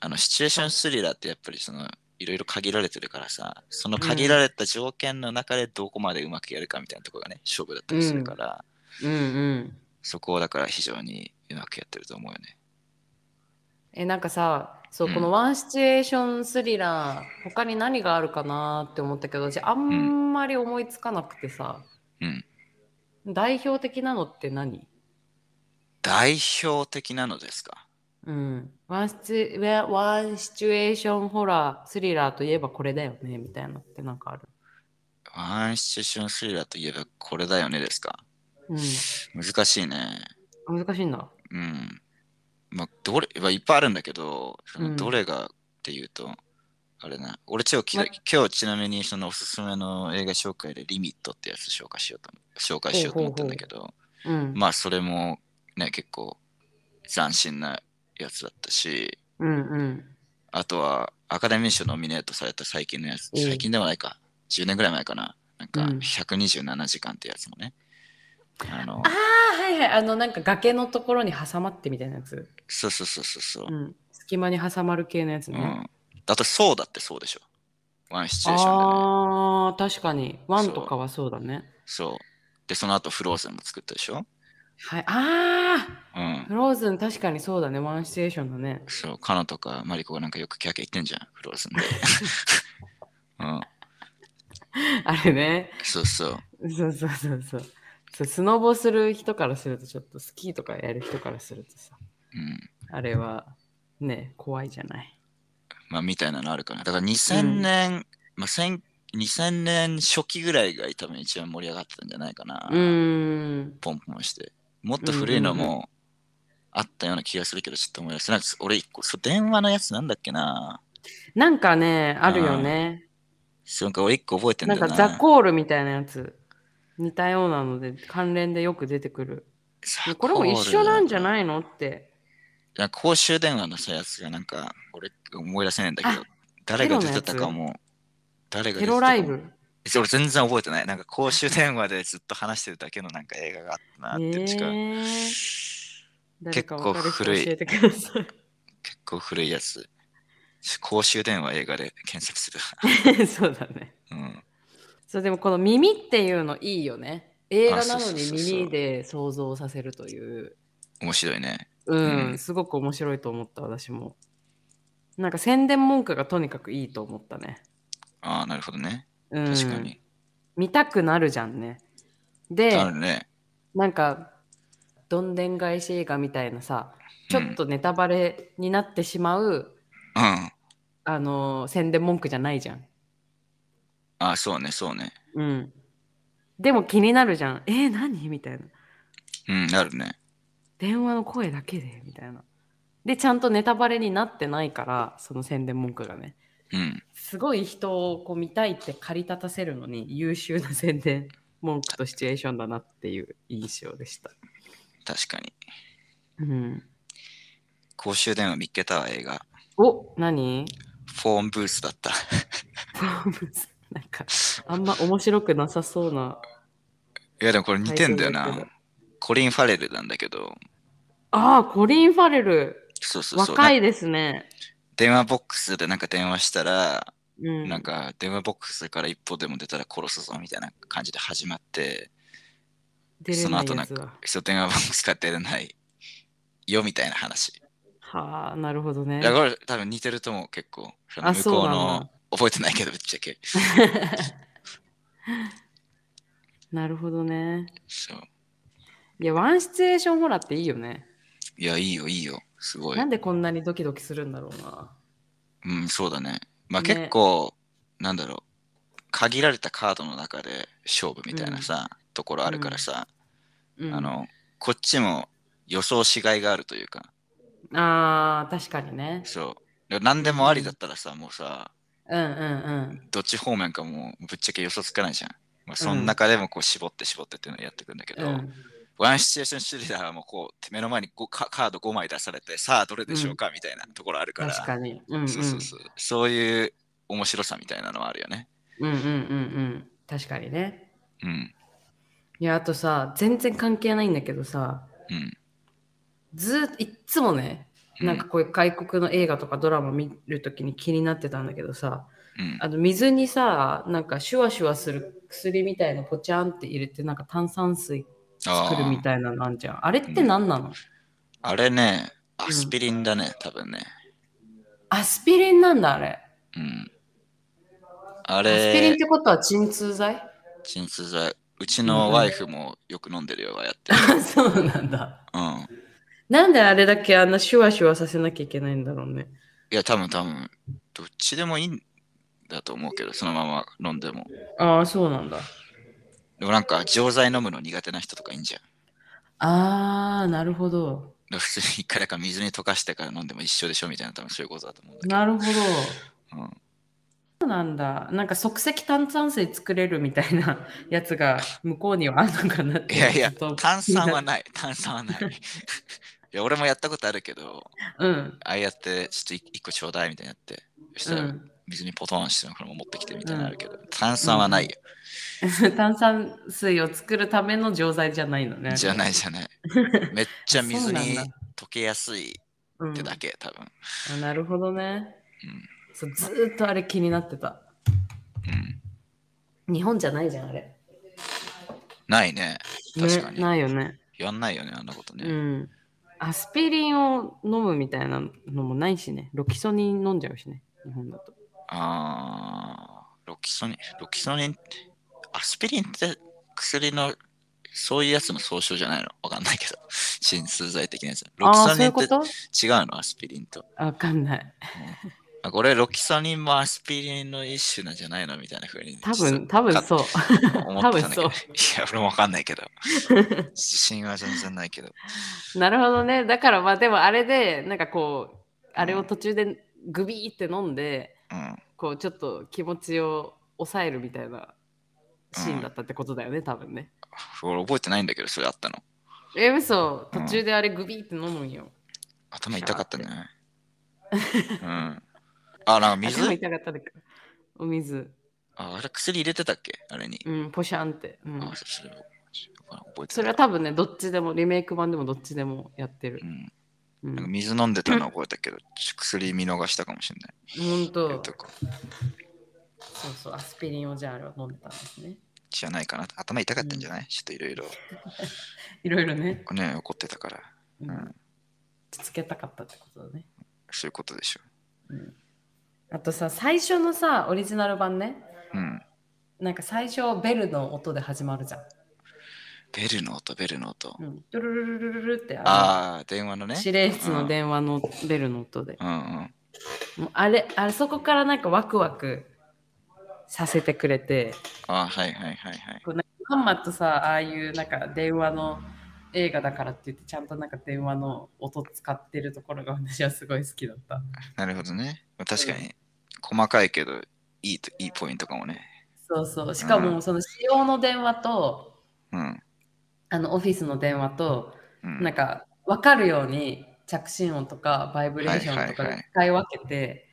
Speaker 2: あの、シチュエーションスリラーってやっぱりその、いろいろ限られてるからさ、その限られた条件の中でどこまでうまくやるかみたいなとこがね、勝負だったりするから、
Speaker 1: うんうん
Speaker 2: そこをだから非常にうまくやってると思うよね。
Speaker 1: えなんかさそう、
Speaker 2: うん
Speaker 1: このワンシチュエーションスリラー他に何があるかなって思ったけど私あんまり思いつかなくてさ、
Speaker 2: うん。
Speaker 1: 代表的なのって何
Speaker 2: 代表的なのですか
Speaker 1: うん、ワンシチュワンシチュエーションホラースリラーといえばこれだよねみたいなのってなんかある、
Speaker 2: ワンシチュエーションスリラーといえばこれだよねですか
Speaker 1: う
Speaker 2: 難しいね。
Speaker 1: ん、難しいんだ
Speaker 2: うん。まあ、どれ、まあ、いっぱいあるんだけど、そ
Speaker 1: うん
Speaker 2: のどれがっていうと、あれな、俺今日き
Speaker 1: ま
Speaker 2: 今日ちなみにそのおすすめの映画紹介でリミットってやつ紹介しようと思紹介しようと思ったんだけど、
Speaker 1: うん、
Speaker 2: まあそれもね、結構斬新なやつだったし、
Speaker 1: うんうん
Speaker 2: あとはアカデミー賞ノミネートされた最近のやつ、
Speaker 1: うん
Speaker 2: 最近でもないか、10年ぐらい前かな、なんか
Speaker 1: うん
Speaker 2: 127時間ってやつもね、あの
Speaker 1: あ、あはいはいあのなんか崖のところに挟まってみたいなやつ、
Speaker 2: そうそうそうそうそう、
Speaker 1: うん、隙間に挟まる系のやつ
Speaker 2: う
Speaker 1: ね、
Speaker 2: ん。だとそうだってそうでしょ。ワンシチュエーションで、ね。
Speaker 1: ああ確かにワンとかはそうだね
Speaker 2: そう。で、その後フローズンも作ったでしょ。
Speaker 1: はいあ
Speaker 2: う
Speaker 1: あ
Speaker 2: ん。
Speaker 1: フローズン確かにそうだねワンシチュエーションだね
Speaker 2: そう、カナとかマリコがなんかよくキャーキャー言ってんじゃん、フローズンで。うん。
Speaker 1: あれね
Speaker 2: そうそう。
Speaker 1: そうそうそうそうそうスノボする人からするとちょっとスキーとかやる人からするとさ
Speaker 2: うん。
Speaker 1: あれはね、怖いじゃない。
Speaker 2: まあ、みたいなのあるかな。だから2000年、まあ、1000 2000年初期ぐらいが多分一番盛り上がってたんじゃないかな。
Speaker 1: うーん。
Speaker 2: ポンポンして。もっと古いのもあったような気がするけど、ちょっと思い出せない。俺一個、そう電話のやつなんだっけな。
Speaker 1: なんかね、あるよね。
Speaker 2: そうなんか俺一個覚えてん
Speaker 1: な
Speaker 2: だ
Speaker 1: ん
Speaker 2: よな。
Speaker 1: かザコールみたいなやつ。似たようなので、関連でよく出てくる。
Speaker 2: ザ
Speaker 1: これも一緒なんじゃ
Speaker 2: い
Speaker 1: ないのって
Speaker 2: なんか公衆電話のさやつがなんか俺思い出せないんだけど
Speaker 1: あ
Speaker 2: 誰が出て
Speaker 1: テ
Speaker 2: た
Speaker 1: ロのや
Speaker 2: か
Speaker 1: つ
Speaker 2: も誰
Speaker 1: テ
Speaker 2: が出てたか
Speaker 1: ロ
Speaker 2: も
Speaker 1: ライブ。
Speaker 2: え俺全然覚えてないなんか公衆電話でずっと話してるだけのなんか映画があったなっていう
Speaker 1: へ
Speaker 2: 近い
Speaker 1: 誰か
Speaker 2: 結構古
Speaker 1: わかる人
Speaker 2: い
Speaker 1: 教えてください。
Speaker 2: 結構古いやつ公衆電話映画で検索す る、
Speaker 1: そうだね。
Speaker 2: うん、
Speaker 1: そうでもこの耳っていうのいいよね。映画な
Speaker 2: あ
Speaker 1: の
Speaker 2: そうそう
Speaker 1: に
Speaker 2: そうそう
Speaker 1: 耳で想像させるという。
Speaker 2: 面白いね
Speaker 1: うん、
Speaker 2: うん
Speaker 1: すごく面白いと思った私も。なんか宣伝文句がとにかくいいと思ったね。
Speaker 2: ああなるほどね
Speaker 1: うん、
Speaker 2: 確かに、
Speaker 1: 見たくなるじゃんね。で、
Speaker 2: あるね
Speaker 1: なんかどんでん返し映画みたいなさ、ちょっとネタバレになってしまう、
Speaker 2: うんあ
Speaker 1: あのー宣伝文句じゃないじゃん。
Speaker 2: あそうねそうね
Speaker 1: うん。でも気になるじゃん。えー、何みたいな。
Speaker 2: うんあるね
Speaker 1: 電話の声だけでみたいな。で、ちゃんとネタバレになってないから、その宣伝文句がね。
Speaker 2: うん
Speaker 1: すごい人をこう見たいって駆り立たせるのに優秀な宣伝文句とシチュエーションだなっていう印象でした。
Speaker 2: 確かに
Speaker 1: うん、
Speaker 2: 公衆電話見っけたわ映画
Speaker 1: お何
Speaker 2: フォーンブースだっ た
Speaker 1: なんかあんま面白くなさそうない
Speaker 2: やでもこれ似てんだよ
Speaker 1: タイトル
Speaker 2: な
Speaker 1: だ
Speaker 2: コリン・ファレルなんだけど
Speaker 1: ああコリン・ファレル
Speaker 2: そうそうそう
Speaker 1: 若い
Speaker 2: な
Speaker 1: ですね
Speaker 2: 電話ボックスでなんか電話したら
Speaker 1: うん
Speaker 2: なんか電話ボックスから一歩でも出たら殺すぞみたいな感じで始まって、
Speaker 1: 出れ
Speaker 2: その
Speaker 1: ない
Speaker 2: 後な
Speaker 1: や
Speaker 2: ん
Speaker 1: つだ
Speaker 2: そう電話ボックスから出れないよみたいな話。
Speaker 1: はあなるほどね
Speaker 2: だから多分似てると思う結構。その
Speaker 1: あ
Speaker 2: 向こう
Speaker 1: そうなん
Speaker 2: の
Speaker 1: だ
Speaker 2: 覚えてないけどぶっちゃけ。
Speaker 1: なるほどね
Speaker 2: そう
Speaker 1: いやワンシチュエーションホラーっていいよね
Speaker 2: いやいいよいいよすごい
Speaker 1: な。んでこんなにドキドキするんだろうな
Speaker 2: うんそうだね。まあ
Speaker 1: ね
Speaker 2: 結構、なんだろう限られたカードの中で勝負みたいなさ、ところあるからさ、、
Speaker 1: うん
Speaker 2: あのこっちも予想しがいがあるというか
Speaker 1: あー確かにね
Speaker 2: そうで何でもありだったらさ、もうさ
Speaker 1: うんうんうん
Speaker 2: どっち方面かもうぶっちゃけ予想つかないじゃん。まあ、その中でもこう絞って絞ってっていうのをやっていくんだけど、
Speaker 1: うん
Speaker 2: ワンシチュエーションシリーズはもうこう目の前にこうカカード5枚出されてさあどれでしょうかみたいなところあるから、
Speaker 1: 確かに。うんうん。
Speaker 2: そうそうそうそういう面白さみたいなのはあるよね。
Speaker 1: うんうんうんうん。確かにね。
Speaker 2: うん。
Speaker 1: いや、あとさ、全然関係ないんだけどさ、
Speaker 2: うん。
Speaker 1: ずーっと、いっつもね、なんかこういう外国の映画とかドラマ見るときに気になってたんだけどさ、
Speaker 2: うん、
Speaker 1: あの水にさ、なんかシュワシュワする薬みたいなポチャンって入れて、なんか炭酸水作るみ
Speaker 2: い
Speaker 1: たいなのあんじゃん。あれって何なの、
Speaker 2: あーあれね、
Speaker 1: ん
Speaker 2: アスピリンだね、多分ね。
Speaker 1: アスピリンなんだ、あれ。
Speaker 2: うん。あ
Speaker 1: アスピリンっ
Speaker 2: れ、
Speaker 1: てことは鎮痛剤
Speaker 2: 鎮痛剤。うちのワイフもよく飲んでるよ、やって。
Speaker 1: そうなんだ。
Speaker 2: うん。
Speaker 1: なんであれだけあんなシュワシュワさせなきゃいけないんだろうね。
Speaker 2: いや、多分多分、どっちでもいいんだと思うけど、そのまま飲んでも。
Speaker 1: ああ、そうなんだ。
Speaker 2: でもなんか、錠剤飲むの苦手な人とかいいんじゃん。だか
Speaker 1: ああ、なるほど。
Speaker 2: ら普通に一回だから水に溶かしてから飲んでも一緒でしょみたいな、多分そういうことだと思うんだ
Speaker 1: なるほど。そ
Speaker 2: けど。うん、
Speaker 1: うなんだ。なんか即席炭酸水作れるみたいな やつが向こうにはあるのかなって。
Speaker 2: いやいや
Speaker 1: ちょっと、
Speaker 2: 炭酸は。ない、炭酸はない。いや、俺もやったことあるけど、
Speaker 1: うん。
Speaker 2: ああやって、ちょっと一個ちょうだいみたいになって、そし
Speaker 1: う
Speaker 2: たら
Speaker 1: ん、
Speaker 2: 水にポトンして、これも持ってきてみたいなのあるけど、炭酸はないよ。
Speaker 1: 炭酸水を作るための錠剤じゃないのね。
Speaker 2: じゃないじゃない。めっちゃ水
Speaker 1: あそう
Speaker 2: に
Speaker 1: なん
Speaker 2: 溶けやすい
Speaker 1: うん、
Speaker 2: ってだけ、多分。
Speaker 1: あなるほどね。
Speaker 2: うん
Speaker 1: そうずーっとあれ気になってた。
Speaker 2: うん、
Speaker 1: 日本じゃないじゃん、あれ。
Speaker 2: ないね。確かに。
Speaker 1: ね、ないよね。
Speaker 2: やんないよね、あんなこと
Speaker 1: う
Speaker 2: ね。
Speaker 1: ん。アスピリンを飲むみたいなのもないしね。ロキソニン飲んじゃうしね。日本だと。
Speaker 2: あー、ロキソニン、ロキソニンって、アスピリンって薬の、そういうやつの総称じゃないのわかんないけど、 鎮痛剤的なやつ。ロキ
Speaker 1: ああー、
Speaker 2: ソ
Speaker 1: そう
Speaker 2: ニ
Speaker 1: い
Speaker 2: ン
Speaker 1: うこ
Speaker 2: っ
Speaker 1: と
Speaker 2: て違うの、アスピリンと。
Speaker 1: わかんない。
Speaker 2: あこれ、ロキソニンもアスピリンの一種なんじゃないのみたいな風に。
Speaker 1: 多分、多分そう。
Speaker 2: ちょっと思ってたんだけど。
Speaker 1: 多分
Speaker 2: いや、俺もわかんないけど。自信は全然ないけど。
Speaker 1: なるほどね。だからまあでもあれで、なんかこう、あれを途中でグビーって飲んで、
Speaker 2: うん。
Speaker 1: こうちょっと気持ちを抑えるみたいなシーンだったってことだよね、多分ね。
Speaker 2: 俺覚えてないんだけど、それあったの。
Speaker 1: え、嘘。
Speaker 2: うん
Speaker 1: 途中であれグビーって飲むんよ。
Speaker 2: 頭痛かったね。うん。あ、なん
Speaker 1: 頭
Speaker 2: か水
Speaker 1: 痛かっただけどお水、
Speaker 2: ああれ薬入れてたっけあれに。
Speaker 1: うん、ポシャンって、うん
Speaker 2: あ、それ覚えて
Speaker 1: それは
Speaker 2: た。
Speaker 1: 多分ね、どっちでも、リメイク版でもどっちでもやってる
Speaker 2: う。ん、
Speaker 1: う
Speaker 2: なんか
Speaker 1: ん、
Speaker 2: 水飲んでたのは覚えたけど、ちょ薬見逃したかもしれない。
Speaker 1: 本
Speaker 2: えっ
Speaker 1: 当
Speaker 2: とこ
Speaker 1: そうそう、アスピリンをじゃああれは飲んでたんですね。
Speaker 2: じゃないかな。頭痛かったんじゃない、ちょっといろいろ
Speaker 1: いろいろね、
Speaker 2: ね、怒ってたから。
Speaker 1: う
Speaker 2: うん
Speaker 1: ん、つけたかったってことだね。
Speaker 2: そういうことでしょ
Speaker 1: うんあとさ、最初のさ、オリジナル版ね、
Speaker 2: う。うん。
Speaker 1: なんか最初、ベルの音で始まるじゃん。
Speaker 2: ベルの音、ベルの音。
Speaker 1: うん、ドゥルルルルルルルって、あ
Speaker 2: ああ、電話の
Speaker 1: の
Speaker 2: ね。
Speaker 1: 指令室の電話のベルの音で。
Speaker 2: うんうん。
Speaker 1: もうあれ、あれ、そこからなんかワクワクさせてくれて、
Speaker 2: あはいはいはいはい。
Speaker 1: こうなんかハンマーとさ、ああいうなんか電話の映画だからって言って、ちゃんとなんか電話の音使ってるところが私はすごい好きだった。
Speaker 2: なるほどね。まあ確かに、細かいけど、いいと、いいポイントかもね。
Speaker 1: そうそう。しか
Speaker 2: う
Speaker 1: も、その使用の電話と、
Speaker 2: うん。
Speaker 1: あのオフィスの電話と、
Speaker 2: うん、
Speaker 1: なんか分かるように着信音とかバイブレーションとか
Speaker 2: はいはいはい
Speaker 1: 使い分けて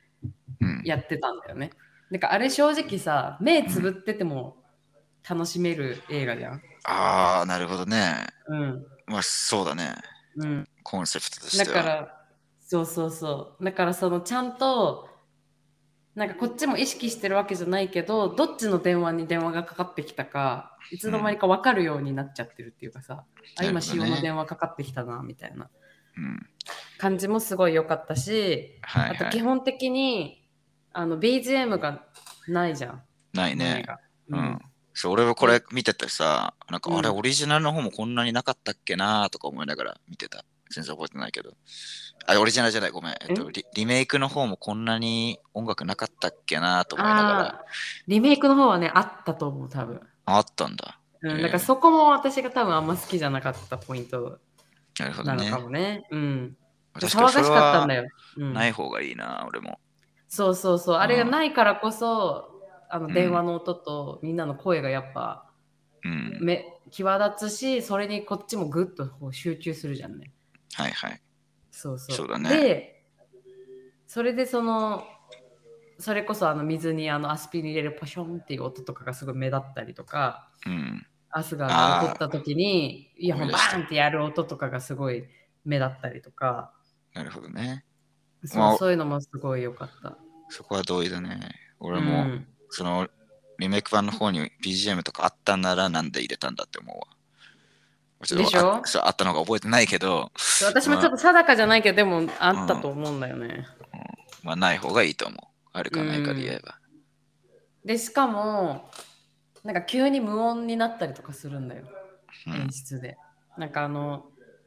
Speaker 2: うん、
Speaker 1: やってたんだよね。なんかあれ正直さ、目つぶってても楽しめる映画じゃん。
Speaker 2: ああ、なるほどね。
Speaker 1: うん。
Speaker 2: まあ、そうだね。
Speaker 1: うん。
Speaker 2: コンセプトとし
Speaker 1: だ
Speaker 2: て
Speaker 1: か
Speaker 2: は。
Speaker 1: らそうそうそうだからそのちゃんとなんかこっちも意識してるわけじゃないけどどっちの電話に電話がかかってきたかいつの間にか分かるようになっちゃってるっていうかさ、あ
Speaker 2: なる
Speaker 1: 今
Speaker 2: ほ
Speaker 1: 潮
Speaker 2: どね
Speaker 1: の電話かかってきたなみたいな
Speaker 2: うん。
Speaker 1: 感じもすごい良かったし
Speaker 2: はい、
Speaker 1: あと
Speaker 2: は
Speaker 1: 基
Speaker 2: い。
Speaker 1: 本的にあの BGM がないじゃん。
Speaker 2: ないね
Speaker 1: 映。画
Speaker 2: う
Speaker 1: うんん。
Speaker 2: そう俺はこれ見ててさ、なんか
Speaker 1: うん
Speaker 2: あれオリジナルの方もこんなになかったっけなーとか思いながら見てた。全然覚えてないけど。あ、オリジナルじゃない、ごめん。えっと、リリメイクの方もこんなに音楽なかったっけなーと思いながら
Speaker 1: あ。ーリメイクの方はねあったと思う多分、
Speaker 2: ああったんだ。
Speaker 1: う
Speaker 2: え
Speaker 1: ん、
Speaker 2: ー
Speaker 1: だからそこも私が多分あんま好きじゃなかったポイント
Speaker 2: なるほど
Speaker 1: なの
Speaker 2: ね。
Speaker 1: かもねうん
Speaker 2: 確
Speaker 1: 騒
Speaker 2: か
Speaker 1: が
Speaker 2: に
Speaker 1: し
Speaker 2: それ
Speaker 1: かったん
Speaker 2: は
Speaker 1: だよ。うん
Speaker 2: ない方がいいな、俺も。
Speaker 1: そうそうそう、あれが
Speaker 2: うん
Speaker 1: ないからこそ、あ
Speaker 2: う
Speaker 1: の
Speaker 2: ん
Speaker 1: 電話の音とみんなの声がやっぱ、
Speaker 2: うん。
Speaker 1: め際立つし、それにこっちもぐっとこう集中するじゃんね。
Speaker 2: はいはい。
Speaker 1: そうそう。
Speaker 2: そうだね
Speaker 1: で、それでその、それこそあの水にあのアスピン入れるポションっていう音とかがすごい目立ったりとか、
Speaker 2: うん。
Speaker 1: アスが残った時にイヤホン
Speaker 2: 思い
Speaker 1: バ
Speaker 2: 出した
Speaker 1: ーンってやる音とかがすごい目立ったりとか、
Speaker 2: なるほどね。
Speaker 1: そう,、
Speaker 2: まあ
Speaker 1: そういうのもすごい良かった。
Speaker 2: そこは同意だね。
Speaker 1: う
Speaker 2: 俺も、
Speaker 1: ん、
Speaker 2: そのリメイク版の方に BGM とかあったならなんで入れたんだって思うわ。ちっと
Speaker 1: でしょ
Speaker 2: あそうあったのか覚えてないけど、
Speaker 1: 私もちょっと定かじゃないけど、でもあったと思うんだよね。
Speaker 2: まあない方がいいと思う。あるかないかで言えば。
Speaker 1: で、しかも、なんか急に無音になったりとかするんだよ、
Speaker 2: うん
Speaker 1: 演出で。なんかあの、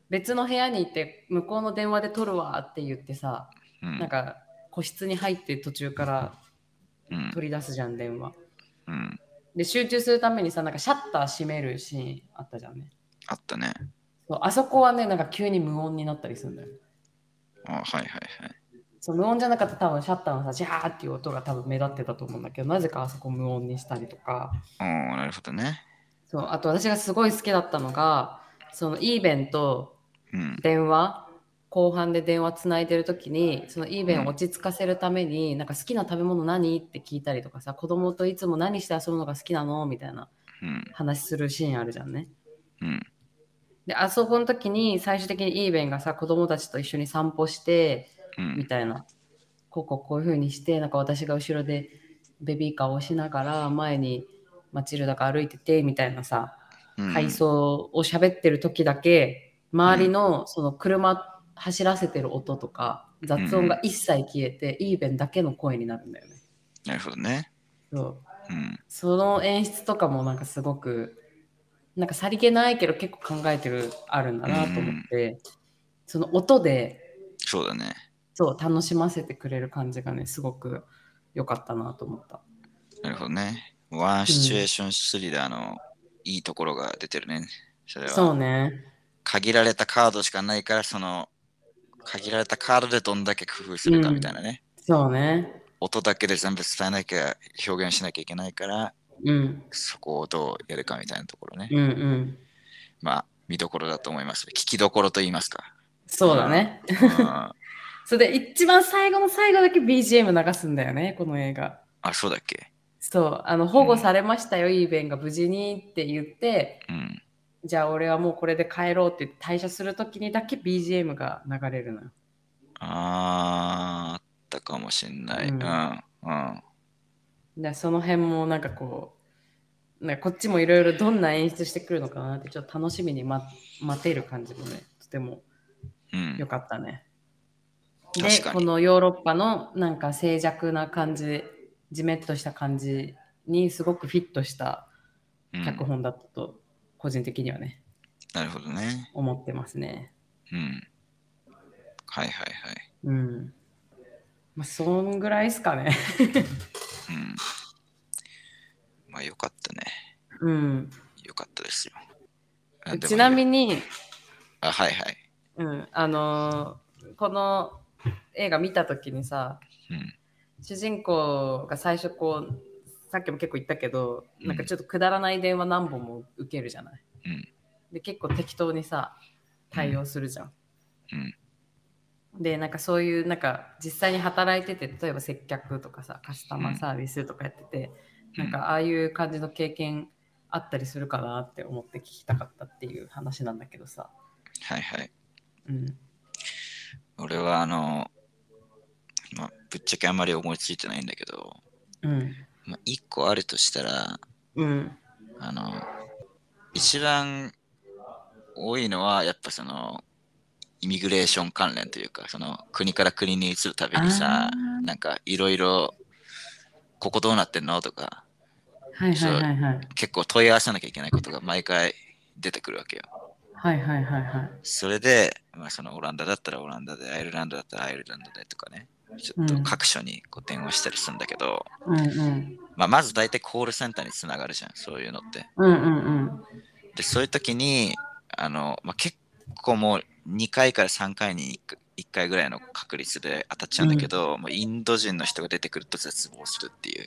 Speaker 1: 別の部屋に行って、向こうの電話で撮るわって言ってさ、
Speaker 2: うん
Speaker 1: なんか個室に入って途中から
Speaker 2: うん
Speaker 1: 取り出すじゃん、電話。
Speaker 2: うん
Speaker 1: で、集中するためにさ、なんかシャッター閉めるシーンあったじゃんね。
Speaker 2: あったね。
Speaker 1: そうあそこはね、なんか急に無音になったりするんだよ。
Speaker 2: あはいはいはい。
Speaker 1: そう無音じゃなかったら多分シャッターのさ、ジャーっていう音が多分目立ってたと思うんだけど、なぜかあそこ無音にしたりとか、
Speaker 2: おーなるほどね。
Speaker 1: そうあと私がすごい好きだったのが、そのイーベンと
Speaker 2: うん
Speaker 1: 電話、後半で電話つないでる時に、そのイーベンを落ち着かせるために、なんか好きな食べ物何って聞いたりとかさ、子供といつも何して遊ぶのが好きなのみたいな
Speaker 2: うん
Speaker 1: 話するシーンあるじゃんね。
Speaker 2: うん
Speaker 1: で、あそこの時に最終的にイーベンがさ、子供たちと一緒に散歩して、
Speaker 2: う
Speaker 1: み
Speaker 2: ん
Speaker 1: たいな、こうこうこういう風にして、なんか私が後ろでベビーカーを押しながら、前にマチルダが歩いてて、みたいなさ、
Speaker 2: うん。
Speaker 1: 回想を喋ってる時だけ、周りのその車走らせてる音とか、雑音が一切消えて、イーベンだけの声になるんだよね。
Speaker 2: なるほどね。
Speaker 1: そう
Speaker 2: うん
Speaker 1: その演出とかもなんかすごく、なんかさりげないけど結構考えてる、あるんだなと思って、その音で
Speaker 2: そうだね。
Speaker 1: そう楽しませてくれる感じがねすごく良かったなと思った
Speaker 2: なるほどね。ワンシチュエーションスリラーのいいところが出てるね。それは。
Speaker 1: そうね
Speaker 2: 限られたカードしかないから、その限られたカードでどんだけ工夫するかみたいなね。
Speaker 1: そうね
Speaker 2: 音だけで全部伝えなきゃ、表現しなきゃいけないから、
Speaker 1: うん
Speaker 2: そこをどうやるかみたいなところね。
Speaker 1: うんうん
Speaker 2: まあ、見どころだと思います。聞きどころと言いますか。
Speaker 1: そうだね。
Speaker 2: あー
Speaker 1: それで一番最後の最後だけ BGM 流すんだよね、この映画。
Speaker 2: あ、そうだっけ
Speaker 1: そう、あの保護されましたよ、イーベンが無事にって言って、
Speaker 2: うん。
Speaker 1: じゃあ俺はもうこれで帰ろうって言って退社するときにだけ BGM が流れるのよ。
Speaker 2: あーあったかもしんない。
Speaker 1: う
Speaker 2: うんん。うん。
Speaker 1: でその辺もなんかこう、なんかこっちもいろいろどんな演出してくるのかなってちょっと楽しみに待待てる感じもね、とても
Speaker 2: うん
Speaker 1: よかったね。
Speaker 2: 確
Speaker 1: で、
Speaker 2: かに
Speaker 1: このヨーロッパのなんか静寂な感じ、じめっとした感じにすごくフィットした
Speaker 2: うん
Speaker 1: 脚本だったと、個人的にはね、
Speaker 2: なるほどね。
Speaker 1: 思ってますね。
Speaker 2: うん。はいはいはい。
Speaker 1: うん。まあ、そんぐらいですかね。
Speaker 2: うん。まあよかったね。
Speaker 1: うん。
Speaker 2: よかったですよ。あ
Speaker 1: ちなみ。
Speaker 2: でも
Speaker 1: に、
Speaker 2: あ、はいはい。
Speaker 1: うん、あのーこの映画見た時にさ、
Speaker 2: うん。
Speaker 1: 主人公が最初こう、さっきも結構言ったけど、
Speaker 2: うん
Speaker 1: なんかちょっとくだらない電話何本も受けるじゃない。
Speaker 2: うん。
Speaker 1: で、結構適当にさ、対応するじゃん。
Speaker 2: うん。
Speaker 1: で、なんかそういう、なんか実際に働いてて、例えば接客とかさ、カスタマーサービスとかやってて、なんかああいう感じの経験あったりするかなって思って聞きたかったっていう話なんだけどさ。
Speaker 2: はいはい。
Speaker 1: うん。
Speaker 2: 俺はあの、まあ、ぶっちゃけあんまり思いついてないんだけど、
Speaker 1: うん。
Speaker 2: まあ、一個あるとしたら、
Speaker 1: うん。
Speaker 2: あの、一番多いのは、やっぱその、イミグレーション関連というか、その国から国に移るたびにさ
Speaker 1: あ、ー
Speaker 2: なんかいろいろ、ここどうなってんのとか、
Speaker 1: はいはいはいはい。
Speaker 2: 結構問い合わせなきゃいけないことが毎回出てくるわけよ。
Speaker 1: はいはいはいはい。
Speaker 2: それで、まあ、そのオランダだったらオランダで、アイルランドだったらアイルランドでとかね、ちょっと各所にこう電話したりするんだけど、
Speaker 1: うんうん。
Speaker 2: まあ、まず大体コールセンターにつながるじゃん、そういうのって。
Speaker 1: うんうん
Speaker 2: で、そういう時に、あの、まあ、結構もう2回から3回に1回ぐらいの確率で当たっちゃうんだけど、もうインド人の人が出てくると絶望するって いう。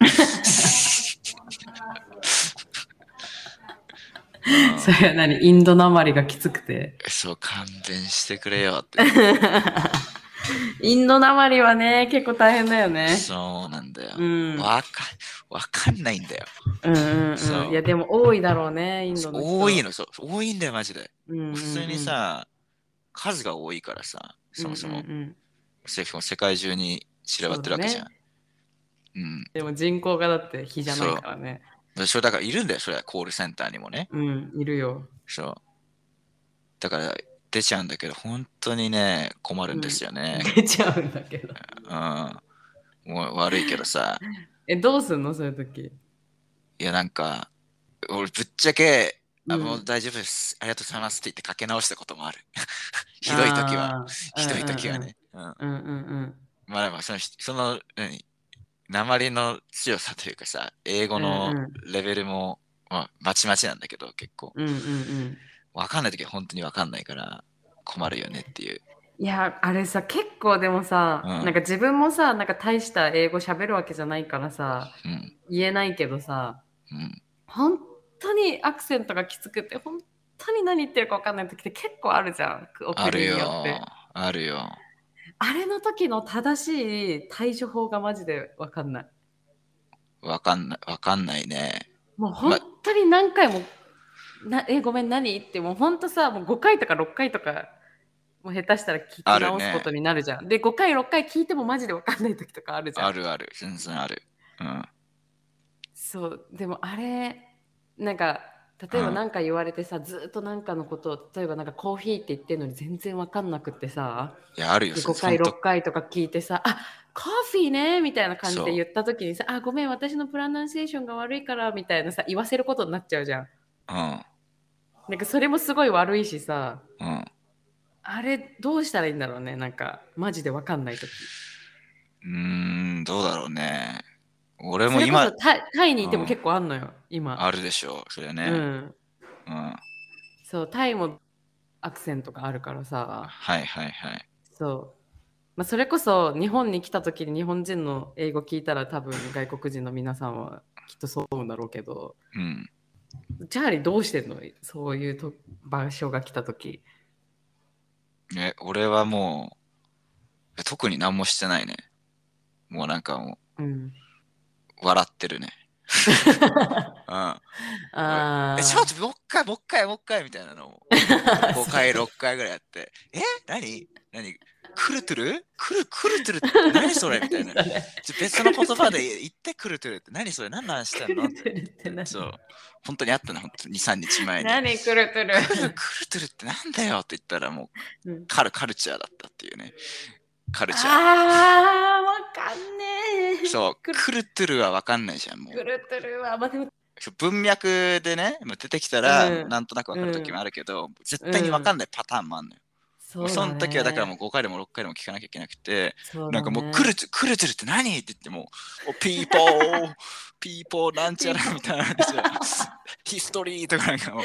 Speaker 1: うん。それは何インドなまりがきつくて。
Speaker 2: そう、勘弁してくれよ って。
Speaker 1: インドなまりはね、結構大変だよね。
Speaker 2: そうなんだよ。
Speaker 1: うん。
Speaker 2: わかわかんないんだよ。
Speaker 1: うんうん
Speaker 2: そ
Speaker 1: うん。
Speaker 2: う
Speaker 1: いやでも多いだろうね、インドの人。
Speaker 2: 多いの、そう、多いんだよ、マジで。
Speaker 1: うんうんうん。
Speaker 2: 普通にさ、数が多いからさ、そもそも
Speaker 1: うん、うんうん
Speaker 2: 世世界中に散らばってるわけじゃん。
Speaker 1: そう
Speaker 2: うん。
Speaker 1: でも人口がだって比じゃないからね。
Speaker 2: でそれだからいるんだよ、それはコールセンターにもね。
Speaker 1: うん、いるよ。
Speaker 2: そう。だから出ちゃうんだけど、本当にね、困るんですよね。
Speaker 1: 出ちゃうんだけど。
Speaker 2: うん。もう悪いけどさ、
Speaker 1: え、どうすんのそういう時。
Speaker 2: いやなんか、俺ぶっちゃけ、あ
Speaker 1: うん
Speaker 2: もう大丈夫です、ありがとうございますって言ってかけ直したこともある。 ひどい時は、
Speaker 1: あー。
Speaker 2: ひどい時はね。うん
Speaker 1: うんうんうん。
Speaker 2: まあでもその、その、何、鉛の強さというかさ、英語
Speaker 1: う
Speaker 2: の
Speaker 1: んうん
Speaker 2: レベルも、まあ、まちまちなんだけど、結構。
Speaker 1: うんうんうん。
Speaker 2: わかんない時は本当にわかんないから、困るよねっていう。
Speaker 1: いや、あれさ、結構でもさ、
Speaker 2: うん
Speaker 1: なんか自分もさ、なんか大した英語喋るわけじゃないからさ、
Speaker 2: うん。
Speaker 1: 言えないけどさ、
Speaker 2: うん。
Speaker 1: 本当にアクセントがきつくて、本当に何言ってるか分かんない時って結構あるじゃん、お
Speaker 2: あ
Speaker 1: 国
Speaker 2: る
Speaker 1: に
Speaker 2: よ
Speaker 1: よって。。
Speaker 2: あるよ。
Speaker 1: あれの時の正しい対処法がマジで分かんない。
Speaker 2: わかんない、わかんないね。
Speaker 1: もう本当に何回も、なえ、ごめん、何って、もう本当さ、もう5回とか6回とか、もう下手したら聞き
Speaker 2: ある
Speaker 1: 直
Speaker 2: ね
Speaker 1: すことになるじゃん。で、5回、6回聞いてもマジで分かんない時とかあるじゃん。
Speaker 2: あるある。全然ある。うん。
Speaker 1: そう、でもあれ、なんか、例えば
Speaker 2: うん
Speaker 1: 何か言われてさ、ずっと何かのことを、例えばなんかコーヒーって言ってるのに全然分かんなくってさ、
Speaker 2: いや、ある
Speaker 1: で
Speaker 2: よ。
Speaker 1: 5
Speaker 2: そ
Speaker 1: 回、
Speaker 2: の
Speaker 1: 6回とか聞いてさ、あコーヒーねみたいな感じ
Speaker 2: そ
Speaker 1: で
Speaker 2: う
Speaker 1: 言った時にさ、あ、ごめん、私のプランナンセーションが悪いからみたいなさ、言わせることになっちゃうじゃん。なんかそれもすごい悪いしさ、
Speaker 2: うん。うん。
Speaker 1: あれどうしたらいいんだろうね、なんかマジで分かんない時。
Speaker 2: うーん、どうだろうね。俺
Speaker 1: で
Speaker 2: も今、
Speaker 1: タイタイにいて
Speaker 2: う
Speaker 1: も
Speaker 2: ん
Speaker 1: 結構あんのよ、今。
Speaker 2: あるでしょう。それは
Speaker 1: う
Speaker 2: ね。
Speaker 1: ん。
Speaker 2: うん。
Speaker 1: そう、タイもアクセントがあるからさ。
Speaker 2: はいはいはい。
Speaker 1: そう。まあ、それこそ日本に来た時に日本人の英語聞いたら多分外国人の皆さんはきっとそう思うんだろうけど、
Speaker 2: うん。
Speaker 1: チャーリーどうしてんのそういうと場所が来た時。
Speaker 2: え、俺はもう、特に何もしてないね。もうなんかも
Speaker 1: うん。
Speaker 2: う、笑ってるね。うん。
Speaker 1: ああ。
Speaker 2: え、ちょっともう一回、もう一回、もう一回みたいなのを5回、6回ぐらいやって、え何何クルトゥルクル、クルトゥルって何それみたいな。
Speaker 1: 何それ
Speaker 2: ちょ別の言葉で言ってクルトゥルって何それ何の話してんの
Speaker 1: クルトゥルって何
Speaker 2: そう。本当にあったの、本当に2、3日前に。
Speaker 1: 何くるくる。
Speaker 2: クルクルトゥルってなんだよって言ったらもう、
Speaker 1: うん
Speaker 2: カルカルチャーだったっていうね。カルチャ
Speaker 1: ああ、わかんねえ
Speaker 2: ー。。 そう、
Speaker 1: ク
Speaker 2: ク
Speaker 1: ル
Speaker 2: ルトゥルはわかんないじゃん、もう
Speaker 1: く。るくるは、まあ、でも、
Speaker 2: 文脈でね、もう出てきたら、
Speaker 1: うん
Speaker 2: なんとなくわかる時もあるけど、絶対にわかんないパターンもあるのよ。
Speaker 1: そうだね
Speaker 2: その時はだからもう5回でも6回でも聞かなきゃいけなくて、
Speaker 1: そうだね
Speaker 2: なんかもうクルトゥクルトゥルって何って言っても、お ピーポー、ピーポーなんちゃらみたいな話を ヒストリーとかなんかもう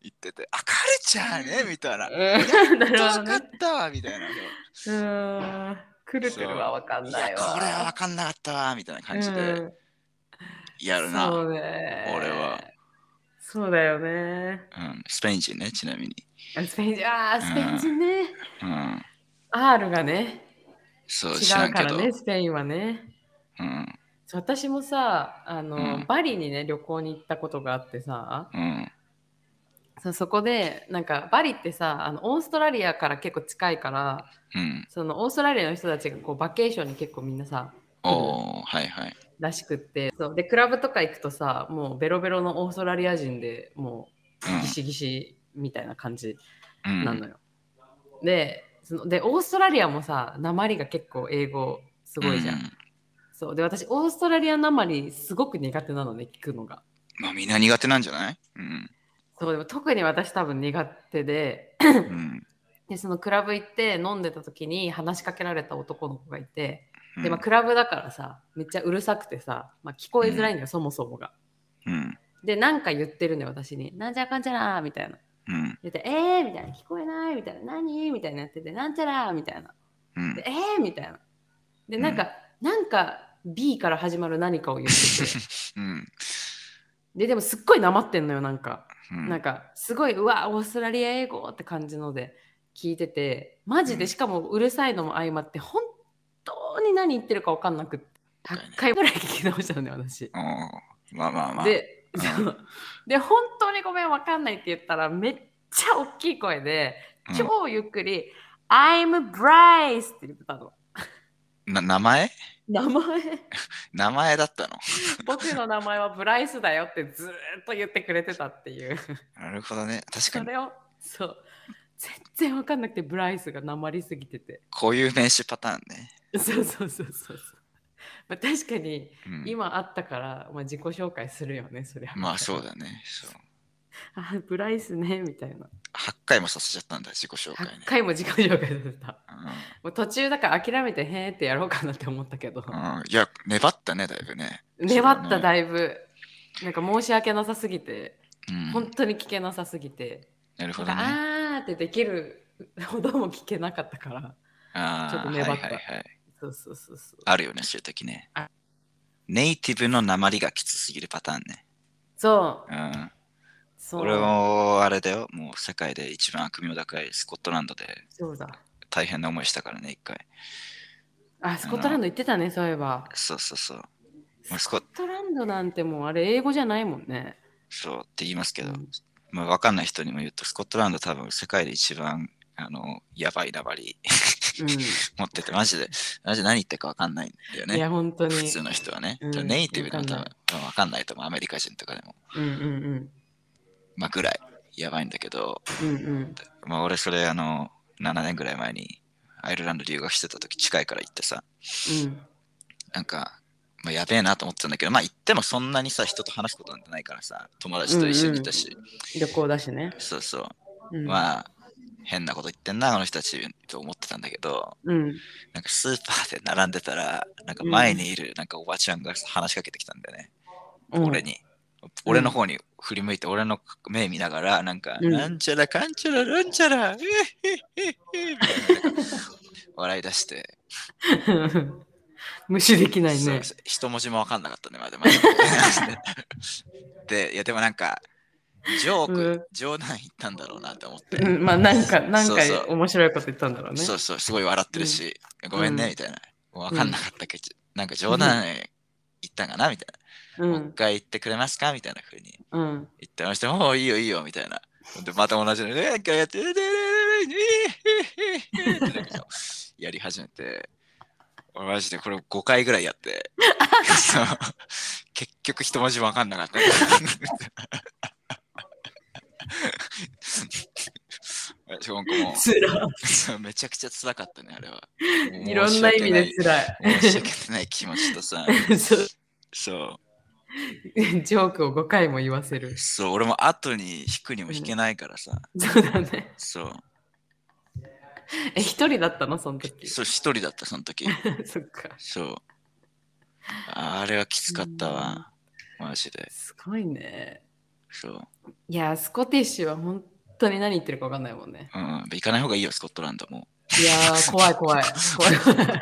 Speaker 2: 言ってて、あ、カルチャーねみたいな。
Speaker 1: うん なるほど
Speaker 2: 分か
Speaker 1: ね。
Speaker 2: ったわみたいな。
Speaker 1: うーん。くるくるはわかん
Speaker 2: い
Speaker 1: ない
Speaker 2: や、
Speaker 1: わ。
Speaker 2: これは分かんなかったわみたいな感じで
Speaker 1: うん
Speaker 2: やるな。う
Speaker 1: そうね。
Speaker 2: 俺は。
Speaker 1: そうだよね。
Speaker 2: ん、スペイン人ね、ちなみに。
Speaker 1: あスペイン人、あースペイン人ね。
Speaker 2: うん、
Speaker 1: R がね、
Speaker 2: そう、知
Speaker 1: 違
Speaker 2: ら
Speaker 1: うんか
Speaker 2: け
Speaker 1: ら
Speaker 2: ど。
Speaker 1: ね、スペインはね。
Speaker 2: うん、
Speaker 1: そう私もさ、あの、
Speaker 2: うん
Speaker 1: バリにね、旅行に行ったことがあってさ、
Speaker 2: うん、
Speaker 1: そうそこで、なんか、バリってさ、あのオーストラリアから結構近いから、
Speaker 2: うん。
Speaker 1: そのオーストラリアの人たちがこうバケーションに結構みんなさ、
Speaker 2: おー、はいはい。
Speaker 1: らしくってそうでクラブとか行くとさもうベロベロのオーストラリア人でもうギシギシみたいな感じ
Speaker 2: うん、
Speaker 1: なのよ。でそのでオーストラリアもさ鉛が結構英語すごいじゃん。
Speaker 2: うん
Speaker 1: そうで私オーストラリア鉛すごく苦手なのね聞くのが。
Speaker 2: まあみんな苦手なんじゃないうん。
Speaker 1: そうでも特に私多分苦手で
Speaker 2: うん
Speaker 1: でそのクラブ行って飲んでた時に話しかけられた男の子がいて
Speaker 2: うん。
Speaker 1: で、まあ、クラブだからさめっちゃうるさくてさ、まあ、聞こえづらいんだよ、そもそもが。
Speaker 2: うん。
Speaker 1: で、なんか言ってるんだよ、私に。なんちゃらかんちゃらーみたいな。
Speaker 2: うん。
Speaker 1: 言って、えーみたいな。聞こえないみたいな。何みたいなやってて、なんちゃらーみたいな。
Speaker 2: うん
Speaker 1: で、えーみたいな。で、なんか、なんか B から始まる何かを言ってて。
Speaker 2: うん。
Speaker 1: で、でもすっごいなまってんのよ、なんか。
Speaker 2: うん
Speaker 1: なんか、すごい、うわ、オーストラリア英語って感じので聞いてて、マジ
Speaker 2: う
Speaker 1: で、
Speaker 2: ん
Speaker 1: しかもうるさいのも相まって、本当に何言ってるか分かんなくって、8回ぐらい聞き直したんだよ、私。
Speaker 2: おーまあまあまあ。
Speaker 1: で、
Speaker 2: うん
Speaker 1: そうで本当にごめんわかんないって言ったらめっちゃ大きい声で
Speaker 2: うん
Speaker 1: 超ゆっくり「I'm Bryce」って言ってたの。
Speaker 2: な名前
Speaker 1: 名前
Speaker 2: 名前だったの。
Speaker 1: 僕の名前はブライスだよってずーっと言ってくれてたっていう
Speaker 2: なるほどね。確か
Speaker 1: そ
Speaker 2: に、
Speaker 1: れをそう全然わかんなくてブライスがなまりすぎてて
Speaker 2: こういう名詞パターンね。
Speaker 1: そうそうそうそうそう、まあ、確かに
Speaker 2: うん
Speaker 1: 今あったから、まあ、自己紹介するよねそりゃ
Speaker 2: まあそうだね。そう
Speaker 1: あブライスねみたいな
Speaker 2: 8回もさせちゃったんだ、自己紹介ね
Speaker 1: 8。回も自己紹介させた
Speaker 2: う
Speaker 1: もう途中だから諦めてへーってやろうかなって思ったけど、
Speaker 2: んうんいや、粘ったね、だいぶね。
Speaker 1: 粘っ
Speaker 2: そうだ
Speaker 1: た
Speaker 2: ね
Speaker 1: だいぶなんか申し訳なさすぎて、
Speaker 2: うん
Speaker 1: 本当に聞けなさすぎて、
Speaker 2: なるほ
Speaker 1: なん
Speaker 2: ど
Speaker 1: か
Speaker 2: ね。
Speaker 1: あーってできるほども聞けなかったから
Speaker 2: あー
Speaker 1: ちょっと粘った
Speaker 2: はいはいはい
Speaker 1: そうそうそうそう
Speaker 2: あるよね、そういう時ね
Speaker 1: あ。
Speaker 2: ネイティブの鉛がきつすぎるパターンね。
Speaker 1: そう
Speaker 2: うん。
Speaker 1: そう
Speaker 2: 俺もあれだよ、もう世界で一番悪名高いスコットランドで
Speaker 1: そうだ
Speaker 2: 大変な思いしたからね、一回。
Speaker 1: あスコットランド行ってたねそういえば
Speaker 2: そうそうそう。まあ
Speaker 1: ス
Speaker 2: ス
Speaker 1: コ
Speaker 2: コ
Speaker 1: ットランドなんてもうあれ英語じゃないもんね
Speaker 2: そうって言いますけど、
Speaker 1: うん
Speaker 2: まあ、わかんない人にも言うと、スコットランド多分世界で一番あのやばいなばり
Speaker 1: う
Speaker 2: 持ってて、マジで、マジで何言ってるかわかんないんだよ
Speaker 1: ん、いや
Speaker 2: ね。
Speaker 1: 本当に
Speaker 2: 普通の人はね。
Speaker 1: うん
Speaker 2: ネイティブでも多
Speaker 1: わ
Speaker 2: 分
Speaker 1: か
Speaker 2: 多分わかんないと思う、アメリカ人とかでも。
Speaker 1: うんうん
Speaker 2: まあ、ぐらいやばいんだけど、
Speaker 1: うんうんうん
Speaker 2: まあ、俺それあの、7年ぐらい前にアイルランド留学してた時近いから行ってさ、
Speaker 1: うん
Speaker 2: なんか、まあ、やべえなと思ってたんだけど、まあ行ってもそんなにさ、人と話すことなんてないからさ、友達と一緒にいたし、
Speaker 1: 旅行だしね、
Speaker 2: そうそう、
Speaker 1: うん、
Speaker 2: まあ、変なこと言ってんな、あの人たちと思ってたんだけど、
Speaker 1: うん
Speaker 2: なんかスーパーで並んでたら、なんか前にいるなんかおばちゃんが話しかけてきたんだよね、
Speaker 1: うん
Speaker 2: 俺に。俺の方に振り向いて、俺の目見ながら、なんか、
Speaker 1: うん
Speaker 2: なんちゃらかんちゃらなんちゃら、えっへっへっへみたいななんか笑い出して、
Speaker 1: 無視できないね。
Speaker 2: そう一文字も分かんなかったね、まだまだ。で、いや、でもなんか、ジョーク、
Speaker 1: うん
Speaker 2: 冗談言ったんだろうなと思って。
Speaker 1: うんまあなんか、なん
Speaker 2: そう
Speaker 1: か
Speaker 2: そう
Speaker 1: 面白いこと言ったんだろうね。
Speaker 2: そうそう、すごい笑ってるし、ごめんね、みたいな。わかんなかったけど、なんか冗談言ったんかな、みたいな。
Speaker 1: う
Speaker 2: もう一
Speaker 1: ん。
Speaker 2: 回言ってくれますかみたいな風に
Speaker 1: うん。
Speaker 2: 言ってました。おういいよ、いいよ、みたいな。で、また同じの、ね、一回やって、でででででででででやり始めて、俺マジでこれ5回ぐらいやって、そう結局一文字もわかんなかった。今後も
Speaker 1: つら。
Speaker 2: そうめちゃくちゃ辛かったね、あれは。
Speaker 1: いろんな意味でつらい。
Speaker 2: 申し訳ない。申し訳ない気持ちとさ、
Speaker 1: そう
Speaker 2: そ
Speaker 1: ジョークを5回も言わせる
Speaker 2: う、。そう、俺も後に弾くにも弾けないからさ、
Speaker 1: そうだね。
Speaker 2: そう、
Speaker 1: え、一人だったのその時。
Speaker 2: そう、一人だった、その時。
Speaker 1: そっか。
Speaker 2: そう。あれはきつかったわ、マジで。
Speaker 1: すごいね。
Speaker 2: そう。
Speaker 1: いや、スコティッシュは本当に何言ってるか分かんないもんね。
Speaker 2: うん、行かない方がいいよ、スコットランドも。
Speaker 1: いやー、怖い怖い。怖い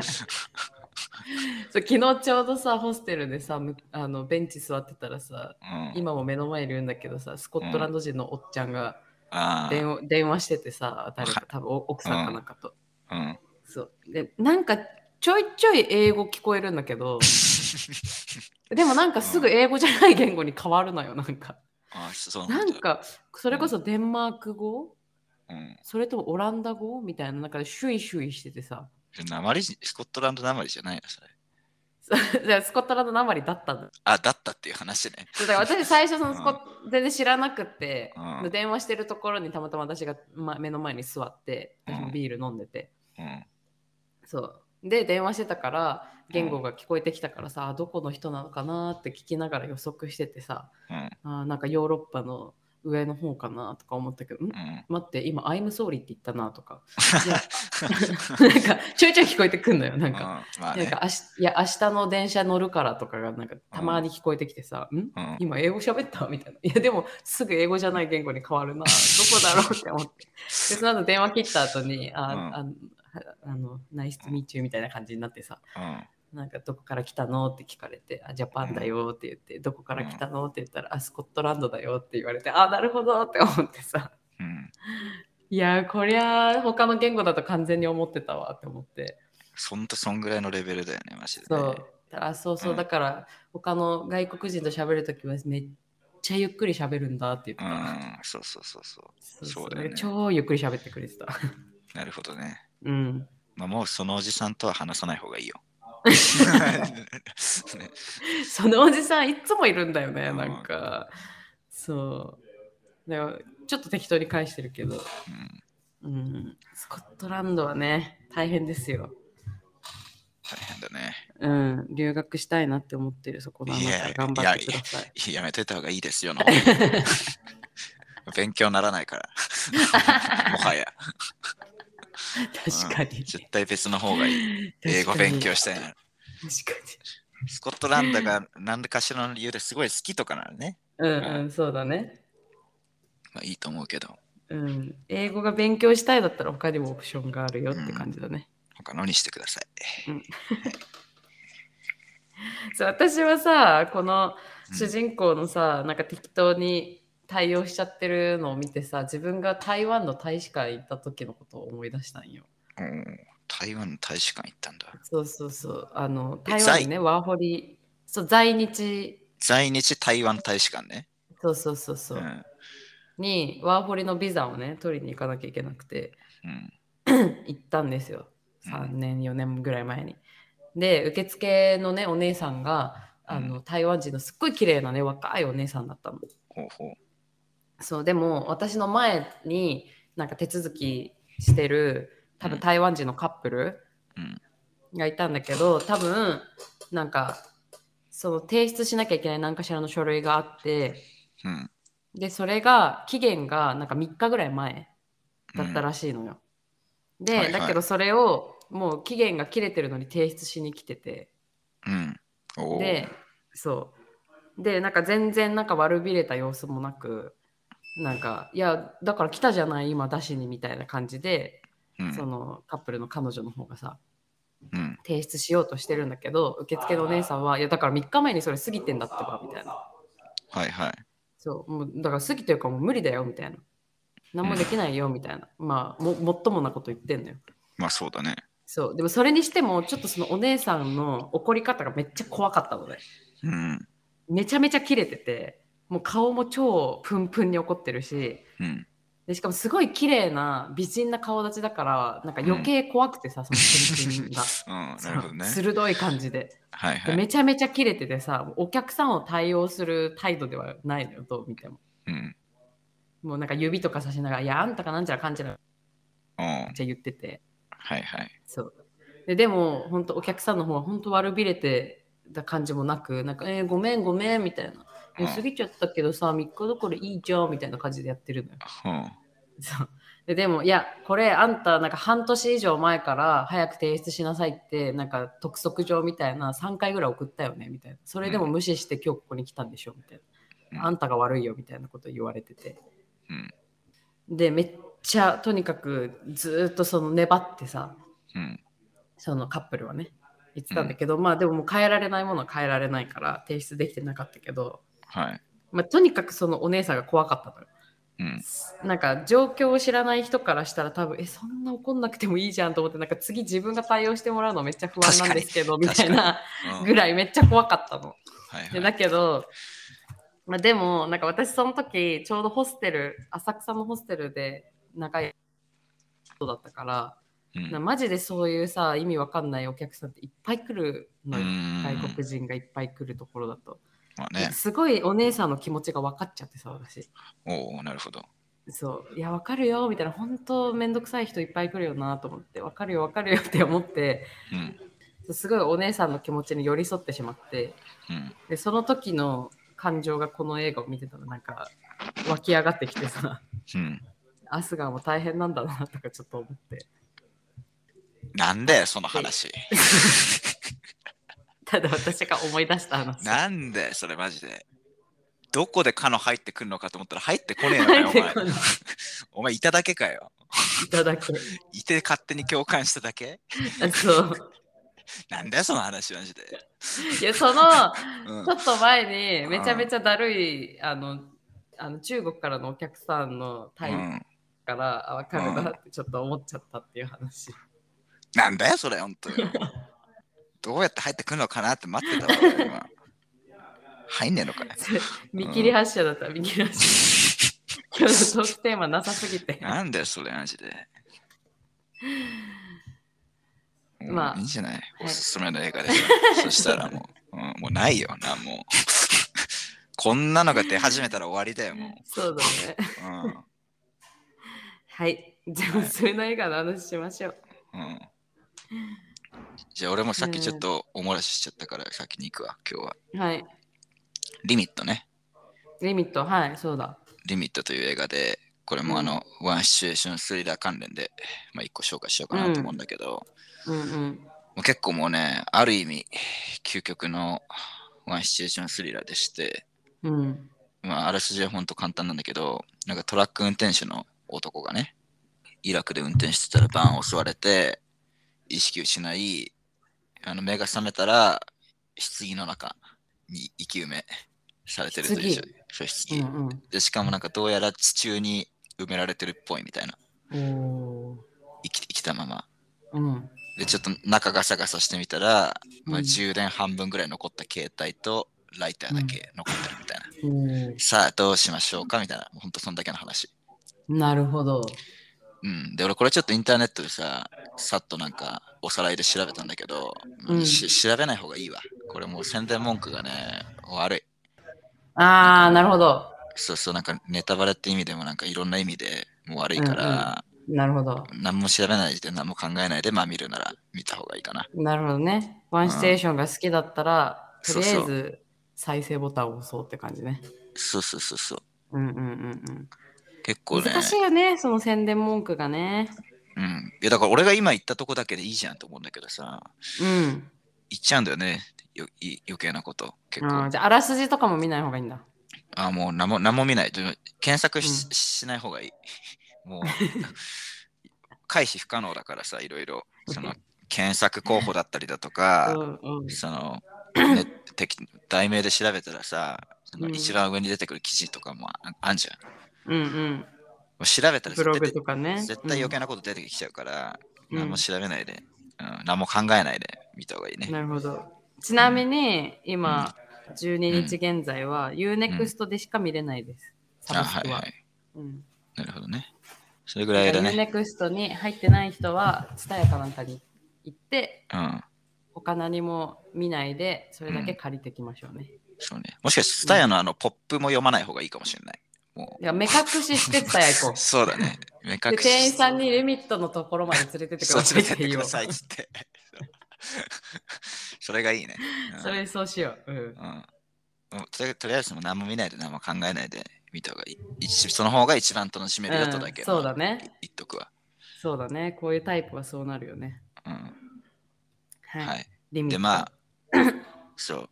Speaker 1: そう昨日ちょうどさ、ホステルでさ、むあのベンチ座ってたらさ、
Speaker 2: うん、
Speaker 1: 今も目の前にいるんだけどさ、スコットランド人のおっちゃんが
Speaker 2: あ
Speaker 1: 電話,、電話しててさ、誰か、多分お奥さんかなんかと。
Speaker 2: あ、うん。
Speaker 1: そうでなんかちょいちょい英語聞こえるんだけどでもなんかすぐ英語じゃない言語に変わるのよなんか
Speaker 2: あそう
Speaker 1: な
Speaker 2: だ
Speaker 1: ん、かそれこそデンマーク語
Speaker 2: うん。
Speaker 1: それともオランダ語みたいな中でシュイシュイしててさ
Speaker 2: 鉛じ、スコットランドなまりじゃないの、それ。
Speaker 1: でスコットランドなまりだったの
Speaker 2: あ、だったっていう話ね。
Speaker 1: そうだから私最初そのスコ全然知らなくて
Speaker 2: うん
Speaker 1: 電話してるところにたまたま私が、ま、目の前に座って
Speaker 2: うん
Speaker 1: 私もビール飲んでて
Speaker 2: うん。
Speaker 1: そうで電話してたから言語が聞こえてきたからさ、あどこの人なのかなって聞きながら予測しててさ
Speaker 2: うん。
Speaker 1: あーなんかヨーロッパの上の方かなとか思ったけど、ん
Speaker 2: うん。
Speaker 1: 待って今「I'm sorry」って言ったなとかいや なんかちょいちょい聞こえてくんのよなんか。
Speaker 2: うん、ま
Speaker 1: な
Speaker 2: あ
Speaker 1: ん
Speaker 2: ね
Speaker 1: か。明日いや明日の電車乗るからとかがなんかたまに聞こえてきてさ、ん
Speaker 2: うん
Speaker 1: 今英語喋ったみたいな。いやでもすぐ英語じゃない言語に変わ るな。どこだろうって思って。で、その後電話切った後に、あ、
Speaker 2: うん
Speaker 1: あのあの、ナイスミーチューみたいな感じになってさ、
Speaker 2: うん
Speaker 1: なんかどこから来たのって聞かれて、あ、ジャパンだよって言って、どこから来たのって言ったら、あ、スコットランドだよって言われて、あ、なるほどって思ってさ。
Speaker 2: うん。
Speaker 1: いやこりゃ他の言語だと完全に思ってたわって思って。
Speaker 2: そんとそんぐらいのレベルだよね、マジでね。
Speaker 1: そう。あそうそう、
Speaker 2: うん
Speaker 1: だから他の外国人と喋るときはめっちゃゆっくり喋るんだって言って
Speaker 2: う
Speaker 1: た。
Speaker 2: ん、そうそうそうそ
Speaker 1: そう
Speaker 2: そうだよね
Speaker 1: 超ゆっくり喋ってくれて た。
Speaker 2: う。なるほどね。
Speaker 1: うん。
Speaker 2: まあ、もうそのおじさんとは話さない方がいいよ。 ね
Speaker 1: そのおじさんいつもいるんだよね、なんか。そう。だからちょっと適当に返してるけど、う
Speaker 2: うん、
Speaker 1: ん。スコットランドはね、大変ですよ。
Speaker 2: 大変だね。
Speaker 1: うん。留学したいなって思ってる、そこのあ
Speaker 2: い
Speaker 1: な
Speaker 2: や
Speaker 1: た頑張ってください。
Speaker 2: やめといた方がいいで すよの方が。勉強ならないから。もはや。
Speaker 1: 確かに。
Speaker 2: 絶対別の方がいい。英語
Speaker 1: 確かに
Speaker 2: 勉強したいなら。
Speaker 1: 確か
Speaker 2: スコットランドが何かしらの理由ですごい好きとかならね。
Speaker 1: に。うんうん、そうだね。
Speaker 2: まあいいと思うけど、
Speaker 1: うん、英語が勉強したいだったら他にもオプションがあるよって感じだね。
Speaker 2: 他のにしてください。
Speaker 1: そう私はさこの
Speaker 2: うん
Speaker 1: 主人公のさ、なんか適当に対応しちゃってるのを見てさ自分が台湾の大使館行った時のことを思い出したんよ。
Speaker 2: うん台湾の大使館行ったんだ。
Speaker 1: そうそうそうあの
Speaker 2: え
Speaker 1: 台湾にねワーホリそう在日
Speaker 2: 在日台湾大使館ね。
Speaker 1: そうそうそうそうう、
Speaker 2: ん。
Speaker 1: にワーホリのビザをね取りに行かなきゃいけなくて
Speaker 2: うん。
Speaker 1: 行ったんですよ
Speaker 2: うん
Speaker 1: 3年4年ぐらい前に。で受付のねお姉さんがあの、台湾人のすっごい綺麗なね若いお姉さんだったの。
Speaker 2: ほうほう。
Speaker 1: そうでも私の前になんか手続きしてる多
Speaker 2: う
Speaker 1: 分
Speaker 2: ん
Speaker 1: 台湾人のカップル
Speaker 2: うん
Speaker 1: がいたんだけど多分なんかその提出しなきゃいけない何かしらの書類があって
Speaker 2: うん。
Speaker 1: でそれが期限がなんか3日ぐらい前だったらしいのよ。で、
Speaker 2: はいはい
Speaker 1: だけどそれをもう期限が切れてるのに提出しに来てて
Speaker 2: うん。おー
Speaker 1: でそうでなんか全然なんか悪びれた様子もなくなんかいやだから来たじゃない今出しにみたいな感じで、
Speaker 2: うん
Speaker 1: そのカップルの彼女の方がさ
Speaker 2: うん。
Speaker 1: 提出しようとしてるんだけど受付のお姉さんはいやだから3日前にそれ過ぎてんだってばみたいな
Speaker 2: はいはい。
Speaker 1: そうそうもうだから過ぎてるからもう無理だよみたいな何もできないよみたいな、まあももっともなこと言ってんのよ
Speaker 2: まあそうだね。
Speaker 1: そうでもそれにしてもちょっとそのお姉さんの怒り方がめっちゃ怖かったので
Speaker 2: うん。
Speaker 1: めちゃめちゃキレててもう顔も超プンプンに怒ってるし
Speaker 2: うん。
Speaker 1: でしかもすごい綺麗な美人な顔立ちだからなんか余計怖くてさ、そのプン プンが
Speaker 2: うん、なるほどね
Speaker 1: そう。鋭い感じで
Speaker 2: はい
Speaker 1: で
Speaker 2: はい。
Speaker 1: めちゃめちゃキレててさお客さんを対応する態度ではないのよどう見ても
Speaker 2: うん。
Speaker 1: もうなんか指とかさしながら「いやあんたかなんちゃらかんちゃら」
Speaker 2: うん。
Speaker 1: めっちゃ言ってて
Speaker 2: はいはい。
Speaker 1: そうででも本当お客さんの方は本当悪びれてた感じもなくなんか「えーごめんごめん」みたいな「え
Speaker 2: うん
Speaker 1: 過ぎちゃったけどさ3日どころいいじゃん」みたいな感じでやってるのよ
Speaker 2: うん。
Speaker 1: そうででもいやこれあんたなんか半年以上前から早く提出しなさいってなんか督促状みたいな3回ぐらい送ったよねみたいなそれでも無視して今日ここに来たんでしょみたいな、
Speaker 2: うん
Speaker 1: あんたが悪いよみたいなこと言われてて、
Speaker 2: うん
Speaker 1: でめっちゃとにかくずーっとその粘ってさ
Speaker 2: うん。
Speaker 1: そのカップルはね言ってたんだけど、まあでももう変えられないものは変えられないから提出できてなかったけど、
Speaker 2: はい。
Speaker 1: まあ、とにかくそのお姉さんが怖かったのよ
Speaker 2: うん。
Speaker 1: なんか状況を知らない人からしたら多分えそんな怒んなくてもいいじゃんと思ってなんか次自分が対応してもらうのめっちゃ不安なんですけどみ
Speaker 2: 確
Speaker 1: た
Speaker 2: かに
Speaker 1: いな
Speaker 2: うん
Speaker 1: ぐらいめっちゃ怖かったの。
Speaker 2: はい
Speaker 1: で
Speaker 2: は
Speaker 1: だ
Speaker 2: い。
Speaker 1: けど、まあ、でもなんか私その時ちょうどホステル浅草のホステルで長い人だったから、
Speaker 2: う
Speaker 1: なん
Speaker 2: ん
Speaker 1: マジでそういうさ意味わかんないお客さんっていっぱい来るのよ、
Speaker 2: うん
Speaker 1: 外国人がいっぱい来るところだと、
Speaker 2: まあね。
Speaker 1: すごいお姉さんの気持ちが分かっちゃってさ私。
Speaker 2: おおなるほど。
Speaker 1: そういやわかるよみたいな本当めんどくさい人いっぱい来るよなと思ってわかるよわかるよって思って
Speaker 2: うん。
Speaker 1: そうすごいお姉さんの気持ちに寄り添ってしまって
Speaker 2: うん。
Speaker 1: でその時の感情がこの映画を見てたらなんか湧き上がってきてさ
Speaker 2: うん。
Speaker 1: アスガーも大変なんだなとかちょっと思って
Speaker 2: なんだよ、その話。
Speaker 1: ただ私が思い出した話
Speaker 2: なんだよ、それマジで。どこでかの入ってくるのかと思ったら入ってこねえのか
Speaker 1: 入
Speaker 2: よ、お
Speaker 1: って
Speaker 2: 前
Speaker 1: こ。 ない
Speaker 2: お前いただけかよ。
Speaker 1: いただけ
Speaker 2: いて勝手に共感しただけ
Speaker 1: あそう
Speaker 2: なんだよ、その話マジで。
Speaker 1: いやその
Speaker 2: うん
Speaker 1: ちょ。っと前にめちゃめちゃだるいあのあの中国からのお客さんの
Speaker 2: う
Speaker 1: 対応
Speaker 2: ん、
Speaker 1: から、あ、わかるなってちょっと思っちゃったっていう話。
Speaker 2: なんだよ、それ、本当に。どうやって入ってくるのかなって待ってたわ、俺今。入んねえのかね。
Speaker 1: 見切り発車だった、見切り発車。今日のトークテーマなさすぎて。
Speaker 2: なんだよ、それ、マジで。もう
Speaker 1: まあ
Speaker 2: いいんじゃない
Speaker 1: い
Speaker 2: おすすめの映画でしょ。そしたらもう、うん、もうないよな、もう。 こんなのが出始めたら終わりだよ、も
Speaker 1: そうだね。
Speaker 2: う。
Speaker 1: はい。じゃあ、それの映画の話しましょう。
Speaker 2: うん。うん、じゃあ、俺もさっきちょっとお漏らししちゃったから、先に行くわ、今日は。
Speaker 1: はい。
Speaker 2: リミットね。
Speaker 1: リミット、はい、そうだ。
Speaker 2: リミットという映画で、これもあの、ワンシチュエーションスリラー関連で、まあ、一個紹介しようかなと思うんだけど、
Speaker 1: うんうん。
Speaker 2: もう結構もうね、ある意味、究極のワンシチュエーションスリラーでして、
Speaker 1: うん。
Speaker 2: まあ、あらすじは本当簡単なんだけど、なんかトラック運転手の男がね、イラクで運転してたらバーン襲われて、意識失い、あの目が覚めたら、棺の中に生き埋めされてるという
Speaker 1: 棺
Speaker 2: 状そう
Speaker 1: う
Speaker 2: 棺、
Speaker 1: ん
Speaker 2: で。しかもなんかどうやら地中に埋められてるっぽいみたいな、
Speaker 1: うん。おー
Speaker 2: 生き生きたまま。
Speaker 1: うん。
Speaker 2: で、ちょっと中ガサガサしてみたら、まあ、
Speaker 1: うん
Speaker 2: 充電半分ぐらい残った携帯とライターだけ残ってるみたいな。
Speaker 1: おー
Speaker 2: さあ、どうしましょうかみたいな。もうほんとそんだけの話。
Speaker 1: なるほど。
Speaker 2: うん。で、俺これちょっとインターネットでさ、さっとなんかおさらいで調べたんだけど、
Speaker 1: うん
Speaker 2: し調べない方がいいわ。これもう宣伝文句がね、悪い。
Speaker 1: あー、なるほど。
Speaker 2: そうそう、なんかネタバレって意味でもなんかいろんな意味でもう悪いから、
Speaker 1: なるほど。
Speaker 2: 何も調べないで何も考えないで、まあ見るなら見た方がいいかな。
Speaker 1: なるほどね。ワンシチュエーションが好きだったら、
Speaker 2: うん
Speaker 1: とりあえ
Speaker 2: そう
Speaker 1: ず再生ボタンを押そうって感じね。
Speaker 2: そうそうそうそう。
Speaker 1: うんうんうんうん。
Speaker 2: 結構ね。
Speaker 1: 難しいよねその宣伝文句がね
Speaker 2: うん。いや、だから俺が今言ったとこだけでいいじゃんと思うんだけどさ、
Speaker 1: うん
Speaker 2: 言っちゃうんだよね。よい余計なこと。結構。
Speaker 1: あー
Speaker 2: あ
Speaker 1: じゃああらすじとかも見ない方がいいんだ
Speaker 2: あ、もう何も何も見ない。でも検索し,、
Speaker 1: うん
Speaker 2: しない方がいい。 もう、回避不可能だからさ、いろいろ。その、検索候補だったりだと
Speaker 1: う
Speaker 2: か、
Speaker 1: んうん
Speaker 2: その、ね、適題名で調べたらさ、その
Speaker 1: うん
Speaker 2: 一番上に出てくる記事とかもああんじゃん。も
Speaker 1: うんうん。
Speaker 2: う調べたら
Speaker 1: ブ
Speaker 2: 絶
Speaker 1: ロ
Speaker 2: 対
Speaker 1: グ
Speaker 2: 出て
Speaker 1: とかね。
Speaker 2: 絶対余計なこと出てきちゃうから、
Speaker 1: うん
Speaker 2: 何も調べないで、うん何も考えないで見た方がいい
Speaker 1: うん
Speaker 2: ね。
Speaker 1: なるほど。ちなみに、今、12日現在は UNEXT でしか見れないです。サ
Speaker 2: あ
Speaker 1: ブス
Speaker 2: は
Speaker 1: ク
Speaker 2: いは。
Speaker 1: はいうん
Speaker 2: なるほどね。それぐらいだね。
Speaker 1: UNEXT に入ってない人は、ツタヤかなんかに行って、
Speaker 2: うん。
Speaker 1: 他何も見ないで、それだけ借りてきましょうね。
Speaker 2: そうね。もしかして、スタヤのあの、ポップも読まない方がいいかもしれない。も
Speaker 1: いや目隠ししてツタヤ行こ
Speaker 2: う。 そうだね。目
Speaker 1: う。で、
Speaker 2: 隠し。
Speaker 1: 店員さんにリミットのところまで連れてってく
Speaker 2: そ
Speaker 1: だ
Speaker 2: う、
Speaker 1: さい
Speaker 2: 連
Speaker 1: っ
Speaker 2: れて
Speaker 1: て
Speaker 2: って
Speaker 1: 言
Speaker 2: く
Speaker 1: おう
Speaker 2: だ。さいっ つって。それがいいね。うん
Speaker 1: それそうしよう。うん。
Speaker 2: うんもうとりあえずとりあえずもう何も見ないで何も考えないで見た方がいい。一その方が一番楽しめるよとだけ、
Speaker 1: うんそうだね
Speaker 2: まあい言っとくわ。
Speaker 1: そうだね。こういうタイプはそうなるよね。
Speaker 2: うん
Speaker 1: はい。
Speaker 2: はい。
Speaker 1: リミット。
Speaker 2: で、まあ、そう。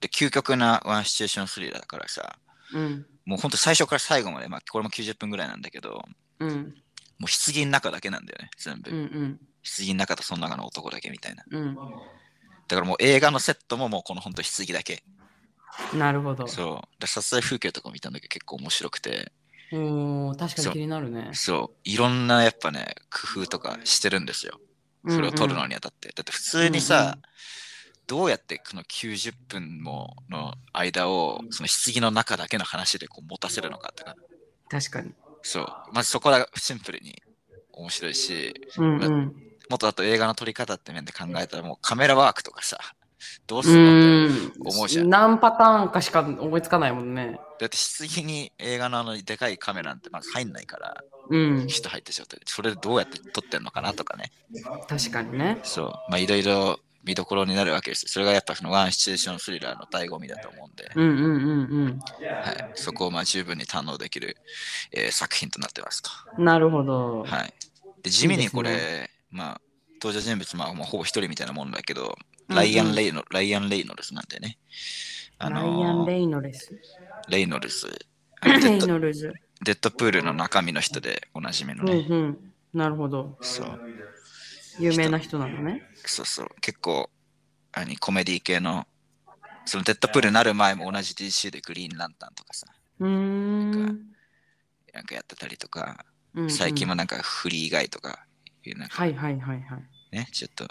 Speaker 2: で、究極なワンシチュエーションスリラーだからさ、
Speaker 1: うん。
Speaker 2: もうほんと最初から最後まで、まあ、これも90分ぐらいなんだけど、
Speaker 1: うん。
Speaker 2: もう棺の中だけなんだよね、全部。
Speaker 1: うんうん。
Speaker 2: 棺の中とその中の男だけみたいな。
Speaker 1: うん。
Speaker 2: だからもう映画のセットももうこのほんと棺だけ。
Speaker 1: なるほど。
Speaker 2: そう。で撮影風景とか見たんだけど結構面白くて、
Speaker 1: おー確かに気になるね。
Speaker 2: そう。いろんなやっぱね、工夫とかしてるんですよ。それを撮るのにあたって。だって普通にさ、
Speaker 1: うんうん
Speaker 2: どうやってこの90分もの間をその棺の中だけの話でこう持たせるのかとか、
Speaker 1: 確かに。
Speaker 2: そう、まずそこがシンプルに面白いし、
Speaker 1: うんうん。
Speaker 2: もっとあと映画の撮り方って面で考えたらもうカメラワークとかさ、どう
Speaker 1: う
Speaker 2: するのって。
Speaker 1: ん。
Speaker 2: 思うじゃん
Speaker 1: 何パターンかしか思いつかないもんね。
Speaker 2: だって棺に映画のあのでかいカメラなんてまず入んないから、
Speaker 1: うん。
Speaker 2: 人入ってしまって、それでどうやって撮ってるのかなとかね。
Speaker 1: 確かにね。
Speaker 2: そう、まあいろいろ見どころになるわけですよ。それがやっぱそのワンシチュエーションスリラーの醍醐味だと思うんで。
Speaker 1: うんうんうん
Speaker 2: はい、そこをまあ十分に堪能できる、えー作品となってますと。
Speaker 1: うん。なるほど。
Speaker 2: はい、で地味にこれ、
Speaker 1: いいで
Speaker 2: まあ、登場人物、まあ、もうほぼ一人みたいなもんだけど、
Speaker 1: うん
Speaker 2: ライアン・レイノライアンレイノルスなんでね。あ
Speaker 1: ライアン・
Speaker 2: の
Speaker 1: レイノレス。
Speaker 2: レイノルス。あのデ
Speaker 1: レ
Speaker 2: ッ
Speaker 1: イ
Speaker 2: ド
Speaker 1: ノルズ。
Speaker 2: デッドプールの中身の人でおなじみの
Speaker 1: うんう
Speaker 2: ね。
Speaker 1: ん。なるほど。
Speaker 2: そう
Speaker 1: 有名な人なのね。
Speaker 2: そうそう。結構あのコメディ系の、そのデッドプールになる前も同じ DC でグリーンランタンとかさ、
Speaker 1: うーん。
Speaker 2: なんかやってたりとか、
Speaker 1: うんうん
Speaker 2: 最近もなんかフリー以外とかいうなんか
Speaker 1: はいはいはいはい。
Speaker 2: ね、ちょっと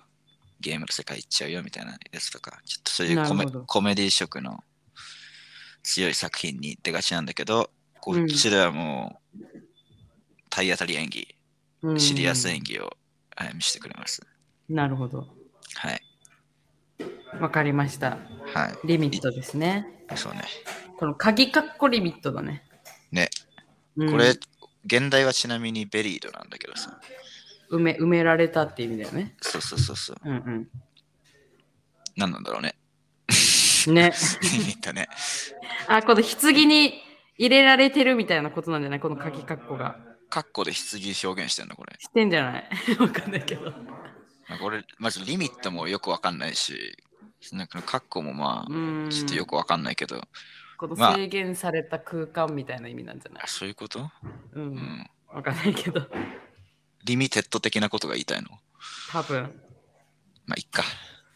Speaker 2: ゲームの世界行っちゃうよみたいなやつとか、ちょっとそういうコメ
Speaker 1: なるほど
Speaker 2: コメディ色の強い作品に出がちなんだけど、こ
Speaker 1: うん
Speaker 2: っちではもう、体当たり演技、
Speaker 1: うん
Speaker 2: シリアス演技を、はい見せてくれます。
Speaker 1: なるほど。
Speaker 2: はい。
Speaker 1: わかりました。
Speaker 2: は
Speaker 1: リミットですね。
Speaker 2: い。そうね。
Speaker 1: この鍵かっこリミットだね。
Speaker 2: ね、
Speaker 1: うん
Speaker 2: これ、現代はちなみにベリードなんだけどさ。
Speaker 1: 埋め埋められたって意味だよね。
Speaker 2: そうそうそうそう。
Speaker 1: うん
Speaker 2: 何なんだろうね。
Speaker 1: うん。ね。
Speaker 2: 言ったね。
Speaker 1: あ、この棺に入れられてるみたいなことなんじゃないこの鍵かっこが。
Speaker 2: カッコで棺表現してんのこれ。
Speaker 1: してんじゃない わかんないけど。
Speaker 2: なんか俺、まずリミットもよくわかんないし、なんかカッコもまあ、
Speaker 1: うん。
Speaker 2: ちょっとよくわかんないけど、
Speaker 1: この
Speaker 2: まあ
Speaker 1: 制限された空間みたいな意味なんじゃない
Speaker 2: あ、そういうこと、
Speaker 1: う。
Speaker 2: うんん、
Speaker 1: わかんない けど。
Speaker 2: リミテッド的なことが言いたいの
Speaker 1: 多分。
Speaker 2: まあ、いっ か。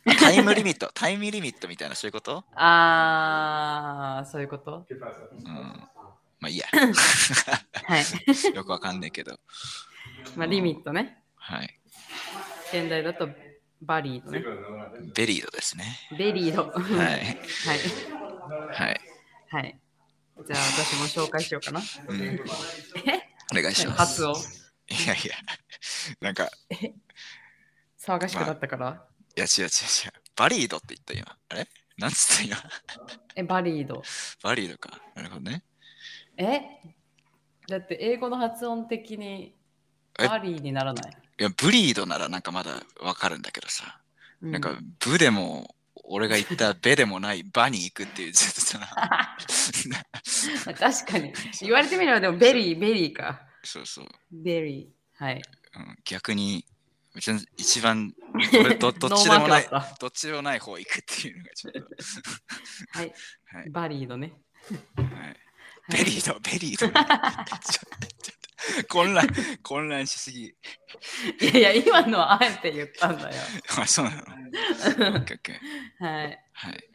Speaker 2: あタイムリミット、タイムリミットみたいな、そういうこと
Speaker 1: あー、そういうこと
Speaker 2: うん。まあ、い いや。
Speaker 1: はい。
Speaker 2: よくわかんないけど。
Speaker 1: まあ、リミットね。
Speaker 2: はい。
Speaker 1: 現代だとバリードね。
Speaker 2: ベリードですね。
Speaker 1: ベリード。
Speaker 2: は
Speaker 1: はい。
Speaker 2: い。
Speaker 1: はい。
Speaker 2: はい。
Speaker 1: はい。じゃあ私も紹介しようかな。
Speaker 2: うん、
Speaker 1: え
Speaker 2: お願いします。
Speaker 1: 初を
Speaker 2: いやいや。なんか、
Speaker 1: 騒がしくなったから。
Speaker 2: いや、違う違う違う。バリードって言った今。あれなんつった今。
Speaker 1: え、バリード。
Speaker 2: バリードか。なるほどね。
Speaker 1: えだって英語の発音的に
Speaker 2: え
Speaker 1: バリーにならない。
Speaker 2: いや、ブリードならなんかまだわかるんだけどさ。
Speaker 1: う
Speaker 2: なんか、部でも、俺が言ったべでもない場に行くっていう、ちょっ とその
Speaker 1: まあ確かに。言われてみればでもベリー、ベリーか。
Speaker 2: そうそう、
Speaker 1: ベリー。はい。
Speaker 2: うん逆に、全然一番 どれど、どっちでもな
Speaker 1: ノー
Speaker 2: い
Speaker 1: マークだった、
Speaker 2: どっちでもない方行くっていうのがちょっと、
Speaker 1: はい。
Speaker 2: はい
Speaker 1: バリードね。
Speaker 2: はい
Speaker 1: は
Speaker 2: ベ
Speaker 1: い
Speaker 2: リード、ベリード。ちょっとちょっと混乱、混乱しすぎ。
Speaker 1: いやいや、今のはあえて言った んだよ。
Speaker 2: あ、そうなの。オッケーオッケー
Speaker 1: はい。
Speaker 2: はい。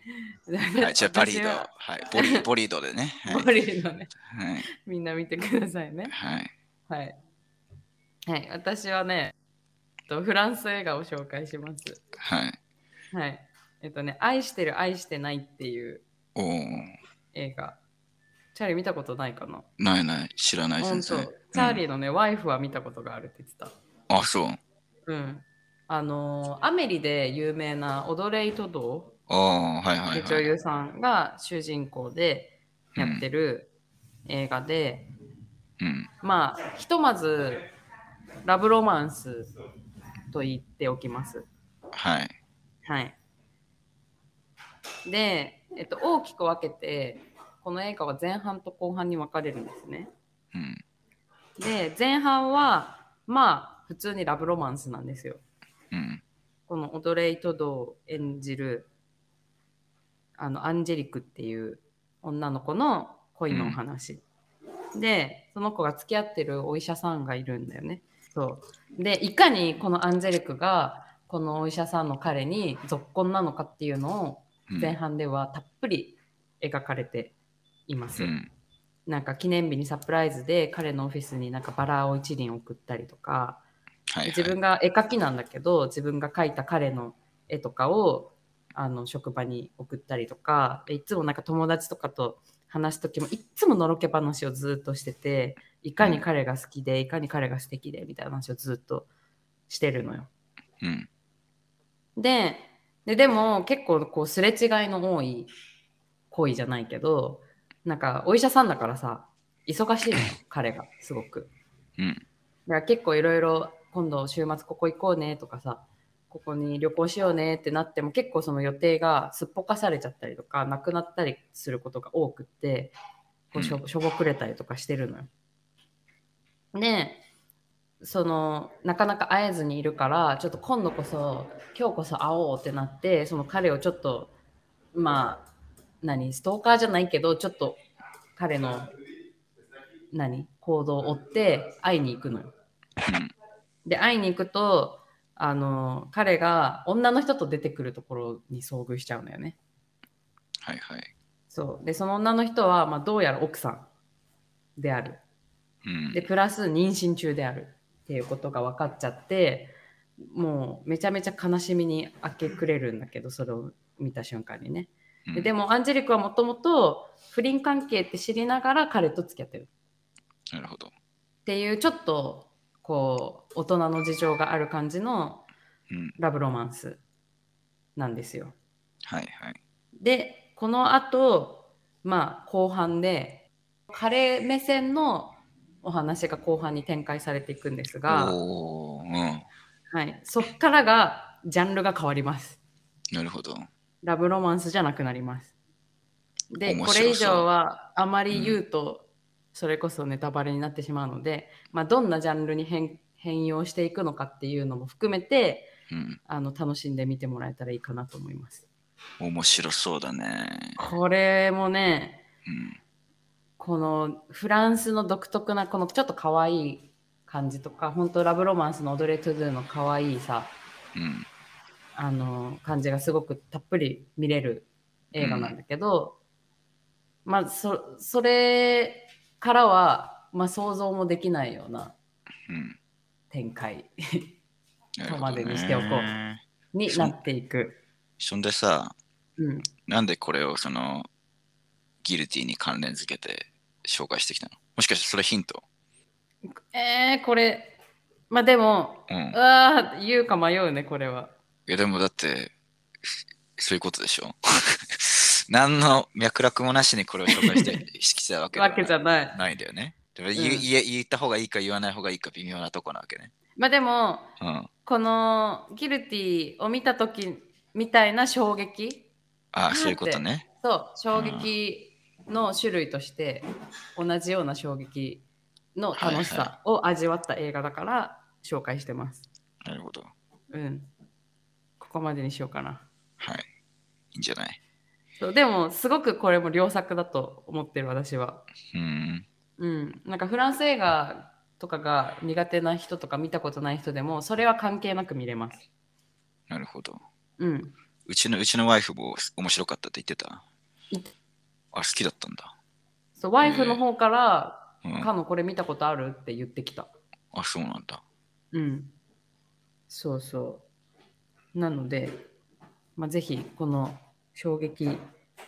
Speaker 1: だか
Speaker 2: は
Speaker 1: ら
Speaker 2: い、じゃあ、バリード。
Speaker 1: 私は
Speaker 2: はい。ボリボリードでね。はい。
Speaker 1: ボリーのね、
Speaker 2: はい。
Speaker 1: みんな見てくださいね。
Speaker 2: はい、
Speaker 1: はい。はい、私はね、えっとフランス映画を紹介します。
Speaker 2: はい。
Speaker 1: はい。えっとね、愛してる、愛してないっていう
Speaker 2: おお。
Speaker 1: 映画。チャーリー見たことないかな
Speaker 2: ないない。知らない
Speaker 1: 本
Speaker 2: 先
Speaker 1: 当。チ
Speaker 2: 生。
Speaker 1: ャーリーのね、ワイフは見たことがあるって言ってた。
Speaker 2: あ、そう。
Speaker 1: うん。あのーアメリで有名なオドレイトド
Speaker 2: ああ、はい
Speaker 1: ー
Speaker 2: は
Speaker 1: ってい
Speaker 2: い
Speaker 1: う女
Speaker 2: はい。
Speaker 1: 優さんが主人公でやってる映画で、
Speaker 2: うん。
Speaker 1: まあひとまずラブロマンスと言っておきます。
Speaker 2: はい。
Speaker 1: はい。で、えっと、大きく分けてこの映画は前半と後半に分かれるんですね。
Speaker 2: うん。
Speaker 1: で前半はまあ普通にラブロマンスなんですよ。
Speaker 2: うん。
Speaker 1: このオドレイトドを演じるあのアンジェリクっていう女の子の恋のお話、でその子が付き合ってるお医者さんがいるんだよねそうでいかにこのアンジェリクがこのお医者さんの彼にぞっこんなのかっていうのを
Speaker 2: うん
Speaker 1: 前半ではたっぷり描かれています、
Speaker 2: うん。
Speaker 1: なんか記念日にサプライズで彼のオフィスになんかバラを一輪送ったりとか
Speaker 2: はい、はい。
Speaker 1: 自分が絵描きなんだけど自分が描いた彼の絵とかをあの職場に送ったりとかでいつもなんか友達とかと話す時もいっつものろけ話をずっとしてていかに彼が好きでいかに彼が素敵でみたいな話をずっとしてるのよ。
Speaker 2: うん。
Speaker 1: でででも結構こうすれ違いの多い恋じゃないけどなんかお医者さんだからさ忙しいの よ彼がすごく。
Speaker 2: うん。
Speaker 1: だから結構いろいろ今度週末ここ行こうねとかさここに旅行しようねってなっても結構その予定がすっぽかされちゃったりとかなくなったりすることが多くってこうしょ,、
Speaker 2: う
Speaker 1: しょぼくれたりとかしてるのよ。でそのなかなか会えずにいるからちょっと今度こそ今日こそ会おうってなってその彼をちょっとまあ何ストーカーじゃないけどちょっと彼の何行動を追って会いに行くのよ。
Speaker 2: うん。
Speaker 1: で会いに行くとあの彼が女の人と出てくるところに遭遇しちゃうのよね。
Speaker 2: はいはい。
Speaker 1: そうでその女の人は、まあ、どうやら奥さんである。
Speaker 2: うん。
Speaker 1: でプラス妊娠中であるっていうことが分かっちゃってもうめちゃめちゃ悲しみに明け暮れるんだけどそれを見た瞬間にね。
Speaker 2: うん
Speaker 1: ででもアンジェリックはもともと不倫関係って知りながら彼と付き合ってる。
Speaker 2: なるほど。
Speaker 1: っていうちょっとこう大人の事情がある感じの
Speaker 2: うん。
Speaker 1: ラブロマンスなんですよ。
Speaker 2: はいはい。
Speaker 1: でこの後まあ後半で彼目線のお話が後半に展開されていくんですが、
Speaker 2: おお。うん。
Speaker 1: はい、そっからがジャンルが変わります。
Speaker 2: なるほど。
Speaker 1: ラブロマンスじゃなくなります。で
Speaker 2: 面
Speaker 1: こ
Speaker 2: 白そう
Speaker 1: れ以上はあまり言うと、それこそネタバレになってしまうので、まあ、どんなジャンルに変変容していくのかっていうのも含めて
Speaker 2: うん。
Speaker 1: あの楽しんで見てもらえたらいいかなと思います。
Speaker 2: 面白そうだね。
Speaker 1: これもね
Speaker 2: うん。
Speaker 1: このフランスの独特なこのちょっと可愛い感じとか本当ラブロマンスの「オドレ・トゥ・ドゥ」の可愛いさ
Speaker 2: うん。
Speaker 1: あの感じがすごくたっぷり見れる映画なんだけど、まあそそれからは、まあ、想像もできないような
Speaker 2: うん。
Speaker 1: 展開
Speaker 2: なる
Speaker 1: と
Speaker 2: ほ
Speaker 1: ま
Speaker 2: どね
Speaker 1: でにしておこうになっていく。
Speaker 2: そんでさ、
Speaker 1: うん、
Speaker 2: なんでこれをその、ギルティに関連づけて紹介してきたのもしかしてそれヒント
Speaker 1: えー、これまあでも
Speaker 2: うん。
Speaker 1: うわー言うか迷うねこれは。
Speaker 2: いやでもだって、そういうことでしょ 何の脈絡もなしにこれを紹介してきたわけで
Speaker 1: わ
Speaker 2: はない
Speaker 1: けじゃない。
Speaker 2: ないんだよね。でも
Speaker 1: ん
Speaker 2: 言,、言え言った方がいいか言わない方がいいか微妙なとこなわけね。
Speaker 1: まあでも
Speaker 2: うん。
Speaker 1: この「ギルティ」を見た時みたいな衝撃
Speaker 2: ああ、そういうことね。
Speaker 1: そう衝撃の種類として同じような衝撃の楽しさを味わった映画だから紹介してます。
Speaker 2: なるほど。
Speaker 1: うん。ここまでにしようかな。
Speaker 2: はい。いいんじゃない
Speaker 1: そうでもすごくこれも良作だと思ってる私は。
Speaker 2: うーん。
Speaker 1: うん。なんかフランス映画とかが苦手な人とか見たことない人でもそれは関係なく見れます。
Speaker 2: なるほど。
Speaker 1: うん。
Speaker 2: うちの、うちのワイフも面白かったって言ってた。
Speaker 1: 言って
Speaker 2: あ、好きだったんだ。
Speaker 1: そうワイフの方から、
Speaker 2: うん、
Speaker 1: かのこれ見たことあるって言ってきた。
Speaker 2: あ、そうなんだ。
Speaker 1: うん。そうそう。なので、まあ、ぜひこの衝撃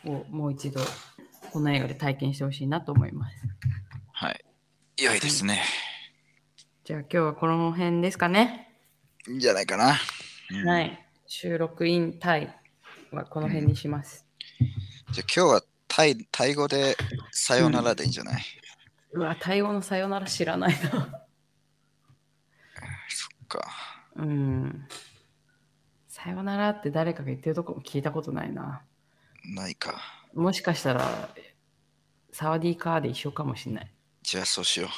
Speaker 1: をもう一度この映画で体験してほしいなと思います。
Speaker 2: はい。良いですね。
Speaker 1: じゃあ今日はこの辺ですかね。
Speaker 2: いいんじゃないかな。うん
Speaker 1: はい。収録インタイはこの辺にします。
Speaker 2: じゃあ今日はタイタイ語でさよならでいいんじゃない、
Speaker 1: うわ、タイ語のさよなら知らないな。
Speaker 2: そっか。
Speaker 1: うん。さよならって誰かが言ってるとこも聞いたことないな。
Speaker 2: ないか。
Speaker 1: もしかしたら、サワディーカーで一緒かもしれない。
Speaker 2: じゃあそうしよう。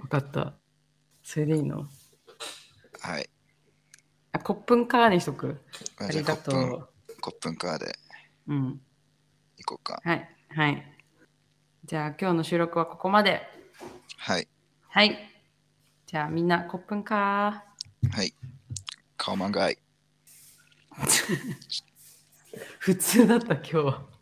Speaker 1: わかった。それでいいの
Speaker 2: はい。
Speaker 1: あ、コップンカーにしとく。あ
Speaker 2: じゃ
Speaker 1: り
Speaker 2: あ
Speaker 1: が
Speaker 2: コップン
Speaker 1: と
Speaker 2: コップンカーで
Speaker 1: う。うん。
Speaker 2: 行こうか。
Speaker 1: はい。はい。じゃあ今日の収録はここまで。
Speaker 2: はい。
Speaker 1: はい。じゃあみんなコップンカ
Speaker 2: はい。顔漫画愛。
Speaker 1: ー。普通だった今日は。